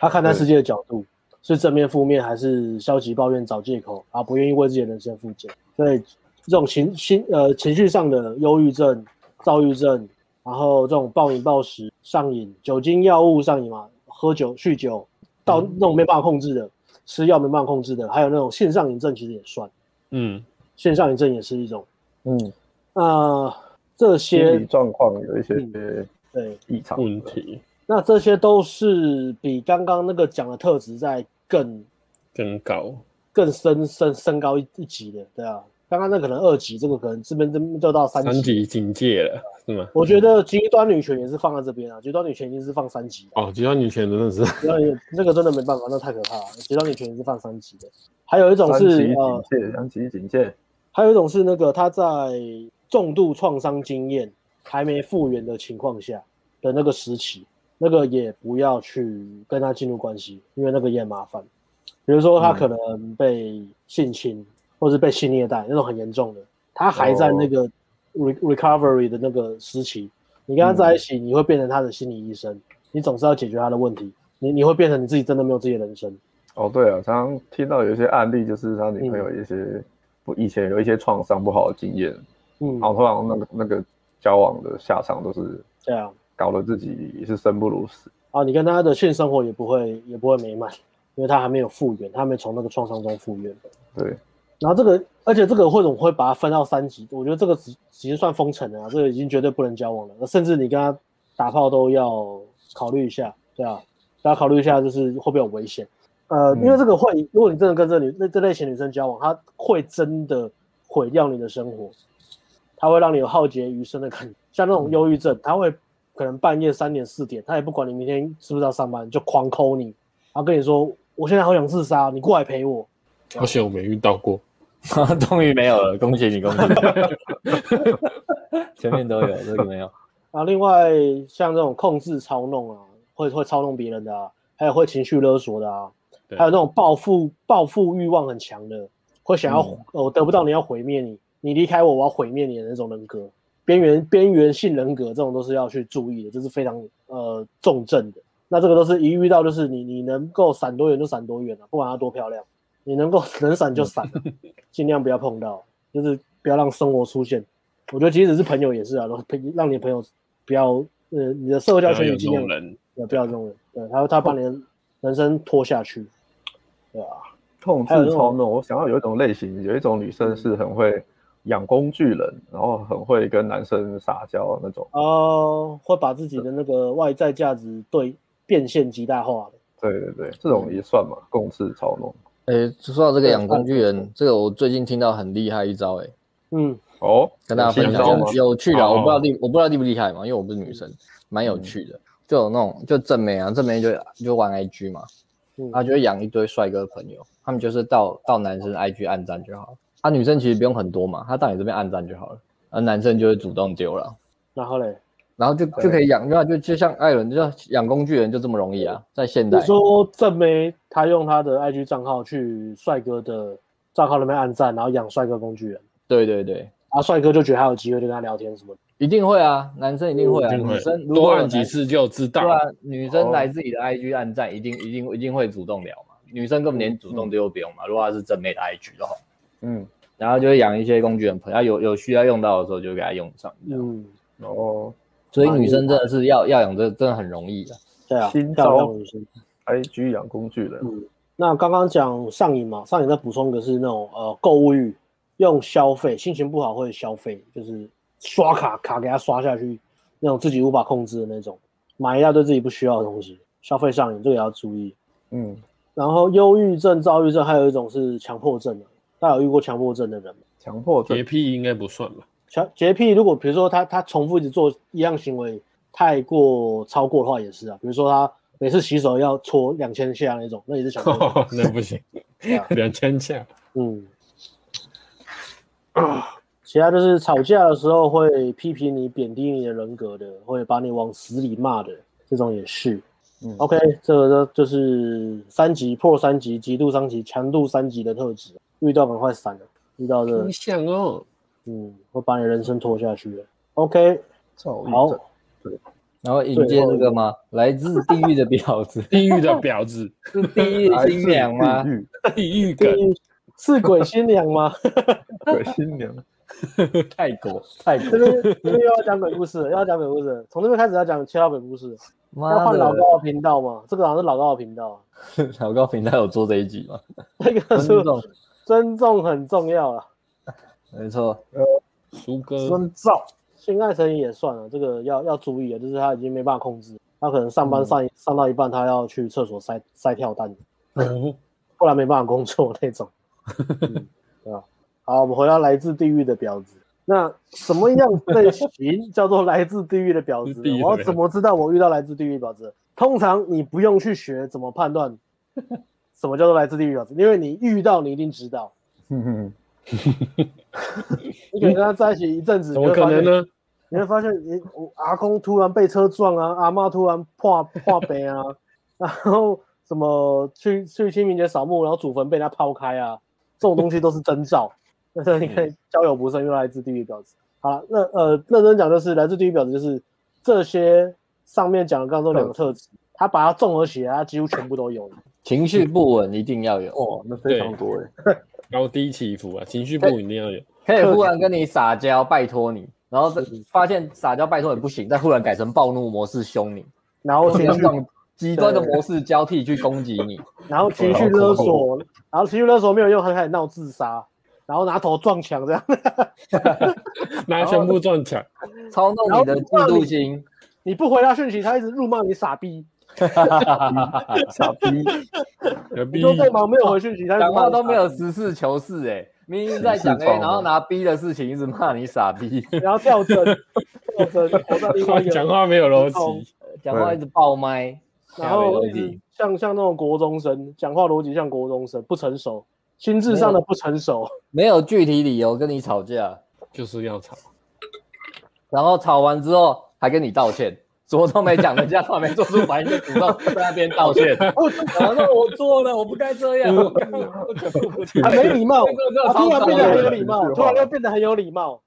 [SPEAKER 2] 他看待世界的角度是正面、负面，还是消极、抱怨、找借口，啊，不愿意为自己的人生负责。所以，这种情心呃情绪上的忧郁症、躁郁症，然后这种暴饮暴食、上瘾、酒精药物上瘾嘛，喝酒、酗酒，到那种没办法控制的，吃药没办法控制的，还有那种性上瘾症，其实也算。
[SPEAKER 4] 嗯，
[SPEAKER 2] 线上瘾症也是一种。
[SPEAKER 3] 嗯，
[SPEAKER 2] 那、这
[SPEAKER 3] 心理
[SPEAKER 2] 些
[SPEAKER 3] 状况有一些
[SPEAKER 2] 对，
[SPEAKER 3] 异常。
[SPEAKER 4] 问题
[SPEAKER 2] 那这些都是比刚刚那个讲的特质在更
[SPEAKER 4] 更高，
[SPEAKER 2] 更升升升高一一级的，对啊。刚刚那可能二级，这个可能这边这边就到三级。
[SPEAKER 4] 三级警戒了是吗？
[SPEAKER 2] 我觉得极端女权也是放在这边啊，极端女权一定是放三级的。
[SPEAKER 4] 哦，极端女权真的是，
[SPEAKER 2] 那那个真的没办法，那太可怕了。极端女权也是放三级的。还有一种
[SPEAKER 3] 三级
[SPEAKER 2] 是
[SPEAKER 3] 警
[SPEAKER 2] 呃，
[SPEAKER 3] 戒，三级警戒，
[SPEAKER 2] 还有一种是那个他在重度创伤经验还没复原的情况下的那个时期，那个也不要去跟他进入关系，因为那个也很麻烦。比如说他可能被性侵，或是被性虐待那种很严重的，他还在那个 re recovery 的那个时期，你跟他在一起，你会变成他的心理医生，你总是要解决他的问题，你你会变成你自己真的没有自己的人生。
[SPEAKER 3] 哦，对啊，常常听到有一些案例，就是他女朋友一些不以前有一些创伤不好的经验，
[SPEAKER 2] 嗯
[SPEAKER 3] 然，后通常那个那个交往的下场都是
[SPEAKER 2] 对啊，
[SPEAKER 3] 搞得自己也是生不如死。
[SPEAKER 2] 啊，你跟他的性生活也不会也不会美满，因为他还没有复原，他还没从那个创伤中复原。
[SPEAKER 3] 对，
[SPEAKER 2] 然后这个，而且这个或者我会把它分到三级，我觉得这个只只是算封城了啊，这个已经绝对不能交往了，甚至你跟他打炮都要考虑一下，对啊，大家考虑一下就是会不会有危险。呃，
[SPEAKER 3] 嗯
[SPEAKER 2] 因为这个会，如果你真的跟这女那这类型女生交往，她会真的毁掉你的生活，她会让你有浩劫余生的感觉。像那种忧郁症，她会可能半夜三点四点，她也不管你明天是不是要上班，就狂抠你，然后跟你说我现在好想自杀，你过来陪我。
[SPEAKER 4] 好险我没遇到过。
[SPEAKER 1] 哦 [LAUGHS] 终于没有了，恭喜你，恭喜你！ [LAUGHS] 前面都有，这个没有。
[SPEAKER 2] 啊，另外像这种控制操弄啊，会会操弄别人的啊，还有会情绪勒索的啊，
[SPEAKER 4] 对
[SPEAKER 2] 还有那种报复报复欲望很强的，会想要、
[SPEAKER 1] 嗯
[SPEAKER 2] 呃我得不到你要毁灭你，你离开我我要毁灭你的那种人格，边缘边缘性人格这种都是要去注意的，这是非常呃重症的。那这个都是一遇到就是你你能够闪多远就闪多远了、不管它多漂亮，你能够能闪就
[SPEAKER 4] [LAUGHS]
[SPEAKER 2] 闪、啊，尽量不要碰到，就是不要让生活出现。我觉得即使是朋友也是啊，然后朋让你的朋友不要呃你的社交
[SPEAKER 4] 不
[SPEAKER 2] 圈
[SPEAKER 4] 要有
[SPEAKER 2] 里
[SPEAKER 4] 这
[SPEAKER 2] 尽量
[SPEAKER 4] 种人，
[SPEAKER 2] 也不要这种人，对，他他把你的人生拖下去，对啊，
[SPEAKER 3] 控制
[SPEAKER 2] 还有那种
[SPEAKER 3] 操弄，我想要有一种类型，有一种女生是很会养工具人，然后很会跟男生撒娇那种。
[SPEAKER 2] 哦，会把自己的那个外在价值对变现极大化的，
[SPEAKER 3] 对对对，这种也算嘛，控制操弄。
[SPEAKER 1] 诶，说到这个养工具人，这个我最近听到很厉害一招，诶，
[SPEAKER 2] 嗯，
[SPEAKER 3] 哦，
[SPEAKER 1] 跟大家分
[SPEAKER 3] 有新招
[SPEAKER 1] 享，
[SPEAKER 3] 吗
[SPEAKER 1] 就是有趣的，
[SPEAKER 4] 哦
[SPEAKER 1] 我不知道厉，我不知道厉不厉害嘛，因为我不是女生，蛮有趣的。就有那种就正妹啊，正妹就就玩 IG 嘛，
[SPEAKER 2] 嗯
[SPEAKER 1] 她就会养一堆帅哥朋友，他们就是到到男生 IG 暗赞就好了。啊，女生其实不用很多嘛，她到你这边暗赞就好了，啊，男生就会主动丢了。
[SPEAKER 2] 然后嘞，
[SPEAKER 1] 然后就就可以养，啊那就就像艾伦，就像养工具人就这么容易啊，在现代
[SPEAKER 2] 你，说正妹她用她的 IG 账号去帅哥的账号那边按赞，然后养帅哥工具人，
[SPEAKER 1] 对对对，
[SPEAKER 2] 啊，帅哥就觉得他有机会就跟他聊天什么的，
[SPEAKER 1] 一定会啊，男生一定会啊，
[SPEAKER 4] 一定
[SPEAKER 1] 女
[SPEAKER 4] 会
[SPEAKER 1] 生如
[SPEAKER 4] 多
[SPEAKER 1] 果有
[SPEAKER 4] 按
[SPEAKER 1] 男
[SPEAKER 4] 几，次就知道
[SPEAKER 1] 对啊。，女生
[SPEAKER 3] 哦
[SPEAKER 1] 来自己的 IG 暗赞，一定一定一定会主动聊嘛，女生根本连主动都不用嘛，如果她是正妹的 IG 的话，
[SPEAKER 3] 嗯，
[SPEAKER 1] 然后就会养一些工具人朋友，啊有有需要用到的时候就给他用上，
[SPEAKER 2] 嗯，
[SPEAKER 3] 哦
[SPEAKER 1] 所以女生真的是要要养这真的很容易的，
[SPEAKER 2] 对啊，
[SPEAKER 3] 新
[SPEAKER 2] 漂亮
[SPEAKER 3] 招
[SPEAKER 2] 女生。
[SPEAKER 3] ，IG 养工具人，
[SPEAKER 2] 那刚刚讲上瘾嘛，上瘾再补充一个是那种呃购物欲，用消费，心情不好会消费，就是刷卡卡给他刷下去，那种自己无法控制的那种，买一大堆自己不需要的东西，消费上瘾这个也要注意。
[SPEAKER 3] 嗯，
[SPEAKER 2] 然后忧郁症、躁郁症，还有一种是强迫症的，大家有遇过强迫症的人吗？
[SPEAKER 3] 强迫症
[SPEAKER 4] 洁，癖应该不算吧？
[SPEAKER 2] 强洁癖，如果比如说他他重复一直做一样行为太过超过的话，也是啊，比如说他每次洗手要搓两千下那种，那也是强迫
[SPEAKER 4] [LAUGHS]
[SPEAKER 2] 症。
[SPEAKER 4] 那不行，两千下。
[SPEAKER 2] 嗯， [CLEARS THROAT] 其他就是吵架的时候会批评你、贬低你的人格的，会把你往死里骂的，这种也是。
[SPEAKER 3] 嗯
[SPEAKER 2] OK，这个呢就是三级、破三级、极度三级、强度三级的特质，遇到赶快闪了，遇到这
[SPEAKER 4] 你想哦，
[SPEAKER 2] 嗯会把你人生拖下去的。OK，
[SPEAKER 3] 躁郁
[SPEAKER 2] 好
[SPEAKER 3] 症，，
[SPEAKER 1] 然后迎接这个吗？ [LAUGHS] 来自地狱的婊子
[SPEAKER 4] 地狱的婊子，
[SPEAKER 1] 是地狱
[SPEAKER 3] 来自
[SPEAKER 1] 新娘吗
[SPEAKER 3] 地？狱
[SPEAKER 4] 地狱
[SPEAKER 2] 第
[SPEAKER 4] 梗，
[SPEAKER 2] 一是鬼新娘 [LAUGHS] 吗？
[SPEAKER 3] 对，新娘，
[SPEAKER 1] 泰国泰
[SPEAKER 2] 这
[SPEAKER 1] 国，
[SPEAKER 2] 边这边又要讲鬼故事 [LAUGHS] 了，又要讲鬼故事了，从这边开始要讲切到鬼故事了，要
[SPEAKER 1] 妈
[SPEAKER 2] 换
[SPEAKER 1] 的
[SPEAKER 2] 老，高的频道嘛？这个好像是老高的频道啊，
[SPEAKER 1] 老高平台有做这一集吗？
[SPEAKER 2] 那个是
[SPEAKER 1] 尊重，
[SPEAKER 2] 尊重很重要啊，
[SPEAKER 1] 没错，
[SPEAKER 4] 苏哥，
[SPEAKER 1] 尊
[SPEAKER 3] [LAUGHS]
[SPEAKER 1] 重。
[SPEAKER 2] 性爱成瘾也算了，这个要要注意啊，就是他已经没办法控制，他可能上
[SPEAKER 4] 嗯
[SPEAKER 2] 班上一、上到一半，他要去厕所塞塞跳蛋，
[SPEAKER 4] 哦，
[SPEAKER 2] 后来没办法工作那
[SPEAKER 4] [LAUGHS]
[SPEAKER 2] 种，嗯、对吧？好，我们回到来自地狱的婊子。那什么样类型 [LAUGHS] 叫做来自地狱的婊子
[SPEAKER 4] 地狱
[SPEAKER 2] 呢？
[SPEAKER 4] 的
[SPEAKER 2] 我要怎么知道我遇到来自地狱婊子？通常你不用去学怎么判断什么叫做来自地狱婊子，因为你遇到你一定知道。
[SPEAKER 3] 哼哼，
[SPEAKER 2] 你可能跟他在一起一阵子，
[SPEAKER 4] 怎
[SPEAKER 2] 你
[SPEAKER 4] 么
[SPEAKER 2] 会
[SPEAKER 4] 可
[SPEAKER 2] 发现
[SPEAKER 4] 能呢？
[SPEAKER 2] 你会发现，你我阿公突然被车撞啊，阿妈突然破破杯啊，然后什么去去清明节扫墓，然后祖坟被 [LAUGHS] 人家抛开啊，这种东西都是征兆。但是你可以交友不慎，又来自地狱婊子。好了，那呃，认真讲就是来自地狱婊子，就是这些上面讲的刚刚这两个特质，他把它综合起来，他几乎全部都有了。
[SPEAKER 1] 情绪不稳一定要有，
[SPEAKER 3] 哦，那非常多哎，
[SPEAKER 4] 高低起伏啊，情绪不一定要有。
[SPEAKER 1] 可以忽然跟你撒娇，拜托你，然后再发现撒娇拜托你不行，再忽然改成暴怒模式凶你，
[SPEAKER 2] 然后
[SPEAKER 1] 或者
[SPEAKER 2] 情
[SPEAKER 1] 用
[SPEAKER 2] 绪
[SPEAKER 1] 这，种极端的模式交替去攻击
[SPEAKER 3] [LAUGHS]
[SPEAKER 1] 你，
[SPEAKER 2] 然后情绪勒索，然后情绪勒索没有用，他就开始闹自杀，然后拿头撞墙这样。 [LAUGHS]
[SPEAKER 4] 拿胸部撞墙，
[SPEAKER 1] 操弄你的嫉妒
[SPEAKER 3] [LAUGHS]
[SPEAKER 1] 心，
[SPEAKER 2] 你不回他讯息，他一直辱骂你傻逼。
[SPEAKER 3] 傻逼，
[SPEAKER 4] 有
[SPEAKER 2] 你
[SPEAKER 4] 逼
[SPEAKER 2] 都在忙没有
[SPEAKER 1] [LAUGHS]
[SPEAKER 2] 回讯息，他一直
[SPEAKER 1] 讲
[SPEAKER 2] 骂
[SPEAKER 1] 话
[SPEAKER 2] 你
[SPEAKER 1] 都没有
[SPEAKER 2] 傻逼
[SPEAKER 1] 实事求是、欸，哎，明明在讲
[SPEAKER 3] 实事
[SPEAKER 1] A，
[SPEAKER 3] 求是
[SPEAKER 1] 然后拿 B 的事情一直骂你傻
[SPEAKER 3] [LAUGHS]
[SPEAKER 1] 逼，
[SPEAKER 2] 然后跳针，跳针，跑
[SPEAKER 4] [LAUGHS]
[SPEAKER 2] 到另外一个
[SPEAKER 4] 讲话没有逻辑，
[SPEAKER 1] 讲话一直爆麦，
[SPEAKER 2] 然后
[SPEAKER 1] 没
[SPEAKER 2] 一
[SPEAKER 1] 问题
[SPEAKER 2] 直像像那种国中生，讲话逻辑像国中生，不成熟，心智上的不成熟，
[SPEAKER 4] [LAUGHS]
[SPEAKER 1] 没有具体理由跟你吵架，
[SPEAKER 4] 就是要吵。
[SPEAKER 1] 然后吵完之后还跟你道歉，什么都没讲，人家都没做出反应，就主动在那边道
[SPEAKER 3] [LAUGHS]
[SPEAKER 1] 歉。我说我做了，我不该这样，我干我可不可以
[SPEAKER 2] 还没礼貌，
[SPEAKER 1] 这
[SPEAKER 2] 啊突然变得很有礼貌，
[SPEAKER 3] 这
[SPEAKER 2] 突然又变得很有礼
[SPEAKER 4] [LAUGHS]
[SPEAKER 2] 貌。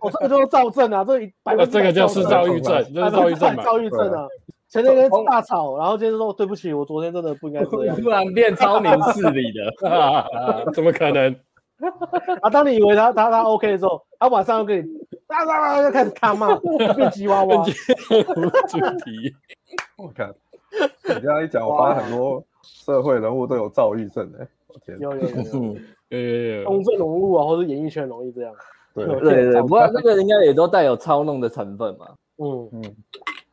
[SPEAKER 2] 我、这个就是躁症啊，这一百分
[SPEAKER 4] 那
[SPEAKER 2] 之
[SPEAKER 4] [LAUGHS] 这
[SPEAKER 2] 百
[SPEAKER 4] 个就是躁郁症，这
[SPEAKER 2] 百分
[SPEAKER 4] 是躁郁
[SPEAKER 2] 之百
[SPEAKER 4] 症吧？
[SPEAKER 2] 躁郁症啊。前天跟大吵，然后今天说哦对不起，我昨天真的不应该这样。
[SPEAKER 1] 突然变超明事理的，
[SPEAKER 4] 怎么可能？
[SPEAKER 2] 啊，当你以为他他他 OK 的时候，他晚上又跟你啊啊啊，又开始大骂，变吉娃娃。
[SPEAKER 4] 主题
[SPEAKER 3] 我看你这样一讲，我发现很多社会人物都有躁郁症哎，我天，
[SPEAKER 2] 有有有有，
[SPEAKER 4] 有有有
[SPEAKER 2] 公众人物啊，或是演艺圈容易这样。
[SPEAKER 3] 对
[SPEAKER 2] 有，
[SPEAKER 1] 对对，不过这个应该也都带有操弄的成分嘛。
[SPEAKER 2] 嗯
[SPEAKER 3] 嗯
[SPEAKER 2] 嗯，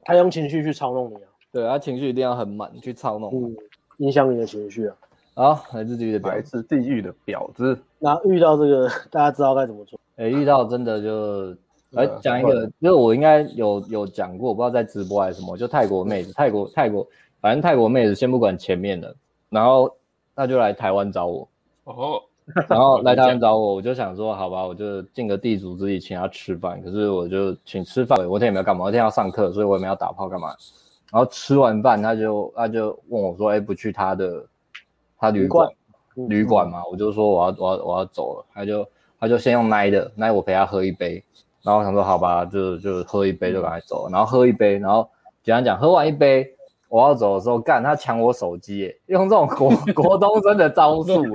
[SPEAKER 2] 他用情绪去操弄你啊，
[SPEAKER 1] 对，他情绪一定要很满去操弄。
[SPEAKER 2] 嗯，影响你的情绪啊。
[SPEAKER 1] 好，来自地狱的表
[SPEAKER 3] 来，自地狱的婊子，
[SPEAKER 2] 那遇到这个，大家知道该怎么做。
[SPEAKER 1] 哎，遇到真的就来
[SPEAKER 3] 对啊
[SPEAKER 1] 讲一个，因为我应该有有讲过，我不知道在直播还是什么，就泰国妹子，泰国泰国，反正泰国妹子先不管前面的，然后她就来台湾找我，
[SPEAKER 4] 哦，
[SPEAKER 2] [LAUGHS]
[SPEAKER 1] 然后来台湾找我，我就想说，好吧，我就尽个地主之谊，请他吃饭。可是我就请吃饭，我那天也没有干嘛，我那天要上课，所以我也没有打炮干嘛。然后吃完饭，他就他就问我说：“哎、不去他的他旅馆
[SPEAKER 2] 旅馆嗯
[SPEAKER 1] 旅馆嘛？”我就说我要我要我要走了。他就他就先用奶的奶，我陪他喝一杯。然后我想说好吧，就就喝一杯就赶快走了。然后喝一杯，然后简单讲，喝完一杯我要走的时候，干他抢我手机、耶用这种国 [LAUGHS] 国中生的招数、
[SPEAKER 2] [LAUGHS]
[SPEAKER 1] 耶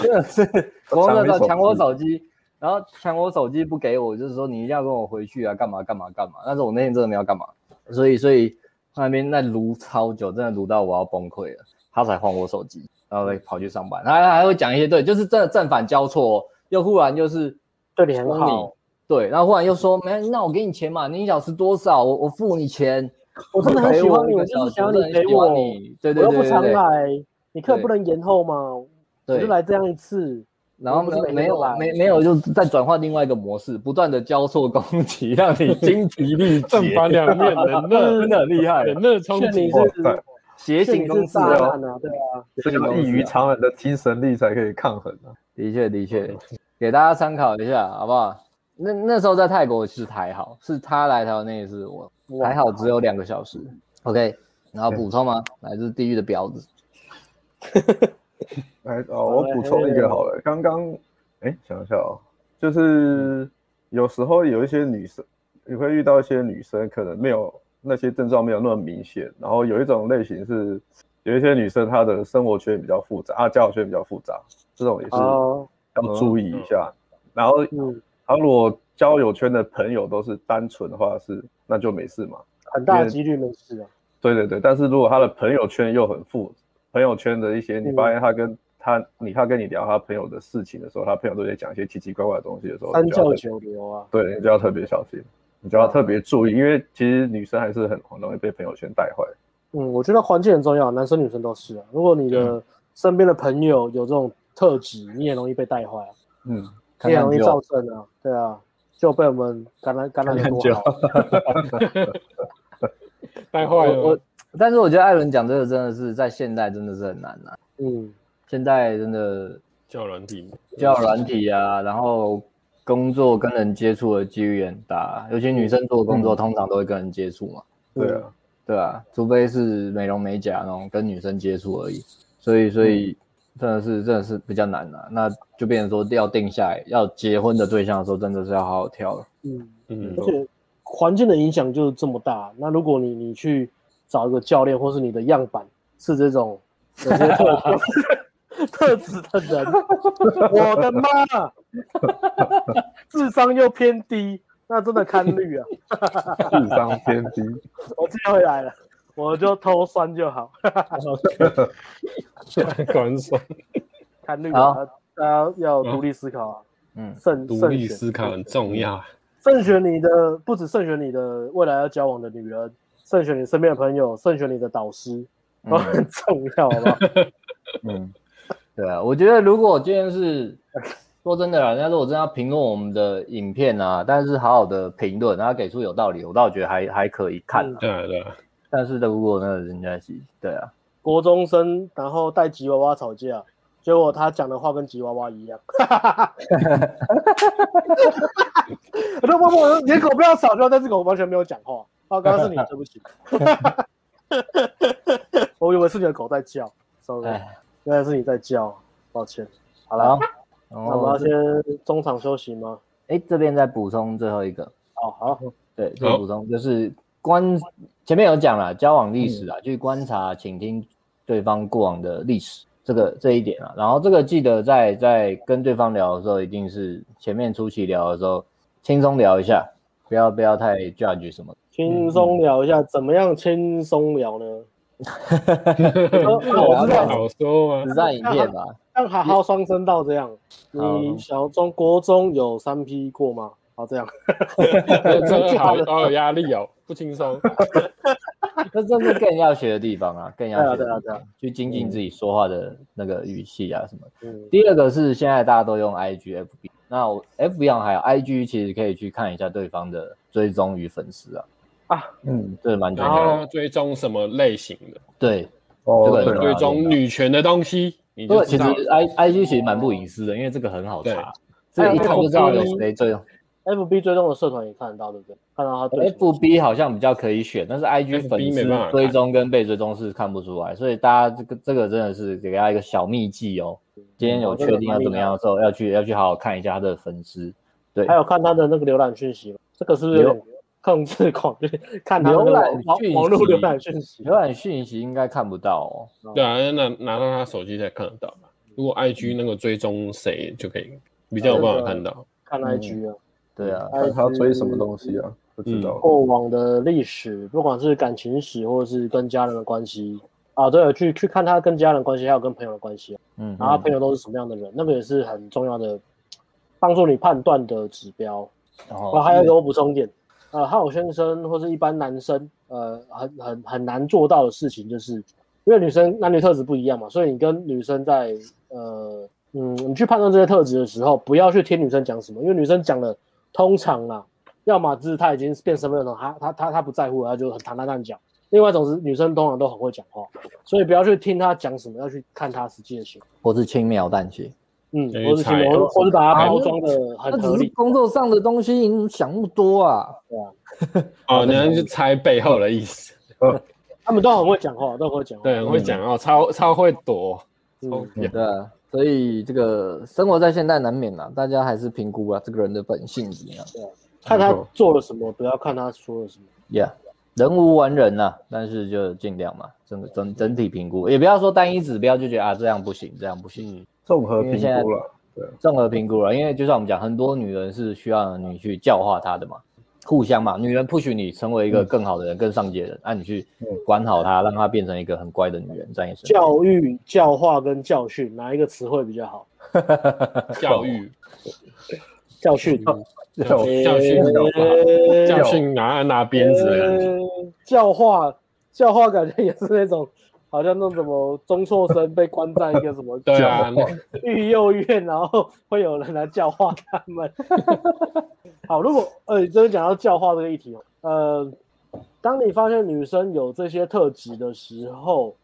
[SPEAKER 1] 真的是国中生的招抢我手机，然后抢我手机不给我，就是说你一定要跟我回去啊，干嘛干嘛干嘛。但是我那天真的没有干嘛，所以所以那边那撸超久，真的撸到我要崩溃了，他才还我手机，然后再跑去上班。 [LAUGHS] 他他还会讲一些对，就是真的正反交错、哦，又忽然就是
[SPEAKER 2] 对你很
[SPEAKER 1] 帮
[SPEAKER 2] 好
[SPEAKER 1] 你，对，然后忽然又说没，那我给你钱嘛，你一小时多少，我我付你钱。
[SPEAKER 2] 我真的很
[SPEAKER 1] 陪
[SPEAKER 2] 喜欢
[SPEAKER 1] 一
[SPEAKER 2] 你，
[SPEAKER 1] 个
[SPEAKER 2] 我就
[SPEAKER 1] 小
[SPEAKER 2] 是
[SPEAKER 1] 时
[SPEAKER 2] 想要
[SPEAKER 1] 真
[SPEAKER 2] 你
[SPEAKER 1] 的很
[SPEAKER 2] 陪
[SPEAKER 1] 喜
[SPEAKER 2] 我，
[SPEAKER 1] 欢你对
[SPEAKER 2] 我
[SPEAKER 1] 对
[SPEAKER 2] 又
[SPEAKER 1] 对
[SPEAKER 2] 不常
[SPEAKER 1] 对
[SPEAKER 2] 来，你课
[SPEAKER 1] 对
[SPEAKER 2] 不能延后嘛，我
[SPEAKER 1] 对，
[SPEAKER 2] 就来这样一次。
[SPEAKER 1] 然后
[SPEAKER 2] 不
[SPEAKER 1] 没
[SPEAKER 2] 是
[SPEAKER 1] 有
[SPEAKER 2] 每
[SPEAKER 1] 没
[SPEAKER 2] 天都
[SPEAKER 1] 有
[SPEAKER 2] 来
[SPEAKER 1] 没没有，就是再转换另外一个模式，不断的交错攻击，让
[SPEAKER 2] [LAUGHS]
[SPEAKER 1] 你精疲力竭，
[SPEAKER 4] 正反两面，冷热
[SPEAKER 1] 真的很厉害，
[SPEAKER 4] 冷热冲
[SPEAKER 2] 劝你
[SPEAKER 4] 击，
[SPEAKER 2] 是
[SPEAKER 3] 哇塞
[SPEAKER 1] 邪
[SPEAKER 2] 劝
[SPEAKER 1] 性
[SPEAKER 2] 你
[SPEAKER 1] 攻
[SPEAKER 2] 是
[SPEAKER 1] 势
[SPEAKER 2] 渣
[SPEAKER 1] 哦，
[SPEAKER 2] 男啊，对啊，
[SPEAKER 3] 这个异于常人的精神力才可以抗衡啊。
[SPEAKER 1] 的确的确，给大家参考一下，好不好？那那时候在泰国其实还好，是他来台湾那一次我
[SPEAKER 2] 哇
[SPEAKER 1] 还好，只有两个小时。OK，然后补充吗？来自地狱的婊子，
[SPEAKER 3] 来哦，我补充一
[SPEAKER 2] 哎
[SPEAKER 3] 个好了，刚刚哎，想一下哦，就是有时候有一些女生，你会遇到一些女生可能没有那些症状没有那么明显，然后有一种类型是有一些女生她的生活圈比较复杂，啊，交友圈比较复杂，这种也是
[SPEAKER 2] 哦，
[SPEAKER 3] 要注意一下。然后，
[SPEAKER 2] 嗯，
[SPEAKER 3] 她如果交友圈的朋友都是单纯的话是，那就没事嘛。
[SPEAKER 2] 很大的几率没事啊，
[SPEAKER 3] 对对对，但是如果他的朋友圈又很富，朋友圈的一些，你发现他跟他你他跟你聊他朋友的事情的时候，他朋友都在讲一些奇奇怪怪的东西的时候，
[SPEAKER 2] 三
[SPEAKER 3] 你就要
[SPEAKER 2] 教
[SPEAKER 3] 特
[SPEAKER 2] 九流啊，
[SPEAKER 3] 对，你就要特别小心，你就要特别注意，因为其实女生还是很很容易被朋友圈带坏。
[SPEAKER 2] 嗯，我觉得环境很重要，男生女生都是啊。如果你的
[SPEAKER 1] 嗯
[SPEAKER 2] 身边的朋友有这种特质，你也容易被带坏啊，
[SPEAKER 3] 嗯，
[SPEAKER 1] 看
[SPEAKER 2] 你也
[SPEAKER 1] 看
[SPEAKER 2] 容易
[SPEAKER 1] 就
[SPEAKER 2] 造成啊，对啊，就被我们感染感染的多好啊。
[SPEAKER 4] 带坏
[SPEAKER 1] 我
[SPEAKER 4] 了
[SPEAKER 1] 我。，但是我觉得艾伦讲这个真的是在现代真的是很难啊，
[SPEAKER 2] 嗯，
[SPEAKER 1] 现在真的
[SPEAKER 4] 叫软体，
[SPEAKER 1] 交友软体啊，然后工作跟人接触的几率也很大，尤其女生做的工作通常都会跟人接触嘛，
[SPEAKER 3] 对啊，
[SPEAKER 1] 对啊，除非是美容美甲那种跟女生接触而已，所以所以真的是真的是比较难啊。那就变成说要定下来要结婚的对象的时候，真的是要好好挑了。 [LAUGHS]
[SPEAKER 2] 嗯，
[SPEAKER 4] 嗯
[SPEAKER 2] 而且环境的影响就是这么大。那如果你你去找一个教练，或是你的样板是这种有些
[SPEAKER 1] [LAUGHS]
[SPEAKER 2] 特特质的人，我的妈， [LAUGHS] 智商又偏低，那真的堪虑啊！
[SPEAKER 3] 智商偏低，
[SPEAKER 2] 我接回来了，我就偷酸
[SPEAKER 1] [LAUGHS]
[SPEAKER 2] 就好，
[SPEAKER 4] 观赏，
[SPEAKER 2] 堪虑
[SPEAKER 1] 好
[SPEAKER 2] 啊！大家要独立思考啊，
[SPEAKER 1] 嗯，
[SPEAKER 2] 慎
[SPEAKER 4] 独
[SPEAKER 2] 慎
[SPEAKER 4] 立
[SPEAKER 2] 选
[SPEAKER 4] 思考很重要。
[SPEAKER 2] 慎选你的，不止慎选你的未来要交往的女人，慎选你身边的朋友，慎选你的导师，都很重要，好不好？
[SPEAKER 1] 嗯，对啊，我觉得如果今天是说真的啦，人家如果真的要评论我们的影片啊，但是好好的评论，然后给出有道理，我倒觉得还还可以看啊、
[SPEAKER 4] 对啊对啊，
[SPEAKER 1] 但是如果那个人家是对啊，
[SPEAKER 2] 国中生，然后带吉娃娃吵架，结果他讲的话跟吉娃娃一样， [LAUGHS] 啊我都问我你的狗不要吵架，但是狗完全没有讲话。啊，刚刚是你，对不起， [LAUGHS] 我以为是你的狗在叫，sorry，
[SPEAKER 1] 哎，
[SPEAKER 2] 原来是你在叫，抱歉。好
[SPEAKER 1] 好
[SPEAKER 2] 了
[SPEAKER 1] 了，，然
[SPEAKER 2] 那我们
[SPEAKER 1] 后
[SPEAKER 2] 要先中场休息吗？
[SPEAKER 1] 哎这边再补充最后一个，
[SPEAKER 2] 好好，
[SPEAKER 1] 对，最
[SPEAKER 4] 好
[SPEAKER 1] 补充就是观前面有讲了交往历
[SPEAKER 2] 嗯
[SPEAKER 1] 史啊，去观察、倾听对方过往的历史，这个这一点啊。然后这个记得在在跟对方聊的时候，一定是前面初期聊的时候轻松聊一下，不要不要太 judge 什么。
[SPEAKER 2] 轻松聊一下，怎么样轻松聊呢？我
[SPEAKER 4] [LAUGHS]
[SPEAKER 1] 我
[SPEAKER 2] 知道，
[SPEAKER 4] 嗯好说啊 [LAUGHS]
[SPEAKER 1] 实
[SPEAKER 4] 吗？
[SPEAKER 1] 战影片吧，
[SPEAKER 2] 像好好双声道这样。
[SPEAKER 1] 好
[SPEAKER 2] 你小中国中有三 P 过吗？好，这样
[SPEAKER 4] [LAUGHS] 这个好好有压力哦，不轻 [LAUGHS] 松。
[SPEAKER 1] 这这是更要学的地方啊，更要学的地
[SPEAKER 2] 对啊
[SPEAKER 1] 方，
[SPEAKER 2] 对啊对啊
[SPEAKER 1] 去精进自己说话的那个语气啊什么的。
[SPEAKER 2] 嗯，
[SPEAKER 1] 第二个是现在大家都用 IG、FB，那我 FB 上还有 IG，其实可以去看一下对方的追踪与粉丝啊，
[SPEAKER 3] 嗯，
[SPEAKER 1] 这蛮重
[SPEAKER 4] 然
[SPEAKER 1] 要的。
[SPEAKER 4] 后追踪什么类型的？
[SPEAKER 1] 对，
[SPEAKER 3] [LAUGHS] 哦，
[SPEAKER 1] 这个很
[SPEAKER 3] 对啊
[SPEAKER 1] 重
[SPEAKER 4] 追
[SPEAKER 1] 要
[SPEAKER 4] 踪女权的东西，你
[SPEAKER 1] 因
[SPEAKER 4] 就
[SPEAKER 1] 为其
[SPEAKER 4] 知
[SPEAKER 1] 实
[SPEAKER 4] 道
[SPEAKER 1] I IG 其实蛮不隐私的，因为这个很好查，这一看就知道有谁追踪。
[SPEAKER 2] FB 追踪的社团也看得到，对不对？看到他对
[SPEAKER 1] FB 好像比较可以选，但是 IG
[SPEAKER 4] FB
[SPEAKER 1] 粉
[SPEAKER 4] 没办法
[SPEAKER 1] 丝
[SPEAKER 4] 看
[SPEAKER 1] 追踪跟被追踪是看不出来，所以大家这个这个真的是给大家一个小秘技哦。今天有确定要怎么样的时候，要去要去好好看一下他的粉丝。对
[SPEAKER 2] 还，有看他的那个浏览讯息吗，这个是不是有点控制狂？ [LAUGHS] 就是看他的
[SPEAKER 1] 浏览
[SPEAKER 2] 网
[SPEAKER 1] 讯息嗯
[SPEAKER 2] 网络浏览讯息
[SPEAKER 1] 浏，览讯息应该看不到哦。
[SPEAKER 4] 对啊，拿拿到他手机才看得到嘛。如果 IG 那个追踪谁就可以比较有办法看到。
[SPEAKER 2] 看 IG 啊，
[SPEAKER 1] 对啊，
[SPEAKER 3] 看他追什么东西啊？不知道。
[SPEAKER 2] 过往的历史，不管是感情史或者是跟家人的关系啊，对了，去去看他跟家人的关系，还有跟朋友的关系，啊
[SPEAKER 1] 嗯，
[SPEAKER 2] 然后他朋友都是什么样的人，那个也是很重要的，帮助你判断的指标。
[SPEAKER 1] 然
[SPEAKER 2] 然后还有一
[SPEAKER 1] 后
[SPEAKER 2] 个我补充一点，呃，好先生或是一般男生，呃，很很很难做到的事情，就是因为女生男女特质不一样嘛，所以你跟女生在呃嗯，你去判断这些特质的时候，不要去听女生讲什么，因为女生讲的通常啦，要么就是她已经变身份认同，她她她她不在乎了，她就很坦坦荡讲。另外一种是女生通常都很会讲话，所以不要去听她讲什么，要去看她实际的行为。
[SPEAKER 1] 或是轻描淡写，
[SPEAKER 2] 嗯，
[SPEAKER 4] 去
[SPEAKER 2] 或是行
[SPEAKER 4] 猜
[SPEAKER 2] 为，或是把它
[SPEAKER 1] 啊
[SPEAKER 2] 包装的很合理。
[SPEAKER 1] 工作上的东西，你怎么想那么多啊？
[SPEAKER 4] 哦，你要去猜背后的意思。
[SPEAKER 2] 他们都很会讲话，都很会讲话。
[SPEAKER 4] 对，很会讲哦，超超会躲。
[SPEAKER 2] 嗯，
[SPEAKER 4] 嗯
[SPEAKER 1] 对啊，所以这个生活在现代难免啦，大家还是评估啊这个人的本性怎么样。
[SPEAKER 2] 看他做了什么，不要看他说了什么。
[SPEAKER 1] Yeah，人无完人呐、但是就尽量嘛，整个整整体评估，也不要说单一指标就觉得啊这样不行，这样不行，
[SPEAKER 3] 综合评估了，
[SPEAKER 1] 综合评估了。因为就像我们讲，很多女人是需要你去教化她的嘛，互相嘛，女人不许你成为一个更好的人、更上阶的人，啊那、你去嗯管好她，让她变成一个很乖的女人，这样也是。
[SPEAKER 2] 教育、教化跟教训，哪一个词汇比较好？
[SPEAKER 4] 嗯 [LAUGHS] 教育，
[SPEAKER 2] 教训，
[SPEAKER 4] 教教训，
[SPEAKER 3] [LAUGHS]
[SPEAKER 2] 呃
[SPEAKER 4] 教训拿拿鞭子的感觉。
[SPEAKER 2] 呃教化，教化感觉也是那种，好像那种什么中辍生被关在一个什么
[SPEAKER 4] 对啊，
[SPEAKER 3] [LAUGHS]
[SPEAKER 4] 那
[SPEAKER 2] 育幼院，然后会有人来教化他们。 [LAUGHS] 好，如果呃，真的讲到教化这个议题哦，呃，当你发现女生有这些特质的时候，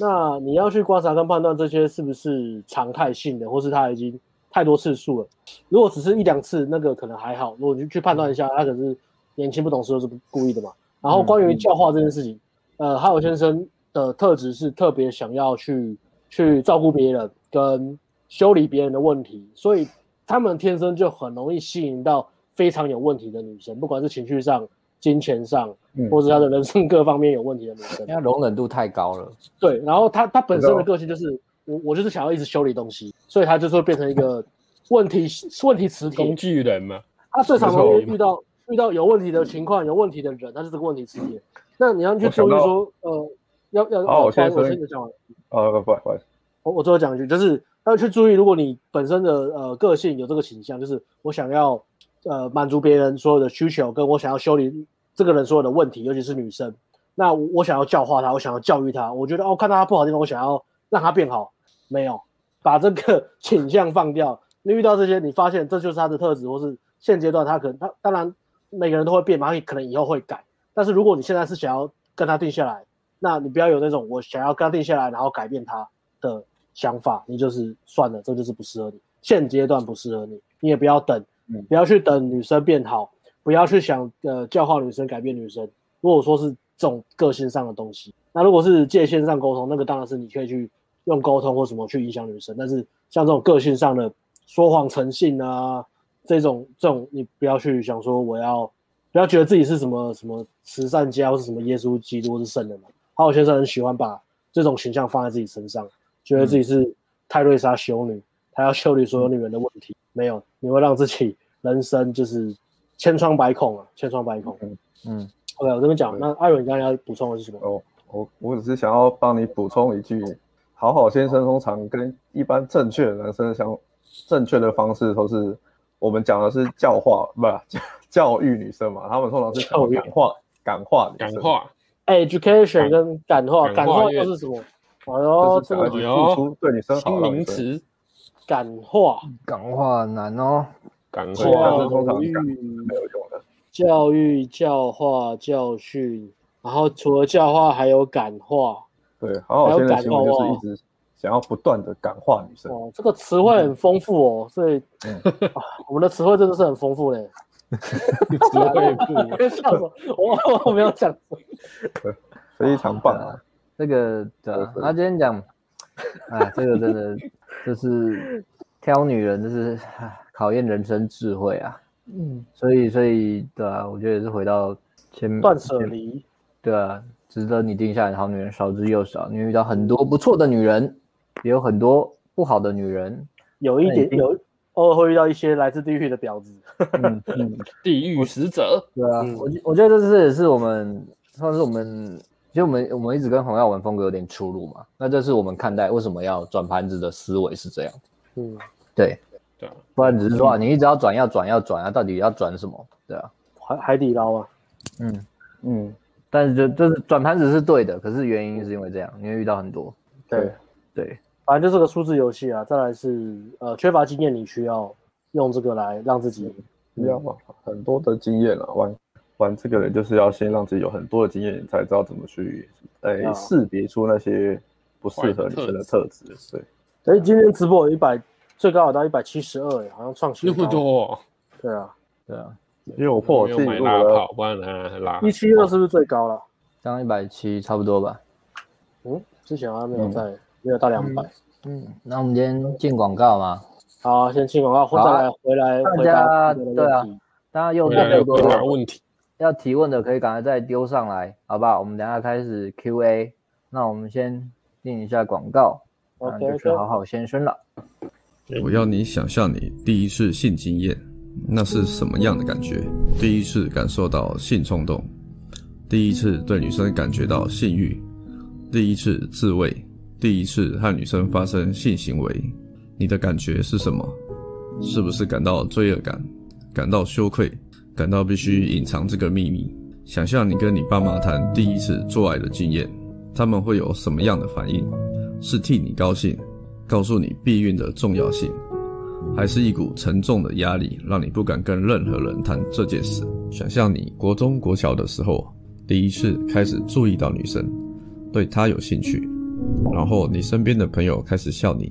[SPEAKER 2] 那你要去观察跟判断这些是不是常态性的，或是她已经太多次数了。如果只是一两次，那个可能还好。如果你去判断一下，她可是年轻不懂事，又是故意的嘛。然后关于教化这件事情，呃，哈尔先生的特质是特别想要去去照顾别人跟修理别人的问题，所以他们天生就很容易吸引到非常有问题的女生，不管是情绪上、金钱上，
[SPEAKER 3] 嗯
[SPEAKER 2] 或是她的人生各方面有问题的女生。
[SPEAKER 1] 因为它容忍度太高了。
[SPEAKER 2] 对，然后他他本身
[SPEAKER 3] 知
[SPEAKER 2] 的
[SPEAKER 3] 道
[SPEAKER 2] 个性就是我我就是想要一直修理东西，所以他就是会变成一个问题问题磁
[SPEAKER 4] 工
[SPEAKER 2] 铁。
[SPEAKER 4] 具人嘛，
[SPEAKER 2] 他最常
[SPEAKER 4] 没错
[SPEAKER 2] 会遇到遇到有问题的情况、有问题的人，他就是个问题磁铁。那你要去
[SPEAKER 3] 我想
[SPEAKER 2] 注意
[SPEAKER 3] 到
[SPEAKER 2] 说，呃，要要
[SPEAKER 3] 好
[SPEAKER 2] 呃
[SPEAKER 3] 我先
[SPEAKER 2] 不好意思我
[SPEAKER 3] 说
[SPEAKER 2] 先讲完，
[SPEAKER 3] 啊，不不不好意思，
[SPEAKER 2] 我我最后讲一句，就是要去注意，如果你本身的呃个性有这个倾向，就是我想要呃满足别人所有的需求，跟我想要修理这个人所有的问题，尤其是女生，那我我想要教化她，我想要教育她，我觉得哦看到她不好的地方，我想要让她变好，没有把这个 [LAUGHS] 倾向放掉。你遇到这些，你发现这就是她的特质，或是现阶段她可能她当然每个人都会变嘛，她可能以后会改，但是如果你现在是想要跟她定下来，那你不要有那种我想要跟她定下来，然后改变她的想法，你就是算了，这就是不适合你，现阶段不适合你，你也不要等，
[SPEAKER 1] 嗯
[SPEAKER 2] 不要去等女生变好，不要去想呃教化女生、改变女生。如果说是这种个性上的东西，那如果是界限上沟通，那个当然是你可以去用沟通或什么去影响女生，但是像这种个性上的说谎成性啊，这种这种你不要去想说我要。不要觉得自己是什么什么慈善家，或是什么耶稣基督，或是圣人嘛。好好先生很喜欢把这种形象放在自己身上，觉得自己
[SPEAKER 3] 嗯
[SPEAKER 2] 是泰瑞莎修女，她要修理所有女人的问题。没有，你会让自己人生就是千疮百孔啊，千疮百孔。
[SPEAKER 1] 嗯，
[SPEAKER 2] OK，我这边讲，那艾伦你刚刚要补充的是什么？
[SPEAKER 3] 哦，我我只是想要帮你补充一句，好好先生通常跟一般正确的男生相正确的方式都是，我们讲的是教化，不是 [LAUGHS] 教教育女生嘛，他们通常是想要
[SPEAKER 2] 教育
[SPEAKER 3] 感化感化女
[SPEAKER 4] 感
[SPEAKER 3] 生，
[SPEAKER 4] 化。
[SPEAKER 2] education 跟感化，
[SPEAKER 4] 感
[SPEAKER 2] 感
[SPEAKER 4] 化
[SPEAKER 2] 化
[SPEAKER 4] 乐
[SPEAKER 2] 又是什么？
[SPEAKER 3] 就
[SPEAKER 2] 哦，
[SPEAKER 3] 是
[SPEAKER 2] 这
[SPEAKER 3] 想要
[SPEAKER 2] 个
[SPEAKER 3] 去
[SPEAKER 4] 哎
[SPEAKER 3] 付
[SPEAKER 4] 呦
[SPEAKER 3] 出对女生好，
[SPEAKER 4] 新
[SPEAKER 3] 让
[SPEAKER 4] 名
[SPEAKER 3] 女生
[SPEAKER 4] 词，
[SPEAKER 2] 感化、
[SPEAKER 1] 感化很难哦。
[SPEAKER 4] 感
[SPEAKER 3] 嗯对但是
[SPEAKER 4] 化，
[SPEAKER 3] 通
[SPEAKER 2] 教
[SPEAKER 3] 常感
[SPEAKER 2] 育、
[SPEAKER 3] 没有用的。
[SPEAKER 2] 教育、教化、教训，然后除了教化还有感化。
[SPEAKER 3] 对，好好先生的行为
[SPEAKER 2] 还有感化
[SPEAKER 3] 就
[SPEAKER 2] 哦
[SPEAKER 3] 是一直想要不断的感化女生。
[SPEAKER 2] 哦，这个词汇很丰富哦，所以、啊我们的词汇真的是很丰富嘞。
[SPEAKER 4] [LAUGHS] 词汇
[SPEAKER 2] 我
[SPEAKER 4] 库。
[SPEAKER 2] 在 [LAUGHS] 笑什么？我我没有讲错。
[SPEAKER 3] 非常棒啊！
[SPEAKER 1] 这个对啊，他今天
[SPEAKER 2] [LAUGHS]
[SPEAKER 1] 讲，哎，这个真的就是挑女人，就是唉考验人生智慧啊。
[SPEAKER 2] 嗯，
[SPEAKER 1] 所以，所以对啊，我觉得也是回到前面
[SPEAKER 2] 断舍离，
[SPEAKER 1] 对啊，值得你定下来的好女人少之又少。你遇到很多不错的女人，也有很多不好的女人。
[SPEAKER 2] 有一点有，偶尔会遇到一些来自地狱的婊子。
[SPEAKER 1] 嗯嗯，
[SPEAKER 4] 地狱使者，
[SPEAKER 1] 对啊，
[SPEAKER 2] 嗯
[SPEAKER 1] 我觉我觉得这是也是我们算是我们，其实我们我们一直跟黄耀文风格有点出入嘛。那这是我们看待为什么要转盘子的思维是这样。
[SPEAKER 2] 嗯，
[SPEAKER 1] 对，
[SPEAKER 4] 对啊，
[SPEAKER 1] 不然只是说啊，你一直要转要转要转啊，到底要转什么？对啊，
[SPEAKER 2] 海海底捞啊，
[SPEAKER 1] 嗯，
[SPEAKER 3] 嗯，
[SPEAKER 1] 但是这这是转盘子是对的，可是原因是因为这样，你会遇到很多。
[SPEAKER 3] 对，
[SPEAKER 1] 对，
[SPEAKER 2] 反正就是个数字游戏啊。再来是呃，缺乏经验，你需要用这个来让自己。
[SPEAKER 3] 一样嘛，很多的经验了。啊玩玩这个人就是要先让自己有很多的经验，你才知道怎么去哎、
[SPEAKER 2] 啊
[SPEAKER 3] 识别出那些不适合女生的特质。对，
[SPEAKER 2] 哎，今天直播有一百，最高有到一百七十二，好像创新
[SPEAKER 4] 那
[SPEAKER 2] 高
[SPEAKER 4] 么。多，
[SPEAKER 2] 对啊，
[SPEAKER 1] 对啊，
[SPEAKER 3] 因为我破我
[SPEAKER 4] 没
[SPEAKER 3] 自
[SPEAKER 4] 有
[SPEAKER 3] 己
[SPEAKER 4] 买
[SPEAKER 3] 我
[SPEAKER 4] 拉
[SPEAKER 3] 的
[SPEAKER 4] 跑，不然还拉
[SPEAKER 2] 一七二是不是最高了？
[SPEAKER 1] 刚一百七差不多吧。
[SPEAKER 2] 嗯，之前好像没有在，没有到两百。
[SPEAKER 1] 嗯，那我们今天进广告嘛，
[SPEAKER 2] 好，先进广告，
[SPEAKER 1] 好
[SPEAKER 2] 再
[SPEAKER 1] 啊
[SPEAKER 2] 来回来
[SPEAKER 1] 大
[SPEAKER 2] 回
[SPEAKER 1] 家
[SPEAKER 2] 答你们的
[SPEAKER 1] 对啊
[SPEAKER 2] 问题。
[SPEAKER 1] 大家又
[SPEAKER 4] 回来
[SPEAKER 1] 太
[SPEAKER 4] 要
[SPEAKER 1] 多
[SPEAKER 4] 回答问题。
[SPEAKER 1] 要提问的可以赶快再丢上来，好不好？我们等一下开始 Q&A，那我们先进一下广告，那
[SPEAKER 2] OK
[SPEAKER 1] 就
[SPEAKER 2] OK
[SPEAKER 1] 是。好好先生了。
[SPEAKER 5] 我要你想象你第一次性经验，那是什么样的感觉？第一次感受到性冲动，第一次对女生感觉到性欲，第一次自慰，第一次和女生发生性行为，你的感觉是什么？是不是感到罪恶感，感到羞愧，感到必须隐藏这个秘密？想象你跟你爸妈谈第一次做爱的经验，他们会有什么样的反应？是替你高兴，告诉你避孕的重要性，还是一股沉重的压力，让你不敢跟任何人谈这件事？想象你国中、国小的时候，第一次开始注意到女生，对她有兴趣，然后你身边的朋友开始笑你，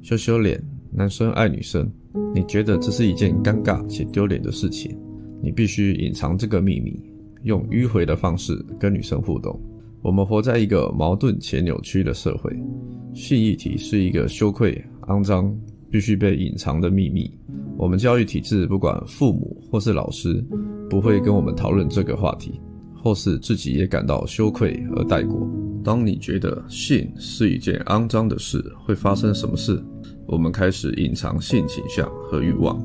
[SPEAKER 5] 羞羞脸，男生爱女生，你觉得这是一件尴尬且丢脸的事情，你必须隐藏这个秘密，用迂回的方式跟女生互动。我们活在一个矛盾且扭曲的社会，
[SPEAKER 3] 性议题是一个羞愧、肮脏、必须被隐藏的秘密。我们教育体制，不管父母或是老师，不会跟我们讨论这个话题，或是自己也感到羞愧而带过。当你觉得性是一件肮脏的事，会发生什么事？我们开始隐藏性倾向和欲望，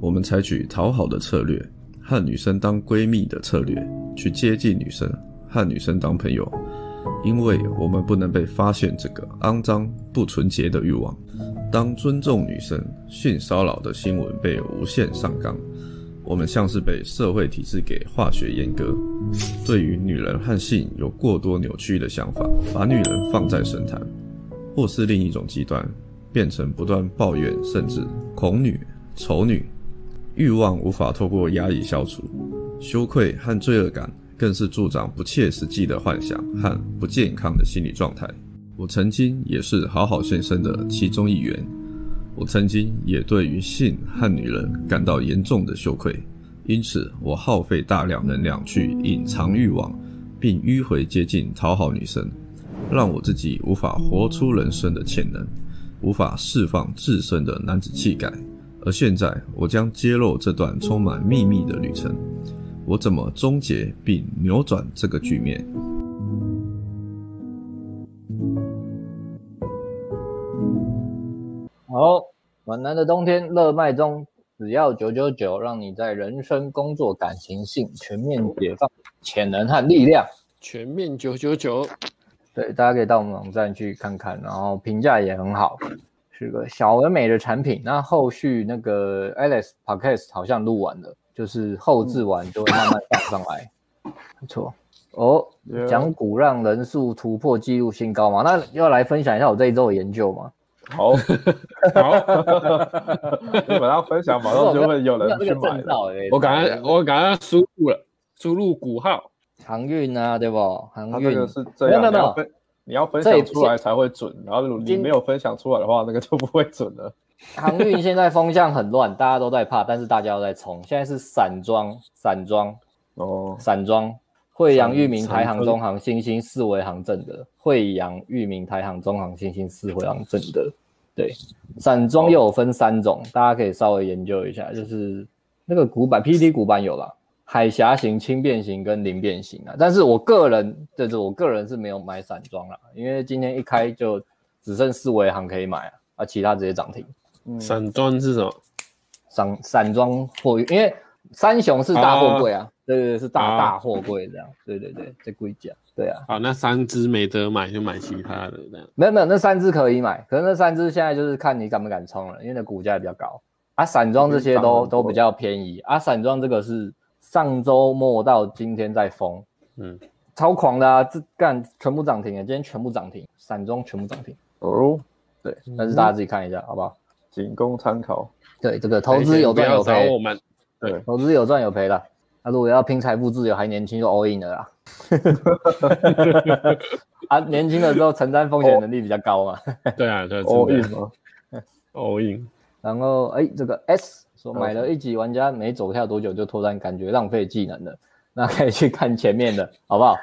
[SPEAKER 3] 我们采取讨好的策略，和女生当闺蜜的策略，去接近女生，和女生当朋友，因为我们不能被发现这个肮脏不纯洁的欲望。当尊重女生、性骚扰的新闻被无限上纲，我们像是被社会体制给化学阉割，对于女人和性有过多扭曲的想法，把女人放在神坛，或是另一种极端，变成不断抱怨，甚至恐女、丑女，欲望无法透过压抑消除，羞愧和罪恶感更是助长不切实际的幻想和不健康的心理状态。我曾经也是好好先生的其中一员，我曾经也对于性和女人感到严重的羞愧，因此我耗费大量能量去隐藏欲望，并迂回接近讨好女生，让我自己无法活出人生的潜能，无法释放自身的男子气概。而现在，我将揭露这段充满秘密的旅程，我怎么终结并扭转这个局面？
[SPEAKER 1] 好，暖男的冬天热卖中，只要九九九，让你在人生、工作、感情、性全面解放潜能和力量。
[SPEAKER 4] 全面九九九，
[SPEAKER 1] 对，大家可以到我们网站去看看，然后评价也很好，是个小而美的产品。那后续那个 Alice Podcast 好像录完了，就是后置完就会慢慢放上来。不错哦，
[SPEAKER 6] Yeah
[SPEAKER 1] 讲股让人数突破纪录新高嘛，那要来分享一下我这一周的研究嘛。
[SPEAKER 6] 好，
[SPEAKER 4] 好，
[SPEAKER 6] 基本上分享
[SPEAKER 2] [LAUGHS]
[SPEAKER 6] 马上就会有人去买
[SPEAKER 1] 证
[SPEAKER 6] 了。
[SPEAKER 1] 照欸
[SPEAKER 4] 我赶快我赶快输入了，输入股号，
[SPEAKER 1] 航运啊，对不？航
[SPEAKER 6] 他这
[SPEAKER 1] 运
[SPEAKER 6] 个是这样，
[SPEAKER 1] 没有没
[SPEAKER 6] 你
[SPEAKER 1] 有
[SPEAKER 6] 要分你要分
[SPEAKER 1] 这也
[SPEAKER 6] 享
[SPEAKER 1] 不是
[SPEAKER 6] 出来才会准，然后如果你
[SPEAKER 1] 今
[SPEAKER 6] 没有分享出来的话，那个就不会准
[SPEAKER 1] [LAUGHS]
[SPEAKER 6] 了。
[SPEAKER 1] 航运现在风向很乱，大家都在怕，但是大家都在冲。现在是散装、散装、
[SPEAKER 6] 哦，
[SPEAKER 1] 散装，惠阳、
[SPEAKER 4] 散
[SPEAKER 1] 裕民、台
[SPEAKER 4] 散
[SPEAKER 1] 航、
[SPEAKER 4] 装
[SPEAKER 1] 中航、新兴四维航正德，惠阳、裕民、台航、中航、新兴四维航正德。对，散装又有分三种，大家可以稍微研究一下，就是那个古板 PT 古板有啦，海峡型、轻便型跟零变型啊。但是我个人，就是我个人是没有买散装啦，因为今天一开就只剩四维航可以买啊，啊，其他直接涨停。
[SPEAKER 6] 嗯，
[SPEAKER 4] 散装是什么？
[SPEAKER 1] 散散装货运，因为三雄是大货柜啊，对对对，是大、
[SPEAKER 4] 啊
[SPEAKER 1] 大货柜这样，对对对，这贵价，对啊，
[SPEAKER 4] 好，那三只没得买就买其他的这样。
[SPEAKER 1] 没有没有，那三只可以买，可是那三只现在就是看你敢不敢冲了，因为那股价比较高啊，散装这些
[SPEAKER 6] 嗯涨很
[SPEAKER 1] 都
[SPEAKER 6] 多
[SPEAKER 1] 都比较便宜啊，散装这个是上周末到今天在封，
[SPEAKER 4] 嗯，
[SPEAKER 1] 超狂的啊，这干全部涨停啊，今天全部涨停，散装全部涨停，
[SPEAKER 6] 哦，
[SPEAKER 1] 对，
[SPEAKER 4] 嗯
[SPEAKER 1] 但是大家自己看一下好不好？
[SPEAKER 6] 仅供参考。
[SPEAKER 1] 对，这个投资有
[SPEAKER 4] 哎不
[SPEAKER 1] 赚
[SPEAKER 4] 要
[SPEAKER 1] 有
[SPEAKER 4] 找
[SPEAKER 1] 赔
[SPEAKER 4] 我，们，
[SPEAKER 1] 投资有赚有赔的。那、如果要拼财富自由，还年轻就 all in 了啦。 [LAUGHS] 啊，年轻了之后承担风险能力比较高嘛。
[SPEAKER 4] 对啊，对啊，
[SPEAKER 6] [LAUGHS] all
[SPEAKER 4] 真
[SPEAKER 6] in
[SPEAKER 4] 的
[SPEAKER 6] 吗？
[SPEAKER 4] all in，
[SPEAKER 1] 然后，哎、这个 S 说买了一级玩家没走跳多久就脱单，感觉浪费技能了。那可以去看前面的，好不好？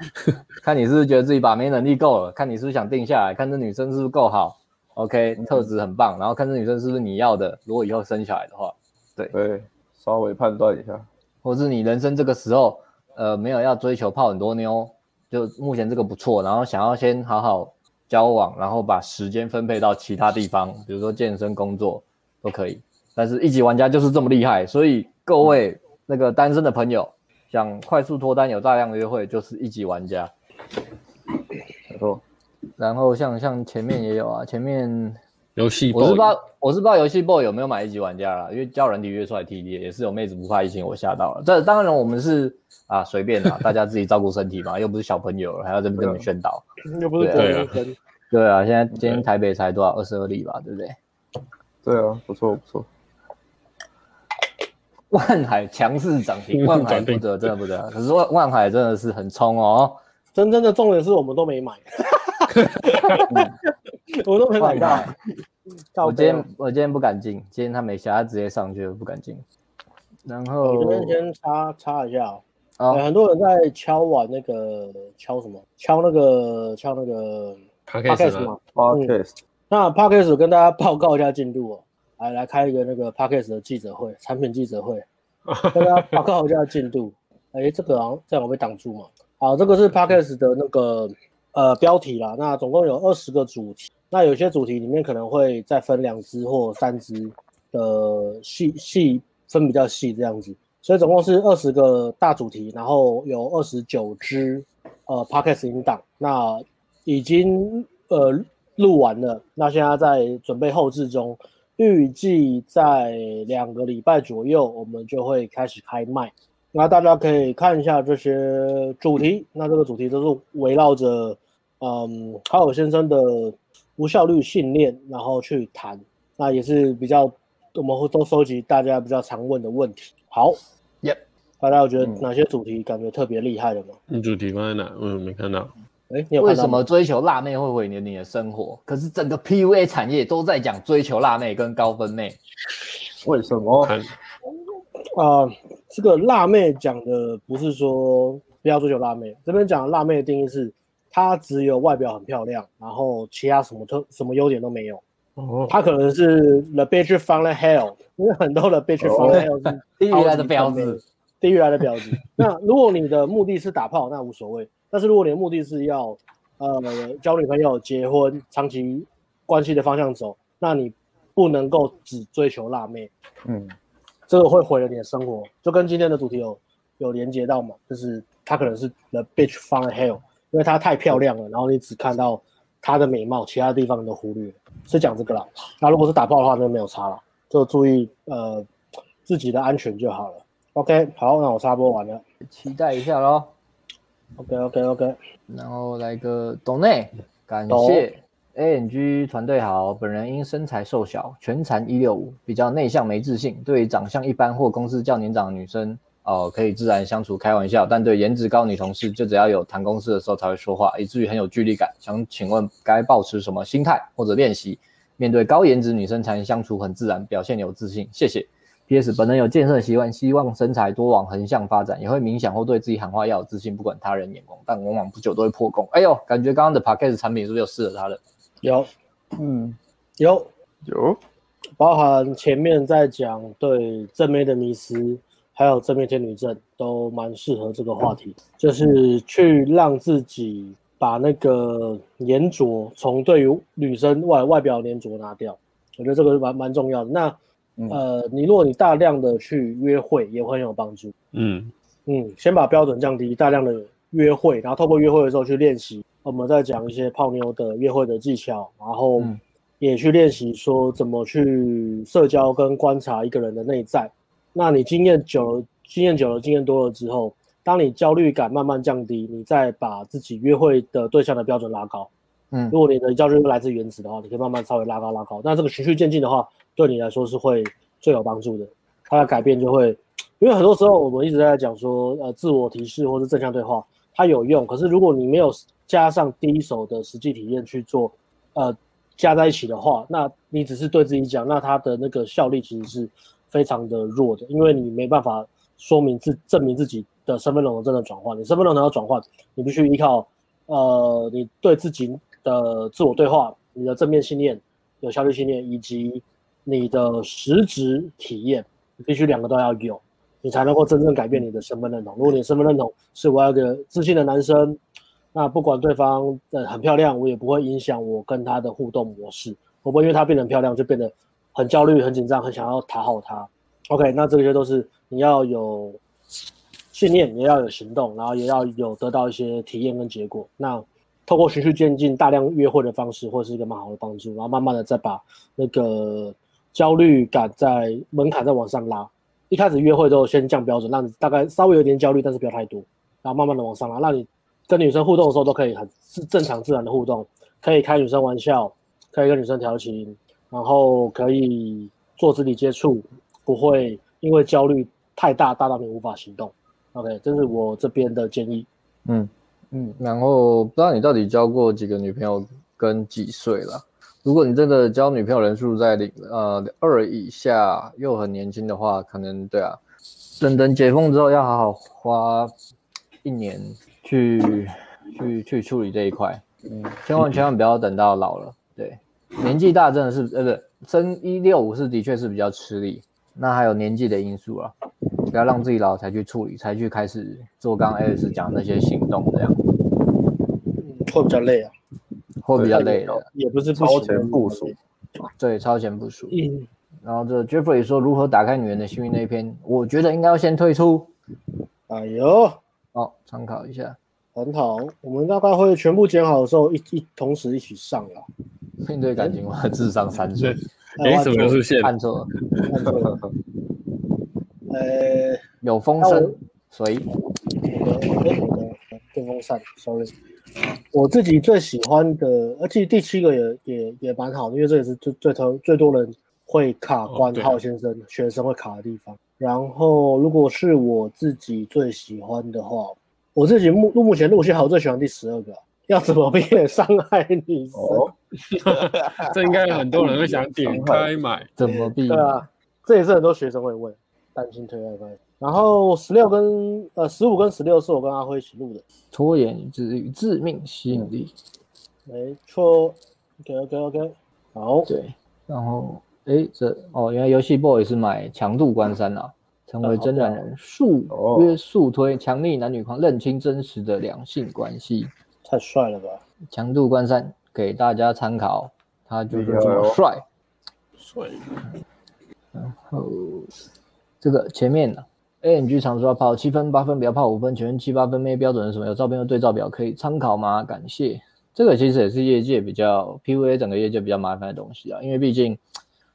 [SPEAKER 1] 看你是不是觉得自己把妹能力够了，看你是不是想定下来，看这女生是不是够好，OK，特质很棒，然后看这女生是不是你要的。如果以后生小孩的话，
[SPEAKER 6] 对，稍微判断一下。
[SPEAKER 1] 或是你人生这个时候，呃，没有要追求泡很多妞，就目前这个不错，然后想要先好好交往，然后把时间分配到其他地方，比如说健身、工作都可以。但是一级玩家就是这么厉害，所以各位那个单身的朋友，想快速脱单有大量的约会，就是一级玩家。
[SPEAKER 6] 没错，
[SPEAKER 1] 然后像像前面也有啊，前面
[SPEAKER 4] 游戏
[SPEAKER 1] 我是不知
[SPEAKER 4] boy
[SPEAKER 1] 道，我是不知道游戏 boy 有没有买一级玩家啦，因为叫人体约出来 TD 也是有妹子不怕疫情，我吓到了。这当然我们是啊随便啦，大家自己照顾身体嘛，又不是小朋友了，还要这边这
[SPEAKER 2] 啊
[SPEAKER 1] 么宣导。
[SPEAKER 2] 嗯又不是国
[SPEAKER 4] 对啊
[SPEAKER 2] 民生，
[SPEAKER 1] 对啊，现在今天台北才多少二十二例吧，对不对？
[SPEAKER 6] 对啊，不错不错。
[SPEAKER 1] 万海强势涨停，万海不得，真的不
[SPEAKER 2] [LAUGHS]
[SPEAKER 1] 得。可是万万海真的是很冲哦，
[SPEAKER 2] 真正的重点是我们都没 [LAUGHS] 买，我都没买
[SPEAKER 1] 万
[SPEAKER 2] 到
[SPEAKER 1] 海。。
[SPEAKER 2] 靠
[SPEAKER 1] 我今
[SPEAKER 2] 背啊
[SPEAKER 1] 天我今天不敢进，今天他没下，他直接上去了，不敢进。然后
[SPEAKER 2] 我这边先插插一下、哦，
[SPEAKER 1] 啊
[SPEAKER 2] 呃，很多人在敲碗那个敲什么？敲那个敲那个
[SPEAKER 4] p o d c a s
[SPEAKER 2] podcast
[SPEAKER 4] t
[SPEAKER 2] 嘛。
[SPEAKER 3] Podcast，
[SPEAKER 1] 嗯
[SPEAKER 2] 那 podcast 跟大家报告一下进度哦，来来开一个那个 podcast 的记者会，产品记者会，跟大家报告一下进度。哎，这个好像这样我被挡住嘛。好，这个是 podcast 的那个呃标题啦。那总共有二十个主题，那有些主题里面可能会再分两支或三支的细细分比较细这样子，所以总共是二十个大主题，然后有二十九支呃 podcast 音档，那已经呃录完了，那现在在准备后置中，预计在两个礼拜左右，我们就会开始开卖。那大家可以看一下这些主题，那这个主题都是围绕着嗯好友先生的无效率信念，然后去谈，那也是比较我们会都收集大家比较常问的问题。好
[SPEAKER 1] Yep
[SPEAKER 2] 大家有觉得
[SPEAKER 3] 嗯
[SPEAKER 2] 哪些主题感觉特别厉害的吗？
[SPEAKER 4] 你嗯主题放在哪？我没看到。
[SPEAKER 2] 哎、你有
[SPEAKER 1] 为
[SPEAKER 2] 看到
[SPEAKER 1] 什
[SPEAKER 2] 吗？
[SPEAKER 1] 么追求辣妹会毁你你的生活？可是整个 PUA 产业都在讲追求辣妹跟高分妹，
[SPEAKER 3] 为什
[SPEAKER 6] 哦
[SPEAKER 3] 么？
[SPEAKER 4] 看
[SPEAKER 2] 啊、这个辣妹讲的不是说不要追求辣妹，这边讲的辣妹的定义是，她只有外表很漂亮，然后其他什么特什么优点都没有。
[SPEAKER 4] 哦，
[SPEAKER 2] 她可能是 the bitch from the hell，因为很多的 bitch from the hell 是
[SPEAKER 1] 地狱来的
[SPEAKER 2] 标
[SPEAKER 1] 婊
[SPEAKER 2] 志，
[SPEAKER 1] 子。
[SPEAKER 2] 地狱来的婊子。那如果你的目的是打炮，那无所谓；但是如果你的目的是要呃交女朋友、结婚、长期关系的方向走，那你不能够只追求辣妹。
[SPEAKER 3] 嗯，
[SPEAKER 2] 这个会毁了你的生活，就跟今天的主题有有连接到嘛，就是她可能是 the bitch from hell，因为她太漂亮了，然后你只看到她的美貌，其他地方你都忽略了，是讲这个啦。那如果是打炮的话，那就没有差了，就注意呃自己的安全就好了。OK，好，那我插播完了。
[SPEAKER 1] 期待一下喽。
[SPEAKER 2] OK OK OK，
[SPEAKER 1] 然后来个董内，感谢 ANG 团队好。本人因身材瘦小，全残一六五，比较内向没自信，对于长相一般或公司较年长的女生，哦、可以自然相处开玩笑，但对颜值高女同事，就只要有谈公事的时候才会说话，以至于很有距离感。想请问该保持什么心态或者练习，面对高颜值女生才能相处很自然，表现有自信？谢谢。P.S. 本人有健身的习惯，希望身材多往横向发展，也会冥想或对自己喊话要有自信，不管他人眼光，但往往不久都会破功。哎呦，感觉刚刚的 Podcast 产品是不是有适合他的？
[SPEAKER 2] 有
[SPEAKER 3] 嗯，
[SPEAKER 2] 有，
[SPEAKER 3] 有
[SPEAKER 2] 包含前面在讲对正妹的迷思，还有正面天女症，都蛮适合这个话题，就是去让自己把那个粘着从对于女生外外表粘着拿掉，我觉得这个是蛮蛮重要的。那
[SPEAKER 3] 嗯
[SPEAKER 2] 呃，你如果你大量的去约会，也会很有帮助。
[SPEAKER 4] 嗯，
[SPEAKER 2] 嗯，先把标准降低，大量的约会，然后透过约会的时候去练习。我们再讲一些泡妞的约会的技巧，然后
[SPEAKER 1] 嗯
[SPEAKER 2] 也去练习说怎么去社交跟观察一个人的内在。那你经验久了，经验久了，经验多了之后，当你焦虑感慢慢降低，你再把自己约会的对象的标准拉高。
[SPEAKER 1] 嗯
[SPEAKER 2] 如果你的焦虑来自原子的话，你可以慢慢稍微拉高拉高。那这个循序渐进的话，对你来说是会最有帮助的。它的改变就会，因为很多时候我们一直在讲说，呃，自我提示或是正向对话，它有用。可是如果你没有加上第一手的实际体验去做，呃，加在一起的话，那你只是对自己讲，那它的那个效力其实是非常的弱的，因为你没办法说明自证明自己的身份认同真的转换。你身份认同要转换，你必须依靠呃，你对自己的自我对话、你的正面信念、有效率信念以及你的实质体验，你必须两个都要有，你才能够真正改变你的身份认同。如果你的身份认同是我要一个自信的男生，那不管对方呃很漂亮，我也不会影响我跟他的互动模式，我不会因为他变得很漂亮就变得很焦虑、很紧张、很想要讨好他。OK，那这些都是你要有信念，也要有行动，然后也要有得到一些体验跟结果。那透过循序渐进、大量约会的方式，会是一个蛮好的帮助。然后慢慢的再把那个焦虑感在门槛再往上拉。一开始约会都先降标准，让你大概稍微有点焦虑，但是不要太多，然后慢慢的往上拉，让你跟女生互动的时候都可以很是正常自然的互动，可以开女生玩笑，可以跟女生调情，然后可以做肢体接触，不会因为焦虑太大，大到你无法行动。OK，这是我这边的建议。
[SPEAKER 1] 嗯，
[SPEAKER 3] 嗯，
[SPEAKER 1] 然后不知道你到底交过几个女朋友跟几岁了？如果你真的交女朋友人数在零呃二以下，又很年轻的话，可能对啊，等等解封之后要好好花一年去去去处理这一块。嗯，千万千万不要等到老了，对，年纪大真的是，呃，不是，升一六五是的确是比较吃力，那还有年纪的因素啊，不要让自己老才去处理，才去开始做刚刚 Alex 讲的那些行动，这样
[SPEAKER 2] 会比较累啊，
[SPEAKER 1] 会比较累的，
[SPEAKER 2] 也不是不
[SPEAKER 3] 超
[SPEAKER 2] 行
[SPEAKER 3] 前部署，
[SPEAKER 1] 对，超前部署。
[SPEAKER 2] 嗯，
[SPEAKER 1] 然后这 Jeffrey 说如何打开女人的心运那一篇，我觉得应该要先退出
[SPEAKER 2] 哎呦，
[SPEAKER 1] 哦，参考一下。
[SPEAKER 2] 很好，我们大概会全部剪好的时候一一同时一起上了。
[SPEAKER 1] 面对感情，我的智商三岁，
[SPEAKER 4] 哎，怎么有出现？
[SPEAKER 1] 看错了，
[SPEAKER 2] 看错了呃，
[SPEAKER 1] 有风声，所以
[SPEAKER 2] 我的我的我的电风扇，sorry。我自己最喜欢的，而且第七个也也也蛮好的，因为这也是最最头最多人会卡关
[SPEAKER 4] 哦对
[SPEAKER 2] 浩先生、学生会卡的地方。然后如果是我自己最喜欢的话，我自己目目前录些好最喜欢第十二个，要怎么避免伤害女生？
[SPEAKER 3] 哦，
[SPEAKER 4] 这应该很多人会想点开买。
[SPEAKER 1] 怎么避
[SPEAKER 2] 对
[SPEAKER 1] 免？
[SPEAKER 2] 啊，这也是很多学生会问，担心推爱关系。然后十六跟呃十五跟十六是我跟阿辉一起录的，
[SPEAKER 1] 拖延之与致命吸引力，
[SPEAKER 2] 没错。OK OK OK，好，
[SPEAKER 1] 对。然后，哎，这哦，原来游戏 boy 是买强度关山啊，成为真男人，速
[SPEAKER 3] 哦
[SPEAKER 1] 约速推，强力男女狂，认清真实的两性关系。
[SPEAKER 2] 太帅了吧！
[SPEAKER 1] 强度关山给大家参考，他就是这
[SPEAKER 3] 厉害
[SPEAKER 1] 么
[SPEAKER 3] 哦
[SPEAKER 1] 帅。
[SPEAKER 4] 帅
[SPEAKER 1] 哦，这个前面呢、a n g 常说要泡七分、八分，不要泡五分，全七八分妹标准是什么？有照片和对照表可以参考吗？感谢。这个其实也是业界比较 PVA 整个业界比较麻烦的东西啊，因为毕竟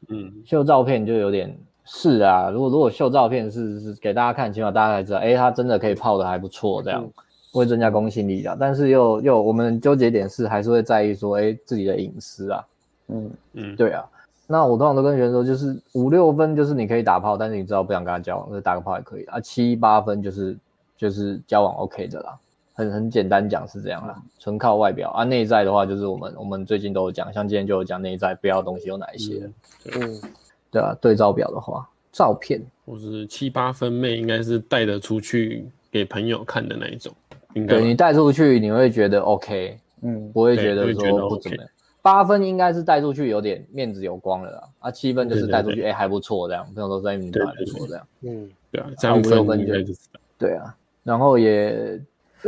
[SPEAKER 4] 嗯，
[SPEAKER 1] 秀照片就有点是啊，如果如果秀照片是是给大家看，起码大家才知道，哎，他真的可以泡的还不错，这样会增加公信力的。但是又又我们纠结点是还是会在意说，哎，自己的隐私啊，
[SPEAKER 3] 嗯，
[SPEAKER 4] 嗯，
[SPEAKER 1] 对啊，那我通常都跟学生说，就是五六分就是你可以打炮，但是你知道不想跟他交往，就打个炮也可以啊。七八分就是就是交往 OK 的啦，很很简单讲是这样啦，纯靠外表啊。内在的话就是我们我们最近都有讲，像今天就有讲内在不要的东西有哪一些了，
[SPEAKER 2] 嗯，
[SPEAKER 1] 对啊，对照表的话，照片
[SPEAKER 4] 或是七八分妹应该是带得出去给朋友看的那一种，应该
[SPEAKER 1] 对你带出去你会觉得 OK，
[SPEAKER 3] 嗯，
[SPEAKER 1] 不会
[SPEAKER 4] 对
[SPEAKER 1] 觉
[SPEAKER 4] 不
[SPEAKER 1] 得
[SPEAKER 4] 会觉得
[SPEAKER 1] 说不
[SPEAKER 4] OK
[SPEAKER 1] 怎么样。八分应该是带出去有点面子有光了啦，啊七分就是
[SPEAKER 4] 对对
[SPEAKER 1] 带出
[SPEAKER 4] 对
[SPEAKER 1] 去哎还不错这样，朋友都在你都还不
[SPEAKER 4] 对对
[SPEAKER 1] 错这样，
[SPEAKER 2] 嗯，
[SPEAKER 4] 对啊，这样分
[SPEAKER 1] 五六分就
[SPEAKER 4] 应该就是
[SPEAKER 1] 对啊，然后也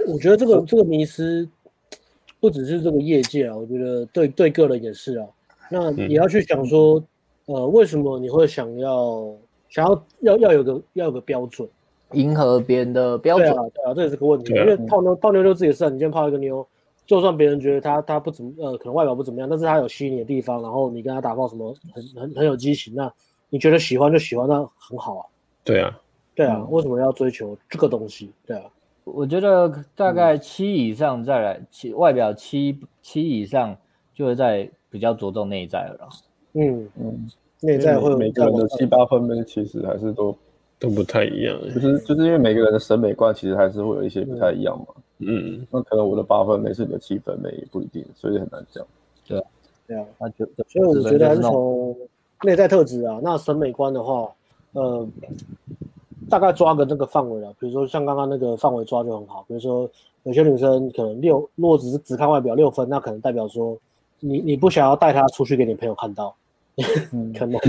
[SPEAKER 2] 我觉得这个这个迷失不只是这个业界啊，我觉得对对个人也是啊。那也要去想说，呃，为什么你会想要想要要要有个要有个标准？
[SPEAKER 1] 迎合别人的标
[SPEAKER 2] 对
[SPEAKER 1] 准。
[SPEAKER 2] 啊，对啊，这也是个问题。
[SPEAKER 4] 对
[SPEAKER 2] 因
[SPEAKER 4] 啊
[SPEAKER 2] 为泡妞泡妞就自己的事啊，你今天泡一个妞，就算别人觉得她她不怎么呃，可能外表不怎么样，但是她有吸引你的地方，然后你跟她打炮什么很很很有激情，那你觉得喜欢就喜欢，那很好啊。
[SPEAKER 4] 对啊，
[SPEAKER 2] 对啊，为什么要追求这个东西？对啊，
[SPEAKER 1] 我觉得大概
[SPEAKER 2] 嗯
[SPEAKER 1] 七以上再来，七外表七七以上就会在比较着重内在了啦。
[SPEAKER 2] 嗯
[SPEAKER 3] 嗯，
[SPEAKER 2] 内在会有
[SPEAKER 3] 每个人的七八分呢，其实还是都，
[SPEAKER 4] 都不太一样欸。
[SPEAKER 3] 就是就是因为每个人的审美观其实还是会有一些不太一样嘛。
[SPEAKER 4] 嗯，
[SPEAKER 3] 那可能我的八分妹是你的七分妹也不一定，所以很难讲。
[SPEAKER 2] 对啊，
[SPEAKER 1] 那就
[SPEAKER 2] 所以我觉得还
[SPEAKER 1] 就是那种
[SPEAKER 2] 从内在特质啊，那审美观的话，呃，大概抓个那个范围啊，比如说像刚刚那个范围抓就很好，比如说有些女生可能六，如果只是只看外表六分，那可能代表说你你不想要带她出去给你朋友看到，
[SPEAKER 3] 嗯，
[SPEAKER 2] [LAUGHS] 可能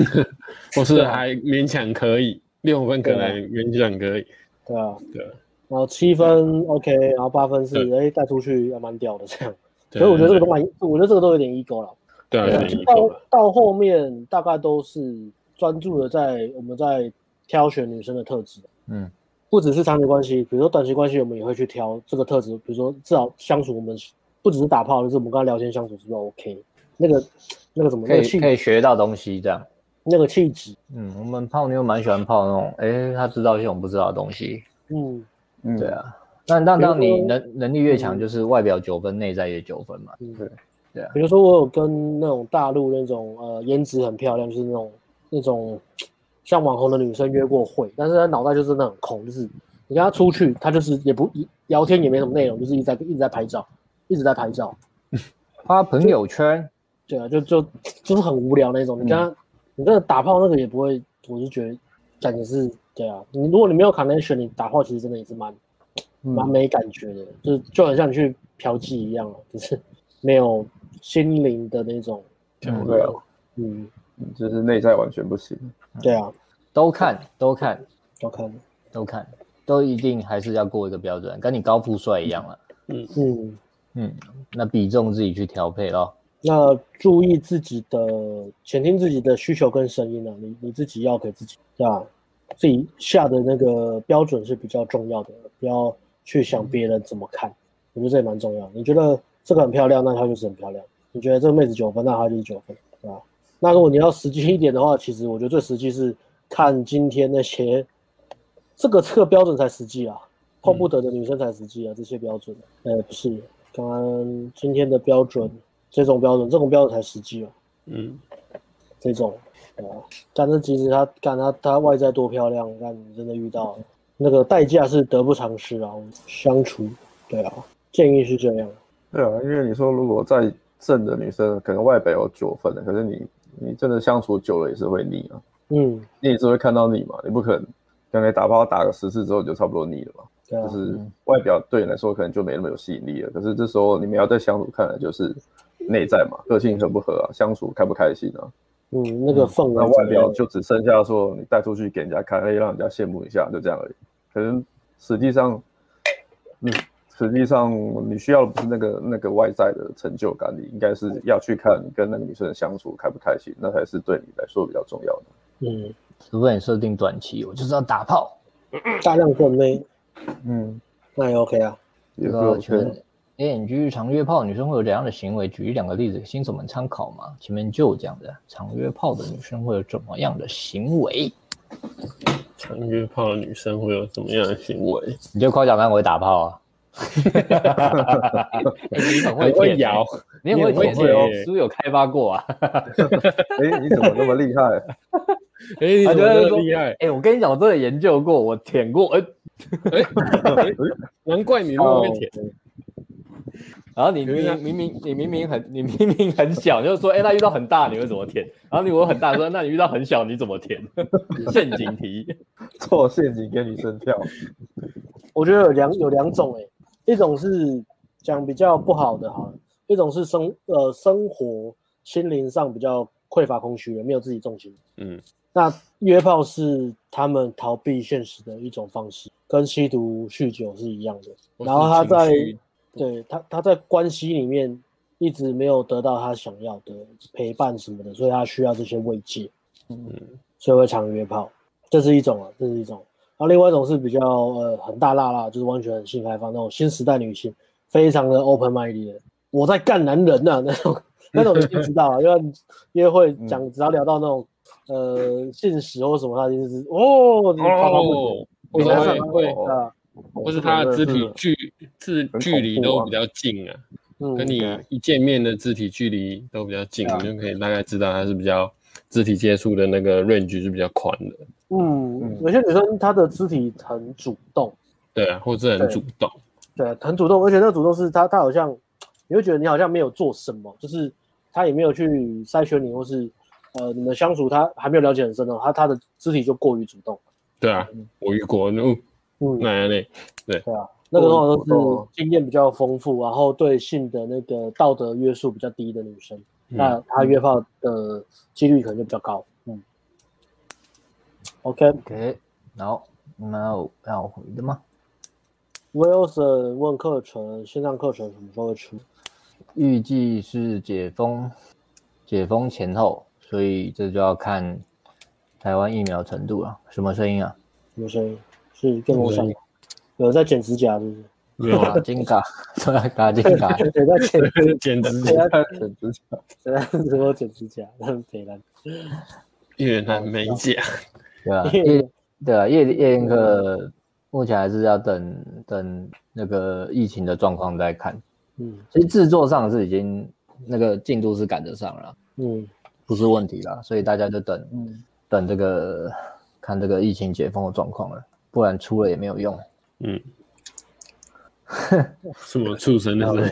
[SPEAKER 4] 或是还勉强可以，六分可能还勉强可以，
[SPEAKER 2] 对啊，
[SPEAKER 4] 对啊
[SPEAKER 2] 然后七分 OK，然后八分是
[SPEAKER 4] 对
[SPEAKER 2] 哎带出去还蛮屌的这样，
[SPEAKER 4] 对啊
[SPEAKER 2] 所以我觉得这个都蛮，我觉得这个都有点 ego 了。
[SPEAKER 4] 对啊，有
[SPEAKER 2] 对
[SPEAKER 4] 点疑惑
[SPEAKER 2] 到
[SPEAKER 4] 啊
[SPEAKER 2] 到后面大概都是专注的在我们在挑选女生的特质，
[SPEAKER 1] 嗯，
[SPEAKER 2] 不只是长期关系，比如说短期关系，我们也会去挑这个特质，比如说至少相处，我们不只是打炮，就是我们刚才聊天相处是不是 OK？那个那个怎么
[SPEAKER 1] 可
[SPEAKER 2] 那个
[SPEAKER 1] 以可
[SPEAKER 2] 气
[SPEAKER 1] 以学到东西这样。
[SPEAKER 2] 那个气质，
[SPEAKER 1] 嗯，我们泡妞蛮喜欢泡那种，哎，他知道一些我们不知道的东西。
[SPEAKER 2] 嗯
[SPEAKER 3] 嗯
[SPEAKER 1] 对，啊，但但当
[SPEAKER 2] 比如
[SPEAKER 1] 你
[SPEAKER 2] 说
[SPEAKER 1] 能能力越强，就是外表九分，内在也九分嘛。
[SPEAKER 2] 嗯
[SPEAKER 3] 对，
[SPEAKER 1] 对啊
[SPEAKER 2] 比如说我有跟那种大陆那种呃颜值很漂亮，就是那种那种像网红的女生约过会，但是她脑袋就是那很空，就是你跟她出去，她就是也不聊天也没什么内容，就是一直在一直在拍照，一直在拍照，
[SPEAKER 1] 发朋友圈，
[SPEAKER 2] 对啊，就就就是很无聊那种。你跟他，你真的打炮那个也不会，我就觉得感觉是，对啊，你如果你没有 connection，你打炮其实真的也是蛮蛮没感觉的，就是就很像你去嫖妓一样啊，就是没有心灵的那种，
[SPEAKER 1] 嗯
[SPEAKER 3] 对啊，
[SPEAKER 2] 嗯，
[SPEAKER 3] 就是内在完全不行。
[SPEAKER 2] 对啊，
[SPEAKER 1] 都看都看
[SPEAKER 2] 都看了，
[SPEAKER 1] 都看，都一定还是要过一个标准，跟你高富帅一样啊了。
[SPEAKER 2] 嗯，
[SPEAKER 1] 嗯，那比重自己去调配咯。
[SPEAKER 2] 那注意自己的，倾听自己的需求跟声音啊，你你自己要给自己对吧？自己下的那个标准是比较重要的，不要去想别人怎么看，我觉得这也蛮重要。你觉得这个很漂亮，那她就是很漂亮；你觉得这个妹子九分，那她就是九分，对吧？那如果你要实际一点的话，其实我觉得最实际是看今天那些，这个这个标准才实际啊，碰不得的女生才实际啊，这些标准，呃，不是，刚刚今天的标准，这种标准，这种标准才实际哦、
[SPEAKER 4] 嗯，
[SPEAKER 2] 这种，啊、但是其实她干她她外在多漂亮，干你真的遇到那个代价是得不偿失啊，相处，对啊，建议是这样，
[SPEAKER 3] 对啊，因为你说如果再正的女生，可能外表有九分的，可是你你真的相处久了也是会腻啊，
[SPEAKER 2] 嗯，
[SPEAKER 3] 你也是会看到腻嘛，你不可能刚才打炮打个十次之后你就差不多腻了嘛，
[SPEAKER 2] 对啊
[SPEAKER 3] 就，是外表对你来说可能就没那么有吸引力了，可是这时候你们要再相处，看来就是内在嘛，个性合不合啊，相处开不开心啊，
[SPEAKER 2] 嗯，那个氛围
[SPEAKER 3] 那
[SPEAKER 2] 怎么
[SPEAKER 3] 外
[SPEAKER 2] 样，
[SPEAKER 3] 表就只剩下说你带出去给人家看，哎，让人家羡慕一下，就这样而已。可能实际上，你实际上你需要的不是那个那个外在的成就感，你应该是要去看你跟那个女生的相处开不开心，那才是对你来说比较重要的。
[SPEAKER 2] 嗯，
[SPEAKER 1] 除非你设定短期，我就是要打炮，
[SPEAKER 2] 大量正妹，
[SPEAKER 3] 嗯，
[SPEAKER 2] 那也 OK 啊，
[SPEAKER 3] 也是
[SPEAKER 1] 个
[SPEAKER 3] OK
[SPEAKER 1] 请问 A N G 常约炮女生会有怎样的行为？举一两个例子给新手们参考嘛。前面就讲的，常约炮的女生会有怎么样的行为？
[SPEAKER 4] 常约炮的女生会有什么样的行为？
[SPEAKER 1] 你就夸奖她很会打炮
[SPEAKER 4] [LAUGHS]
[SPEAKER 1] 啊！哎你很
[SPEAKER 4] 很
[SPEAKER 1] 会
[SPEAKER 4] 会
[SPEAKER 1] 舔
[SPEAKER 4] 摇，
[SPEAKER 1] 你很
[SPEAKER 4] 你很
[SPEAKER 1] 会
[SPEAKER 4] 会
[SPEAKER 1] 舔哦
[SPEAKER 4] 舔，
[SPEAKER 1] 是不是有开发过啊？
[SPEAKER 3] 哎，你怎么那么厉害？
[SPEAKER 4] 哎，你
[SPEAKER 1] 他
[SPEAKER 4] 怎
[SPEAKER 1] 就
[SPEAKER 4] 么
[SPEAKER 1] 会
[SPEAKER 4] 这
[SPEAKER 1] 说
[SPEAKER 4] 么厉害？
[SPEAKER 1] 哎、我跟你讲，我真的研究过，我舔过，哎、
[SPEAKER 4] 难怪你那么会舔。
[SPEAKER 1] 然后你
[SPEAKER 4] 有一
[SPEAKER 1] 明
[SPEAKER 4] 张
[SPEAKER 1] 明明你明明很你明明很小，就说哎，那、遇到很大你会怎么舔？然后你我很大说，那你遇到很小你怎么舔？陷阱题，
[SPEAKER 3] 做陷阱给女生
[SPEAKER 2] [LAUGHS]
[SPEAKER 3] 跳，
[SPEAKER 2] 我觉得有两有两种诶、一种是讲比较不好的好了，一种是生呃生活心灵上比较匮乏空虚的，没有自己重心。
[SPEAKER 4] 嗯，
[SPEAKER 2] 那约炮是他们逃避现实的一种方式，跟吸毒酗酒是一样的。
[SPEAKER 4] 我
[SPEAKER 2] 然后他
[SPEAKER 4] 是情
[SPEAKER 2] 在
[SPEAKER 4] 绪
[SPEAKER 2] 对他，他在关系里面一直没有得到他想要的陪伴什么的，所以他需要这些慰藉，
[SPEAKER 4] 嗯
[SPEAKER 2] 所以会常约炮，这是一种啊，这是一种。然后另外一种是比较呃很大辣辣，就是完全性开放那种新时代女性，非常的 open minded 的，我在干男人呐、那种那种你就知道啊，因为约会讲只要聊到那种呃性史或什么，他就是哦，你跑跑步
[SPEAKER 4] 哦，或者会会，
[SPEAKER 3] 哦
[SPEAKER 2] 啊，
[SPEAKER 4] 或是他的肢体距距
[SPEAKER 3] 很
[SPEAKER 4] 距
[SPEAKER 3] 恐
[SPEAKER 4] 离
[SPEAKER 3] 怖
[SPEAKER 4] 都
[SPEAKER 3] 啊
[SPEAKER 4] 比较近啊，
[SPEAKER 2] 嗯，
[SPEAKER 4] 跟你一见面的肢体距离都比较近，你就可以大概知道他是比较肢体接触的那个 range 是比较宽的，
[SPEAKER 2] 嗯
[SPEAKER 3] 嗯，
[SPEAKER 2] 有些女生她的肢体很主动，
[SPEAKER 4] 对啊，或者很主动，
[SPEAKER 2] 对，啊很主动，而且那个主动是她，她好像你会觉得你好像没有做什么，就是她也没有去筛选你，或是呃你们相处她还没有了解很深哦，她她的肢体就过于主动，
[SPEAKER 4] 对啊，我遇过，嗯，
[SPEAKER 2] 嗯，
[SPEAKER 4] 那样嘞， [LAUGHS]
[SPEAKER 2] 啊那个通常
[SPEAKER 3] 过于主
[SPEAKER 2] 都
[SPEAKER 3] 动
[SPEAKER 2] 是经验比较丰富，然后对性的那个道德约束比较低的女生，那她约炮的几率可能就比较高，嗯，OK。
[SPEAKER 1] OK，然后那我要回的吗？
[SPEAKER 2] Wilson 问课程，线上课程什么时候会出？
[SPEAKER 1] 预计是解封，解封前后，所以这就要看台湾疫苗程度了。什么声音啊？
[SPEAKER 2] 什么声音？是电风扇
[SPEAKER 4] 嗯
[SPEAKER 2] 吗？有人在剪指甲，是不是？
[SPEAKER 4] 没有啊
[SPEAKER 1] 嘎，金嘎，说到嘎金嘎，
[SPEAKER 2] 谁在剪？
[SPEAKER 4] 简直 [LAUGHS]
[SPEAKER 2] 谁在
[SPEAKER 3] 简直
[SPEAKER 2] 谁在直播剪指甲？很北南。
[SPEAKER 4] 越南美甲，
[SPEAKER 1] 对啊，夜对啊，夜夜宴客目前还是要等等那个疫情的状况再看。
[SPEAKER 2] 嗯
[SPEAKER 1] 其实制作上是已经那个进度是赶得上了，
[SPEAKER 2] 嗯
[SPEAKER 1] 不是问题啦，所以大家就等、
[SPEAKER 2] 嗯
[SPEAKER 1] 等这个看这个疫情解封的状况了，不然出了也没有用。
[SPEAKER 4] [LAUGHS] 嗯，什么畜生的声音？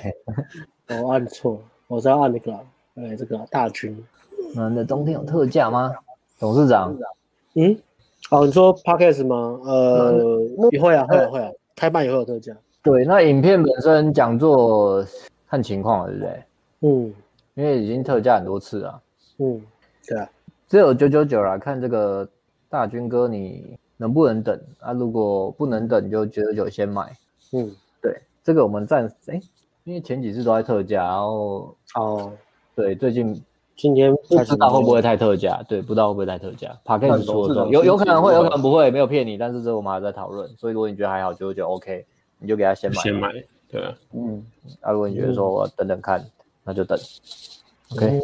[SPEAKER 2] 嗯我按错了，我是要按那个啦，哎，这个啦大军。
[SPEAKER 1] 我们的冬天有特价吗？董事长，
[SPEAKER 2] 嗯，哦，你说 podcast 吗？呃，也会啊，会啊，会啊，开办也会有特价。
[SPEAKER 1] 对，那影片本身讲座看情况了，对不对？
[SPEAKER 2] 嗯
[SPEAKER 1] 因为已经特价很多次啊。
[SPEAKER 2] 嗯，对啊，
[SPEAKER 1] 只有九九九啦，看这个大军哥你能不能等啊？如果不能等，就九九九先买。
[SPEAKER 2] 嗯
[SPEAKER 1] 对，这个我们暂哎、因为前几次都在特价，然后
[SPEAKER 2] 哦，
[SPEAKER 1] 对最近
[SPEAKER 2] 今天
[SPEAKER 1] 不
[SPEAKER 2] 开始
[SPEAKER 1] 知道会不会太特价，对，不知道会不会太特价。p a c k a
[SPEAKER 3] 看
[SPEAKER 1] g
[SPEAKER 3] 懂
[SPEAKER 1] 说
[SPEAKER 3] 这
[SPEAKER 1] 的
[SPEAKER 3] 种
[SPEAKER 1] 有有
[SPEAKER 3] 心
[SPEAKER 1] 可
[SPEAKER 3] 情
[SPEAKER 1] 能会，
[SPEAKER 3] 吧
[SPEAKER 1] 有可能不会，没有骗你，但是这我们还在讨论。所以如果你觉得还好，九九九 OK，你就给他先买。
[SPEAKER 4] 先买，对啊，
[SPEAKER 1] 嗯，啊，如果你觉得说我等等看，那就等。OK，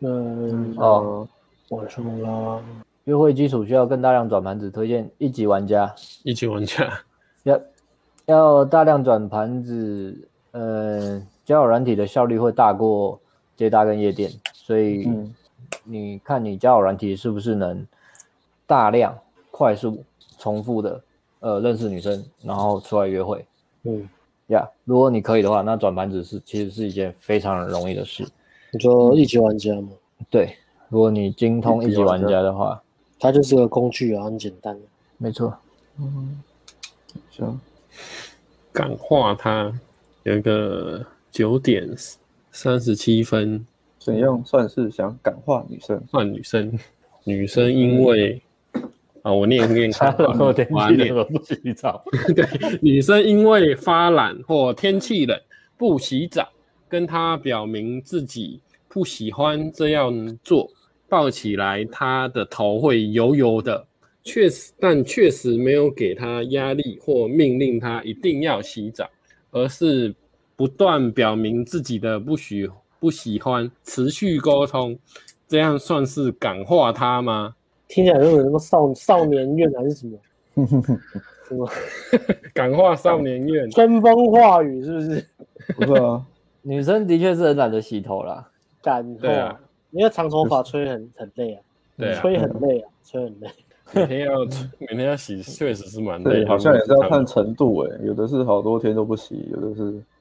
[SPEAKER 2] 嗯
[SPEAKER 1] 哦，
[SPEAKER 2] 晚上啦，
[SPEAKER 1] 约会基础需要更大量转盘子，推荐一级玩家。
[SPEAKER 4] 一级玩家，
[SPEAKER 1] 要要大量转盘子，呃，交友软体的效率会大过接搭跟夜店，所以
[SPEAKER 3] 嗯
[SPEAKER 1] 你看你交友软体是不是能大量、快速、重复的呃认识女生，然后出来约会
[SPEAKER 2] 嗯，
[SPEAKER 1] 呀如果你可以的话，那转盘子是其实是一件非常容易的事。
[SPEAKER 2] 你说一级玩家嘛，
[SPEAKER 1] 对，如果你精通一级玩家的话，
[SPEAKER 2] 它就是个工具啊，很简单。
[SPEAKER 1] 没错。，
[SPEAKER 3] 行，
[SPEAKER 4] 感化他有一个九点三十七分，
[SPEAKER 3] 怎样算是想感化女生？
[SPEAKER 4] 换女生，女生因为啊，我念念看
[SPEAKER 1] [LAUGHS] 我天
[SPEAKER 4] 我来
[SPEAKER 1] 气
[SPEAKER 4] 念
[SPEAKER 1] 怎么不洗澡？
[SPEAKER 4] [LAUGHS] 女生因为发懒或天气冷不洗澡，跟她表明自己不喜欢这样做，抱起来她的头会油油的。确实，但确实没有给她压力或命令她一定要洗澡，而是不断表明自己的不喜不喜欢，持续沟通，这样算是感化她吗？
[SPEAKER 2] 听起来就有什么少少年院还是什么什么
[SPEAKER 4] 感化少年院，
[SPEAKER 2] 春风化雨，是不是？
[SPEAKER 3] 不是啊，
[SPEAKER 1] 女生的确是很懒得洗头啦。
[SPEAKER 2] 干
[SPEAKER 4] 对啊
[SPEAKER 2] 哦，因为长头发吹很很累啊，
[SPEAKER 4] 对啊，
[SPEAKER 2] 吹很累啊，吹很累。
[SPEAKER 4] 每天要每天要洗，确实是蛮累
[SPEAKER 3] 对，
[SPEAKER 4] 的。
[SPEAKER 3] 好像也是要看程度诶、有的是好多天都不洗，有的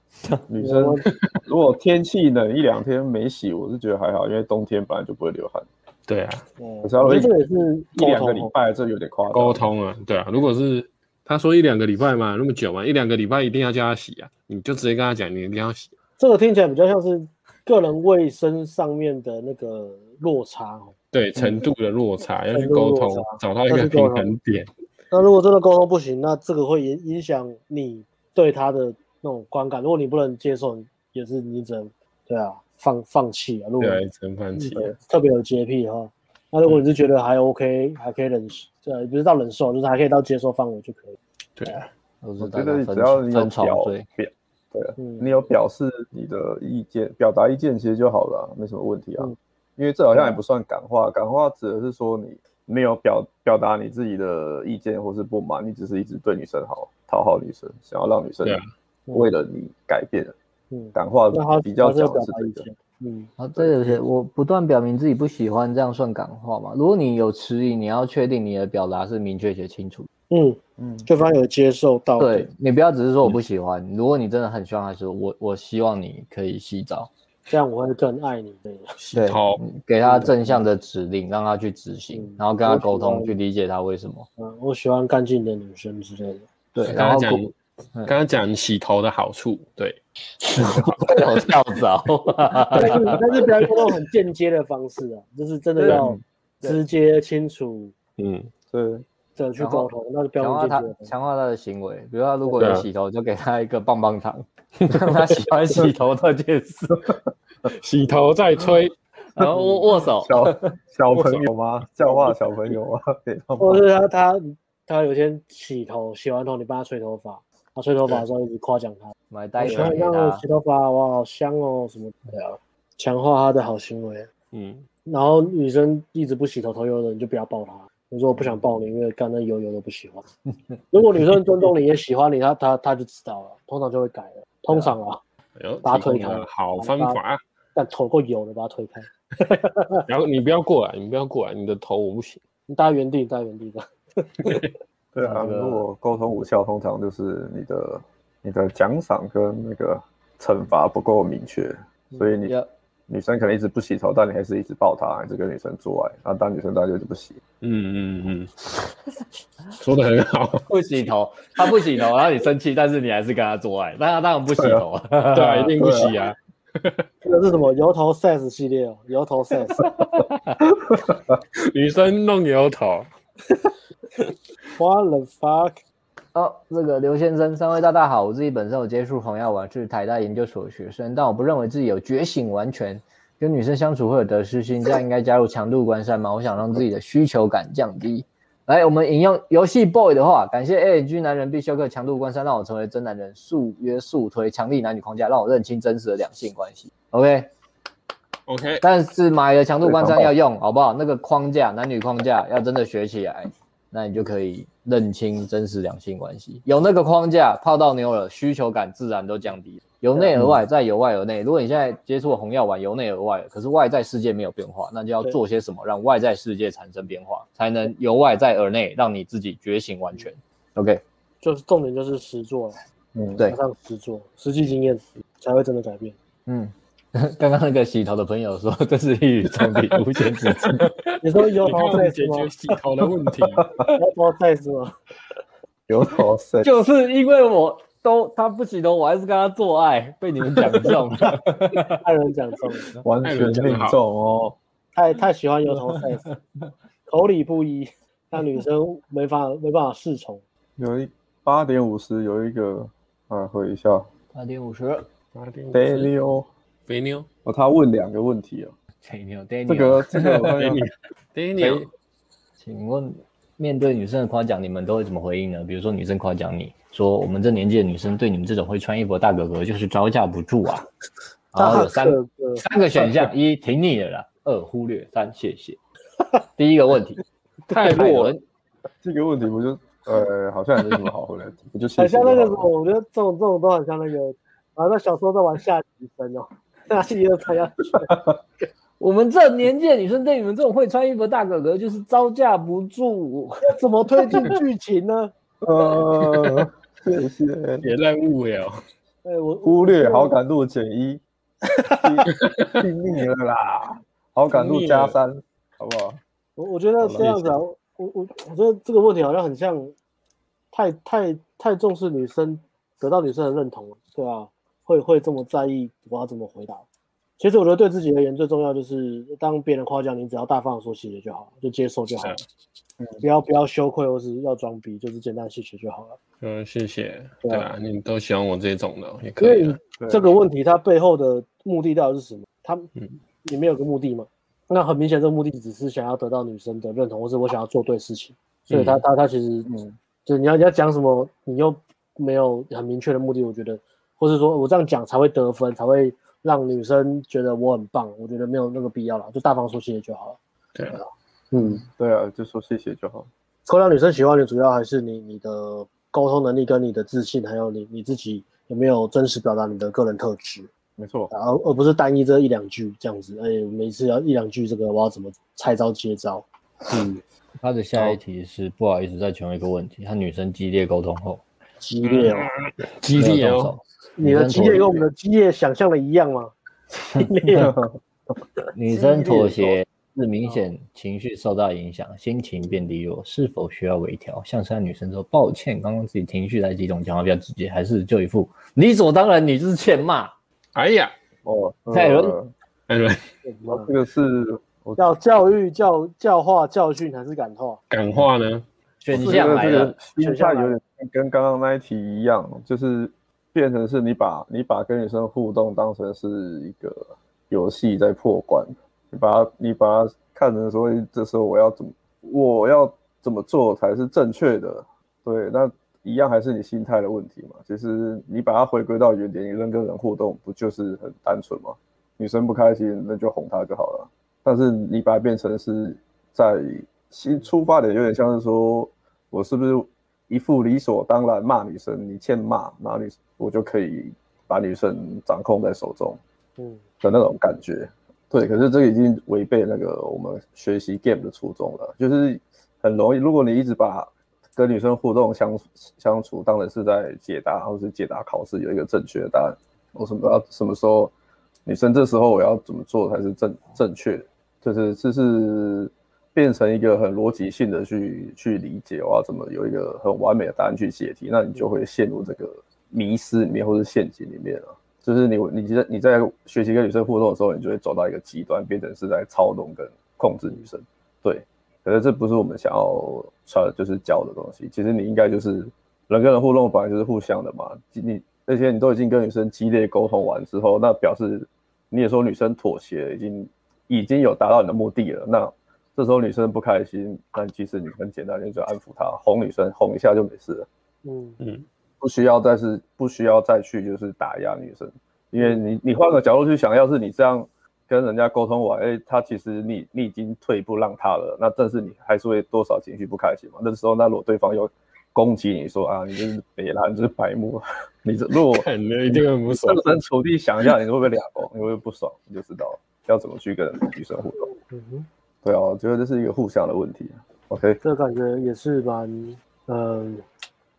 [SPEAKER 3] 是女生
[SPEAKER 2] 我
[SPEAKER 3] 如果天气冷一两天没洗，我是觉得还好，因为冬天本来就不会流汗，
[SPEAKER 4] 对啊，
[SPEAKER 2] 嗯
[SPEAKER 3] 可是他
[SPEAKER 2] 我
[SPEAKER 3] 会
[SPEAKER 2] 觉得这也是
[SPEAKER 3] 一两个
[SPEAKER 2] 沟
[SPEAKER 3] 礼
[SPEAKER 2] 通
[SPEAKER 3] 拜这有点夸张。
[SPEAKER 4] 沟通啊，对啊。如果是他说一两个礼拜嘛，那么久嘛，一两个礼拜一定要叫他洗啊，你就直接跟他讲，你一定要洗。
[SPEAKER 2] 这个听起来比较像是个人卫生上面的那个落差哦。
[SPEAKER 4] 对程度的落差要去
[SPEAKER 2] 程度
[SPEAKER 4] 沟
[SPEAKER 2] 落
[SPEAKER 4] 通
[SPEAKER 2] 差，
[SPEAKER 4] 找到一
[SPEAKER 2] 要
[SPEAKER 4] 个
[SPEAKER 2] 去
[SPEAKER 4] 平
[SPEAKER 2] 沟通
[SPEAKER 4] 衡点。
[SPEAKER 2] 那如果真的沟通不行，那这个会影影响你对他的那种观感。如果你不能接受，也是你只能对啊放放弃啊。如果
[SPEAKER 4] 对啊，陈范琪啊，
[SPEAKER 2] 对特别有洁癖哈，那如果你是觉得还 OK，还可以忍受，对，不是到忍受，就是还可以到接受范围就可以。
[SPEAKER 4] 对啊，
[SPEAKER 1] 我
[SPEAKER 3] 我
[SPEAKER 1] 是大
[SPEAKER 3] 觉
[SPEAKER 1] 家
[SPEAKER 3] 得
[SPEAKER 1] 分
[SPEAKER 3] 只要你有
[SPEAKER 1] 分床
[SPEAKER 3] 表
[SPEAKER 1] 睡。
[SPEAKER 3] 表，对啊，
[SPEAKER 2] 嗯
[SPEAKER 3] 你有表示你的意见，表达意见其实就好了啊、没什么问题啊。
[SPEAKER 2] 嗯
[SPEAKER 3] 因为这好像也不算感化，感化指的是说你没有表表达你自己的意见或是不满，你只是一直对女生好，讨好女生，想要让女生
[SPEAKER 4] 对啊
[SPEAKER 3] 为了你改变。
[SPEAKER 2] 嗯，
[SPEAKER 3] 感化
[SPEAKER 2] 那他
[SPEAKER 3] 比较
[SPEAKER 2] 他是
[SPEAKER 3] 讲
[SPEAKER 2] 有
[SPEAKER 3] 的
[SPEAKER 2] 表
[SPEAKER 3] 是
[SPEAKER 2] 达意
[SPEAKER 3] 这个，
[SPEAKER 2] 见，嗯，
[SPEAKER 1] 啊，对对对，我不断表明自己不喜欢，这样算感化吗？如果你有迟疑，你要确定你的表达是明确且清楚。
[SPEAKER 2] 嗯，
[SPEAKER 3] 嗯，
[SPEAKER 2] 对方有接受到，
[SPEAKER 1] 对，你不要只是说我不喜欢，如果你真的很希望他说我我希望你可以洗澡，
[SPEAKER 2] 这样我会更爱你。对，
[SPEAKER 4] 洗
[SPEAKER 1] 对，
[SPEAKER 4] 头，
[SPEAKER 1] 嗯给他正向的指令，让他去执行
[SPEAKER 2] 嗯，
[SPEAKER 1] 然后跟他
[SPEAKER 2] 我喜
[SPEAKER 1] 沟通，
[SPEAKER 2] 欢
[SPEAKER 1] 去理解他为什么。
[SPEAKER 2] 嗯，我喜欢干净的女生之类的。
[SPEAKER 1] 对，
[SPEAKER 4] 刚
[SPEAKER 1] 然
[SPEAKER 4] 刚
[SPEAKER 1] 后
[SPEAKER 4] 讲
[SPEAKER 1] 过，
[SPEAKER 4] 刚刚讲洗头的好处，对，
[SPEAKER 1] 有跳蚤，
[SPEAKER 2] 但是但是不要用那种很间接的方式啊，就是真的要
[SPEAKER 3] 对
[SPEAKER 2] 直接清楚
[SPEAKER 4] 嗯，
[SPEAKER 3] 对，
[SPEAKER 2] 的去沟通，那就不要
[SPEAKER 1] 强
[SPEAKER 2] 用
[SPEAKER 1] 化
[SPEAKER 2] 间接
[SPEAKER 1] 他
[SPEAKER 2] 的方式。
[SPEAKER 1] 强化他的行为，比如他如果
[SPEAKER 4] 对
[SPEAKER 1] 有
[SPEAKER 4] 啊
[SPEAKER 1] 洗头，就给他一个棒棒糖， [LAUGHS] 让他喜欢洗头这件事，
[SPEAKER 4] 洗头再吹，
[SPEAKER 1] 然后握握 [LAUGHS] 手，
[SPEAKER 3] 小小朋友吗？教化小朋友啊，给他
[SPEAKER 2] 或
[SPEAKER 3] 们
[SPEAKER 2] 者是他他他有一天洗头，洗完头你帮他吹头发，他吹头发的时候一直夸奖他，
[SPEAKER 1] 买带
[SPEAKER 2] 喜
[SPEAKER 1] 一
[SPEAKER 2] 欢
[SPEAKER 1] 个给
[SPEAKER 2] 让我
[SPEAKER 1] 他
[SPEAKER 2] 洗。头发，哇，好香哦，什么的啊，强化他的好行为。啊
[SPEAKER 4] 嗯，
[SPEAKER 2] 然后女生一直不洗头，头油的你就不要抱她。你说我不想抱你，因为刚那油油的不 [LAUGHS] 喜欢。如果女生尊重你也喜欢你，她她她就知道了，通常就会改了。通常啊，
[SPEAKER 4] 哎呦，
[SPEAKER 2] 拔
[SPEAKER 4] 提供
[SPEAKER 2] 腿头
[SPEAKER 4] 了好方法。
[SPEAKER 2] 但头够油的把它推开，
[SPEAKER 4] 然后你不要过来，你不要过来，你的头我不行。
[SPEAKER 2] 你待原地，你待原地的。
[SPEAKER 3] 对啊，
[SPEAKER 1] 这个
[SPEAKER 3] 如果沟通无效，通常就是你的你的奖赏跟那个惩罚不够明确，所以你
[SPEAKER 2] 嗯
[SPEAKER 1] 要
[SPEAKER 3] 女生可能一直不洗头，但你还是一直抱她，一直 [LAUGHS] 跟女生做爱，那当女生当然就一直不洗，
[SPEAKER 4] 嗯嗯 [LAUGHS] 嗯，说的很 [LAUGHS] 好。
[SPEAKER 1] 不洗头，他不洗头，然后你生气，但是你还是跟他做爱，但他当然不洗头，
[SPEAKER 4] 啊对啊，一定不洗啊。
[SPEAKER 2] 这个是 [LAUGHS] 什么油头 sex 系列哦，油头 [LAUGHS] sex，
[SPEAKER 4] 女生弄油头，
[SPEAKER 2] what the fuck？
[SPEAKER 1] [LAUGHS] 哦，这个刘先生，三位大大好，我自己本身有接触红药丸，是台大研究所的学生，但我不认为自己有觉醒完全。跟女生相处会有得失心，这样应该加入强度关山吗？我想让自己的需求感降低。来，我们引用游戏 boy 的话，感谢 A G 男人必修课强度关山，让我成为真男人，速约速推，强力男女框架，让我认清真实的两性关系。OK，
[SPEAKER 4] OK，
[SPEAKER 1] 但是买了强度关山要用，好不好？那个框架，男女框架要真的学起来，那你就可以认清真实两性关系。有那个框架，泡到妞了，需求感自然都降低了。由内而外，再由外而内。如果你现在接触红药丸，由内而外了，可是外在世界没有变化，那就要
[SPEAKER 2] 对
[SPEAKER 1] 做些什么让外在世界产生变化，才能由外在而内，让你自己觉醒完全。OK，
[SPEAKER 2] 就是重点就是实做了，
[SPEAKER 6] 嗯，
[SPEAKER 1] 对
[SPEAKER 2] 加，上实做，实际经验才会真的改变。
[SPEAKER 1] 嗯， [LAUGHS] 刚刚那个洗头的朋友说，这是一语中的无限直击。
[SPEAKER 2] 你说油
[SPEAKER 4] 你
[SPEAKER 2] 头
[SPEAKER 4] 看我们解
[SPEAKER 2] sex 吗
[SPEAKER 4] 决？洗头的问题，啊
[SPEAKER 2] 油头 sex [LAUGHS] 吗？
[SPEAKER 6] 油头 sex，
[SPEAKER 1] 就是因为我都他不洗头，我还是跟他做爱，被你们讲 [LAUGHS] 中了。
[SPEAKER 2] 爱人讲中了，
[SPEAKER 6] 完全命中哦，
[SPEAKER 2] 太太喜欢油头 sex，口里不一，让女生没法没办法侍从。
[SPEAKER 6] 有一八点五十有一个，啊，回一下
[SPEAKER 1] 八点五十
[SPEAKER 6] ，Daily 哦，
[SPEAKER 4] 肥妞
[SPEAKER 6] 哦，他问两个问题哦，
[SPEAKER 1] ，Daniel Daniel，
[SPEAKER 6] 这个这个我看一下
[SPEAKER 4] Daniel，Daniel，
[SPEAKER 1] 请问面对女生的夸奖，你们都会怎么回应呢？比如说女生夸奖你说我们这年纪的女生对你们这种会穿衣服的大哥哥就是招架不住 [LAUGHS] 啊，然后有三
[SPEAKER 2] 大哥哥
[SPEAKER 1] 三个选项： [LAUGHS] 一挺你的啦，二忽略，三谢 [LAUGHS] 谢。第一个问题，
[SPEAKER 4] 太弱了，
[SPEAKER 1] 伦
[SPEAKER 6] 这个问题不就呃，好像也没什么好回来，我就谢
[SPEAKER 2] 很
[SPEAKER 6] 谢
[SPEAKER 2] 像那个什
[SPEAKER 6] 就
[SPEAKER 1] 啊
[SPEAKER 2] 么，
[SPEAKER 6] 好了。
[SPEAKER 2] 我觉得这种这种都很像那个，啊，那小时候在玩下棋生哦， [LAUGHS] 下棋就参加
[SPEAKER 1] [LAUGHS] 我们这年纪的女生对你们这种会穿衣服的大哥哥就是招架不住。
[SPEAKER 2] [LAUGHS] 怎么推进剧情呢？ [LAUGHS]
[SPEAKER 6] 呃，谢谢。
[SPEAKER 4] 也任务了，
[SPEAKER 2] 哎、我
[SPEAKER 6] 忽略好感度减一，听听腻了啦，好感度加三，好不好？
[SPEAKER 2] 我我觉得这样子啊，我我我觉得这个问题好像很像太太太重视女生得到女生的认同了，对啊，会会这么在意我要怎么回答。其实我觉得对自己而言最重要就是，当别人夸奖你，只要大方的说谢谢就好了，就接受就好了，不要不要羞愧或是要装逼，就是简单谢谢就好了。
[SPEAKER 4] 嗯，谢谢，
[SPEAKER 2] 对
[SPEAKER 4] 对
[SPEAKER 2] 啊
[SPEAKER 4] 啊，你都喜欢我这种的也
[SPEAKER 2] 因
[SPEAKER 4] 可以
[SPEAKER 2] 为
[SPEAKER 4] 啊，
[SPEAKER 6] 对
[SPEAKER 2] 这个问题它背后的目的到底是什么？它
[SPEAKER 4] 嗯
[SPEAKER 2] 里面有个目的嘛？那很明显，这个目的只是想要得到女生的认同，或是我想要做对事
[SPEAKER 4] 嗯
[SPEAKER 2] 情。所以他他他其实，嗯，就是你要你要讲什么，你又没有很明确的目的，我觉得，或是说我这样讲才会得分，才会让女生觉得我很棒。我觉得没有那个必要了，就大方说谢谢就好了。
[SPEAKER 4] 对啊，
[SPEAKER 2] 嗯，
[SPEAKER 6] 对啊，就说谢谢就好。
[SPEAKER 2] 会让女生喜欢你，主要还是你你的沟通能力、跟你的自信，还有你你自己有没有真实表达你的个人特质。
[SPEAKER 6] 没错，
[SPEAKER 2] 而而不是单一这一两句这样子，哎、每次要一两句这个我要怎么拆招接招？嗯，
[SPEAKER 1] 他的下
[SPEAKER 6] 哦
[SPEAKER 1] 一题是不好意思，再请问一个问题：和女生激烈沟通后，
[SPEAKER 2] 激烈哦，
[SPEAKER 4] 激
[SPEAKER 1] 没
[SPEAKER 4] 烈
[SPEAKER 1] 有动
[SPEAKER 4] 哦
[SPEAKER 1] 手，，
[SPEAKER 6] [LAUGHS]
[SPEAKER 2] 你的激烈跟我们的激烈想象的一样吗？ [LAUGHS] 激烈哦，
[SPEAKER 1] 女生
[SPEAKER 6] 哦
[SPEAKER 1] 妥协是明显情绪受到影响，心情变低落，是否需要微调？像是和女生说抱歉，刚刚自己情绪太激动，讲话比较直接，还是就一副理所当然，你就是欠骂。
[SPEAKER 4] 哎呀，
[SPEAKER 6] 哦，呃
[SPEAKER 1] 蔡伦
[SPEAKER 4] 艾伦，
[SPEAKER 6] 这个是我
[SPEAKER 2] 要教育、教教化、教训还是感化？
[SPEAKER 4] 感化呢？
[SPEAKER 1] 选
[SPEAKER 6] 我觉
[SPEAKER 1] 项
[SPEAKER 6] 得
[SPEAKER 1] 来
[SPEAKER 6] 哦这个
[SPEAKER 1] 了，
[SPEAKER 6] 心态有点跟刚刚那一题一样，就是变成是你把你把跟女生互动当成是一个游戏在破关，你把它你把它看成说这时候我要怎么我要怎么做才是正确的，对，那一样还是你心态的问题嘛。其实你把它回归到原点，你人跟人互动不就是很单纯吗？女生不开心，那就哄她就好了。但是你把它变成是在新出发点，有点像是说我是不是一副理所当然骂女生，你欠骂，然后你我就可以把女生掌控在手中
[SPEAKER 2] 嗯，
[SPEAKER 6] 的那种感觉。对，可是这个已经违背那个我们学习 game 的初衷了，就是很容易，如果你一直把跟女生互动相相处当然是在解答，或是解答考试有一个正确的答案，我什么要什么时候女生这时候我要怎么做才是正正确的，就是这是变成一个很逻辑性的去去理解，我要怎么有一个很完美的答案去解题，那你就会陷入这个迷失里面或是陷阱里面啊。就是你你在你在学习跟女生互动的时候，你就会走到一个极端，变成是在操纵跟控制女生。对，可是这不是我们想要传就是教的东西。其实你应该就是人跟人互动，本来就是互相的嘛。你那些你都已经跟女生激烈沟通完之后，那表示你也说女生妥协，已经已经有达到你的目的了。那这时候女生不开心，那其实你很简单，你就安抚她，哄女生，哄一下就没事了。
[SPEAKER 2] 嗯，
[SPEAKER 6] 不需要再是不需要再去就是打压女生，因为你你换个角度去想，要是你这样跟人家沟通完，哎、他其实你你已经退一步让他了，那但是你还是会多少情绪不开心嘛。那时候那如果对方又攻击你说啊，你就是北兰，你就是白目，你这如果
[SPEAKER 4] 看你一定很不爽
[SPEAKER 6] 设。身处地想一下，你会不会俩哦，你会不会不爽，你就知道要怎么去跟女生互动。
[SPEAKER 2] 嗯哼，
[SPEAKER 6] 对啊，我觉得这是一个互相的问题。OK，啊
[SPEAKER 2] 这感觉也是蛮，呃，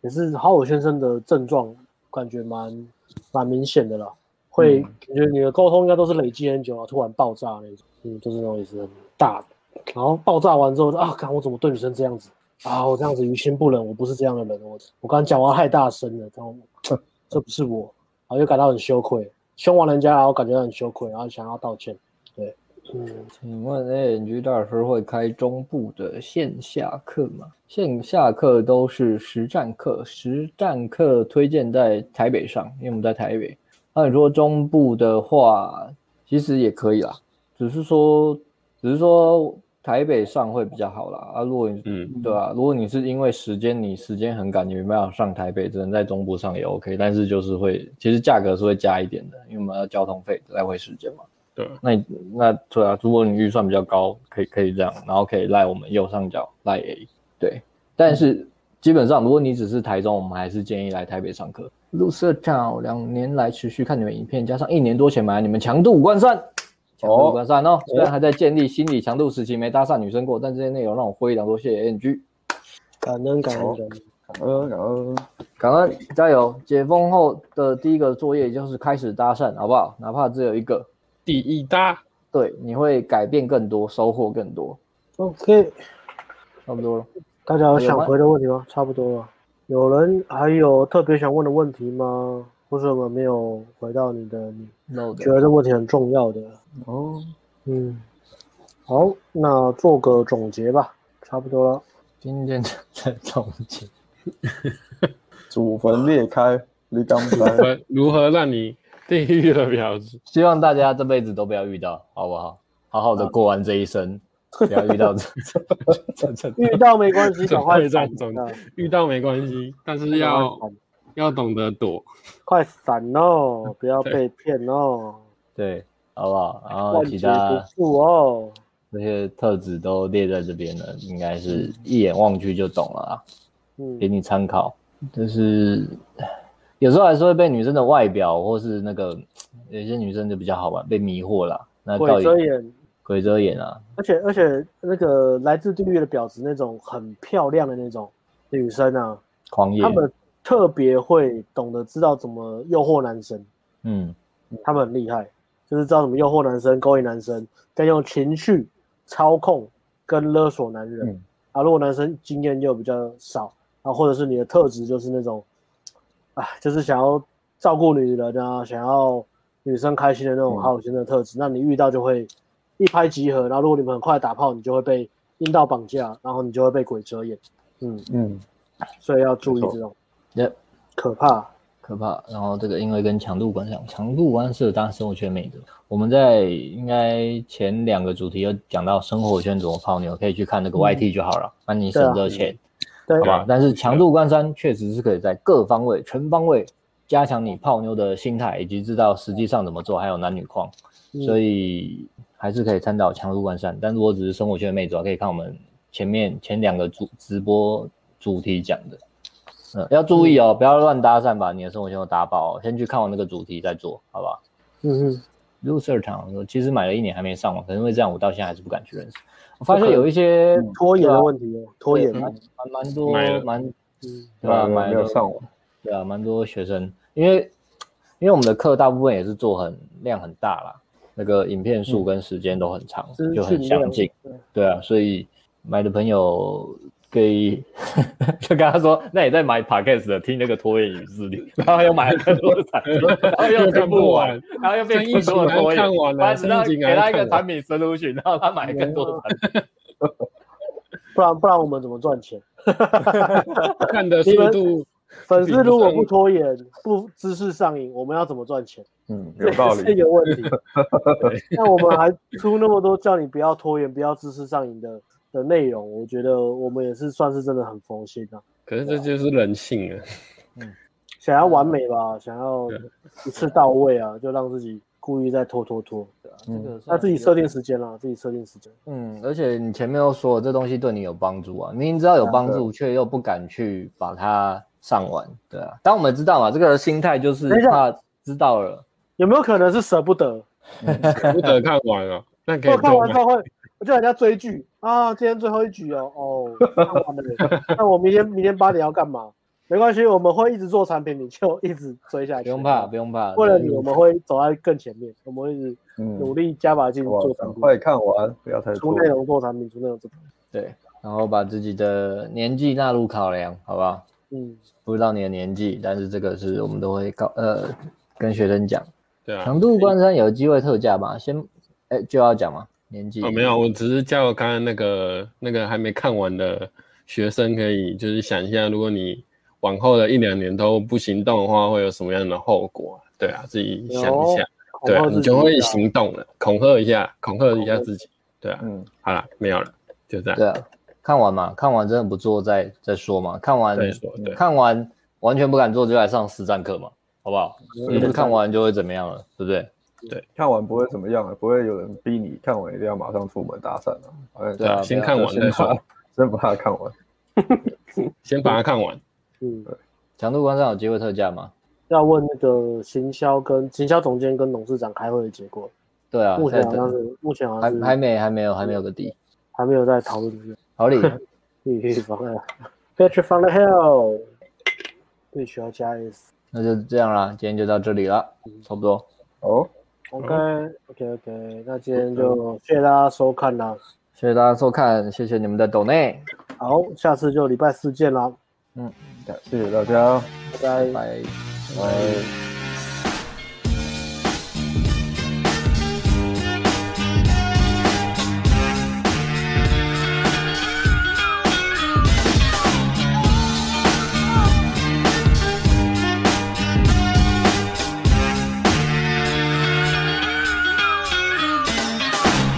[SPEAKER 2] 也是好友先生的症状，感觉蛮蛮明显的啦。会感觉你的沟通应该都是累积很久啊，突然爆炸那种，嗯，就是那种也是很大的。然后爆炸完之后就啊，看我怎么对女生这样子啊，我这样子于心不忍，我不是这样的人，我我刚讲话太大声了，然后这不是我，然后又感到很羞愧，凶完人家，然后感觉到很羞愧，然后想要道歉，对，嗯，
[SPEAKER 1] 请问 ANG 大师会开中部的线下课吗？线下课都是实战课，实战课推荐在台北上，因为我们在台北。那你说中部的话，其实也可以啦，只是说，只是说台北上会比较好啦。啊，如果你，
[SPEAKER 4] 嗯
[SPEAKER 1] 对啊，如果你是因为时间，你时间很赶，你没办法上台北，只能在中部上也 OK，但是就是会，其实价格是会加一点的，因为我们要交通费来回时间嘛。
[SPEAKER 4] 对，
[SPEAKER 1] 那你那对啊，如果你预算比较高，可以可以这样，然后可以赖我们右上角赖 A，对。但是基本上，如果你只是台中，我们还是建议来台北上课。陆社长两年来持续看你们影片，加上一年多前买你们强度五冠三，强度五冠三哦。虽然还在建立心理强度时期，没搭讪女生过，但这些内容让我获益良多。谢谢 NG，
[SPEAKER 2] 感恩感恩感恩。
[SPEAKER 6] 感恩感恩，
[SPEAKER 1] 感恩加油！解封后的第一个作业就是开始搭讪，好不好？哪怕只有一个，
[SPEAKER 4] 第一搭，
[SPEAKER 1] 对，你会改变更多，收获更多。
[SPEAKER 2] OK，
[SPEAKER 1] 差不多了。
[SPEAKER 2] 大家哎
[SPEAKER 1] 有
[SPEAKER 2] 有想
[SPEAKER 1] 吗
[SPEAKER 2] 回的问题吗？差不多了。有人还有特别想问的问题吗？或者我们没有回到你的，你
[SPEAKER 1] No 的
[SPEAKER 2] 觉。得这问题很重要的？
[SPEAKER 6] 哦，
[SPEAKER 2] 嗯，好，那做个总结吧，差不多了。
[SPEAKER 1] 今天的这总结，
[SPEAKER 6] 祖坟裂开，你刚才。
[SPEAKER 4] 呃，如何让你地狱的婊子？
[SPEAKER 1] 希望大家这辈子都不要遇到，好不好？好好的过完这一生，不要遇到这这
[SPEAKER 2] [LAUGHS]
[SPEAKER 1] 这这。
[SPEAKER 2] 遇到没关系，赶
[SPEAKER 4] 总
[SPEAKER 2] 快
[SPEAKER 4] 会战
[SPEAKER 2] 闪
[SPEAKER 4] 总
[SPEAKER 2] 啊
[SPEAKER 4] 遇到没关系，但是要要懂得躲。
[SPEAKER 2] 快闪哦，不要
[SPEAKER 4] 对
[SPEAKER 2] 被骗哦，
[SPEAKER 1] 对，好不好？然后
[SPEAKER 2] 万
[SPEAKER 1] 其
[SPEAKER 2] 劫
[SPEAKER 1] 他
[SPEAKER 2] 不复哦。
[SPEAKER 1] 这些特质都列在这边了，应该是一眼望去就懂了啊，
[SPEAKER 2] 嗯
[SPEAKER 1] 给，你参考。就是有时候还是会被女生的外表或是那个有些女生就比较好玩，被迷惑了。那到
[SPEAKER 2] 鬼
[SPEAKER 1] 底
[SPEAKER 2] 遮眼，
[SPEAKER 1] 鬼遮眼啊？
[SPEAKER 2] 而且而且那个来自地狱的婊子那种很漂亮的那种女生啊，
[SPEAKER 1] 狂野
[SPEAKER 2] 她，们特别会懂得知道怎么诱惑男生，
[SPEAKER 1] 嗯，
[SPEAKER 2] 她们很厉害，就是知道怎么诱惑男生、勾引男生，再用情绪操控跟勒索男人。
[SPEAKER 6] 嗯
[SPEAKER 2] 啊，如果男生经验又比较少，啊，或者是你的特质就是那种，啊，就是想要照顾女人啊，想要女生开心的那种
[SPEAKER 6] 嗯
[SPEAKER 2] 好有心的特质，那你遇到就会一拍即合。然后如果你们很快打炮，你就会被阴道绑架，然后你就会被鬼遮眼。嗯，
[SPEAKER 6] 嗯，
[SPEAKER 2] 所以要注意
[SPEAKER 6] 没错
[SPEAKER 2] 这种
[SPEAKER 1] Yep
[SPEAKER 2] 可怕。
[SPEAKER 1] 可怕。然后这个因为跟强度观赏，强度观是当生活圈美德。我们在应该前两个主题有讲到生活圈怎么泡妞，可以去看那个 YT 就好了，那、你省着钱，
[SPEAKER 2] 对
[SPEAKER 1] 好吧？但是强度观山确实是可以在各方位、全方位加强你泡妞的心态，以及知道实际上怎么做，还有男女框，
[SPEAKER 2] 嗯
[SPEAKER 1] 所以还是可以参考强度观山。但如果只是生活圈的妹子啊，可以看我们前面前两个主直播主题讲的。嗯，要注意哦，不要乱搭讪，把你的生活圈都搭爆、哦。先去看完那个主题再做，好吧？
[SPEAKER 2] 嗯嗯，
[SPEAKER 1] 入社场，我其实买了一年还没上网，可能因为这样，我到现在还是不敢去认识。我发现有一些
[SPEAKER 2] 拖延的
[SPEAKER 1] 对啊
[SPEAKER 2] 问题哦，拖延
[SPEAKER 1] 对。蛮蛮蛮多
[SPEAKER 4] 买了
[SPEAKER 1] 蛮
[SPEAKER 2] 嗯
[SPEAKER 1] 对吧？
[SPEAKER 6] 没
[SPEAKER 1] 蛮
[SPEAKER 6] 有上网，
[SPEAKER 1] 对啊，蛮多学生，因为因为我们的课大部分也是做很量很大啦，那个影片数跟时间都很长，
[SPEAKER 2] 资
[SPEAKER 1] 就
[SPEAKER 2] 讯
[SPEAKER 1] 很
[SPEAKER 2] 量
[SPEAKER 1] 相近。
[SPEAKER 2] 对
[SPEAKER 1] 对啊，所以买的朋友可以 [LAUGHS] 就跟他说，那你在买 podcast 的听那个拖延与自律，然后又买了更多的产品，然
[SPEAKER 4] [LAUGHS]
[SPEAKER 1] 后又听哎不完，然后又变更多的拖延
[SPEAKER 4] 看，完了，
[SPEAKER 1] 反正让
[SPEAKER 4] 升级
[SPEAKER 1] 给他一个产品 solution，然后他买更多的产品。
[SPEAKER 2] 不然不然我们怎么赚钱？
[SPEAKER 4] 看的速度，
[SPEAKER 2] 粉丝如果不拖延，不知识上瘾，我们要怎么赚钱？
[SPEAKER 1] 嗯，
[SPEAKER 3] 有道
[SPEAKER 2] 这
[SPEAKER 3] 理。
[SPEAKER 2] 个问
[SPEAKER 3] [LAUGHS]
[SPEAKER 2] 题。 [LAUGHS] 那我们还出那么多叫你不要拖延、不要知识上瘾的的内容，我觉得我们也是算是真的很佛心啊。
[SPEAKER 4] 可是这就是人性啊。 [LAUGHS]
[SPEAKER 2] 想要完美吧，想要一次到位啊，就让自己故意再拖拖拖。
[SPEAKER 1] 这个
[SPEAKER 2] 那自己设定时间啦，自己设定时间。
[SPEAKER 1] 嗯，而且你前面又说了这东西对你有帮助啊，明明知道有帮助，却又不敢去把它上完，对啊。当我们知道嘛，这个心态就是
[SPEAKER 2] 等一下
[SPEAKER 1] 怕知道了，
[SPEAKER 2] 有没有可能是舍不得？
[SPEAKER 4] 不得看完啊，那可以
[SPEAKER 2] 我看
[SPEAKER 4] 做
[SPEAKER 2] 完之
[SPEAKER 4] 吗？
[SPEAKER 2] 后会，我就人家追剧啊，今天最后一局哦，哦，看完了。
[SPEAKER 1] [LAUGHS]
[SPEAKER 2] 那我明天明天八点要干嘛？没关系，我们会一直做产品，你就一直追下去。啊
[SPEAKER 1] 不用怕，不用怕。
[SPEAKER 2] 为了你，
[SPEAKER 1] 对
[SPEAKER 2] 我们会走在更前面，我们会一直努
[SPEAKER 3] 嗯，
[SPEAKER 2] 力加把劲
[SPEAKER 3] 哇
[SPEAKER 2] 做产
[SPEAKER 3] 赶
[SPEAKER 2] 品，
[SPEAKER 3] 快看完，不要太拖
[SPEAKER 2] 出。内容做产品，出内容做产品。
[SPEAKER 1] 对，然后把自己的年纪纳入考量，好不好？
[SPEAKER 2] 嗯，
[SPEAKER 1] 不知道你的年纪，但是这个是我们都会告呃跟学生讲，
[SPEAKER 4] 对啊，
[SPEAKER 1] 强度关山有机会特价嘛？先哎就要讲嘛，年纪
[SPEAKER 4] 哦，没有，我只是叫刚刚那个那个还没看完的学生可以就是想一下，如果你往后的一两年都不行动的话，会有什么样的后果啊？对啊，自己想一下，对啊，
[SPEAKER 2] 恐吓自
[SPEAKER 4] 你
[SPEAKER 2] 己
[SPEAKER 4] 就会
[SPEAKER 2] 啊
[SPEAKER 4] 行动了，恐吓一下，恐吓一下自己，对啊，
[SPEAKER 3] 嗯，
[SPEAKER 4] 好了，没有了，就这样，
[SPEAKER 1] 对啊，看完嘛，看完真的不做再再说嘛，看完
[SPEAKER 4] 再说，对，啊
[SPEAKER 1] 看完完全不敢做就来上实战课嘛，好不好？你不
[SPEAKER 2] 嗯
[SPEAKER 1] 是看完就会怎么样了，对不对？
[SPEAKER 3] 看完不会怎么样的，不会有人逼你看完一定要马上出门搭讪的。好像
[SPEAKER 1] 对啊
[SPEAKER 4] 先看完再
[SPEAKER 3] 先
[SPEAKER 4] 说，
[SPEAKER 3] 把先把它看完。
[SPEAKER 4] 先把它看完，
[SPEAKER 2] 嗯，
[SPEAKER 1] 强度关上有机会特价嘛？
[SPEAKER 2] 要问那个行销跟行销总监跟董事长开会的结果，
[SPEAKER 1] 对啊，
[SPEAKER 2] 目前
[SPEAKER 1] 在
[SPEAKER 2] 好像
[SPEAKER 1] 等
[SPEAKER 2] 是目前好像
[SPEAKER 1] 还
[SPEAKER 2] 是
[SPEAKER 1] 还没还没有还没有个底。
[SPEAKER 2] 还没有在讨论这个
[SPEAKER 1] 好理，
[SPEAKER 2] 地域方啊案。Catch from the hell，对，需要加 S。
[SPEAKER 1] 那就这样啦，今天就到这里了，差不多。
[SPEAKER 3] 哦，
[SPEAKER 2] OK OK OK，那今天就谢谢大家收看啦。
[SPEAKER 1] 谢谢大家收看，谢谢你们的抖内，
[SPEAKER 2] 好，下次就礼拜四见啦，
[SPEAKER 3] 感谢大家，
[SPEAKER 2] 拜
[SPEAKER 1] 拜。
[SPEAKER 2] 拜
[SPEAKER 1] 拜。
[SPEAKER 3] 拜。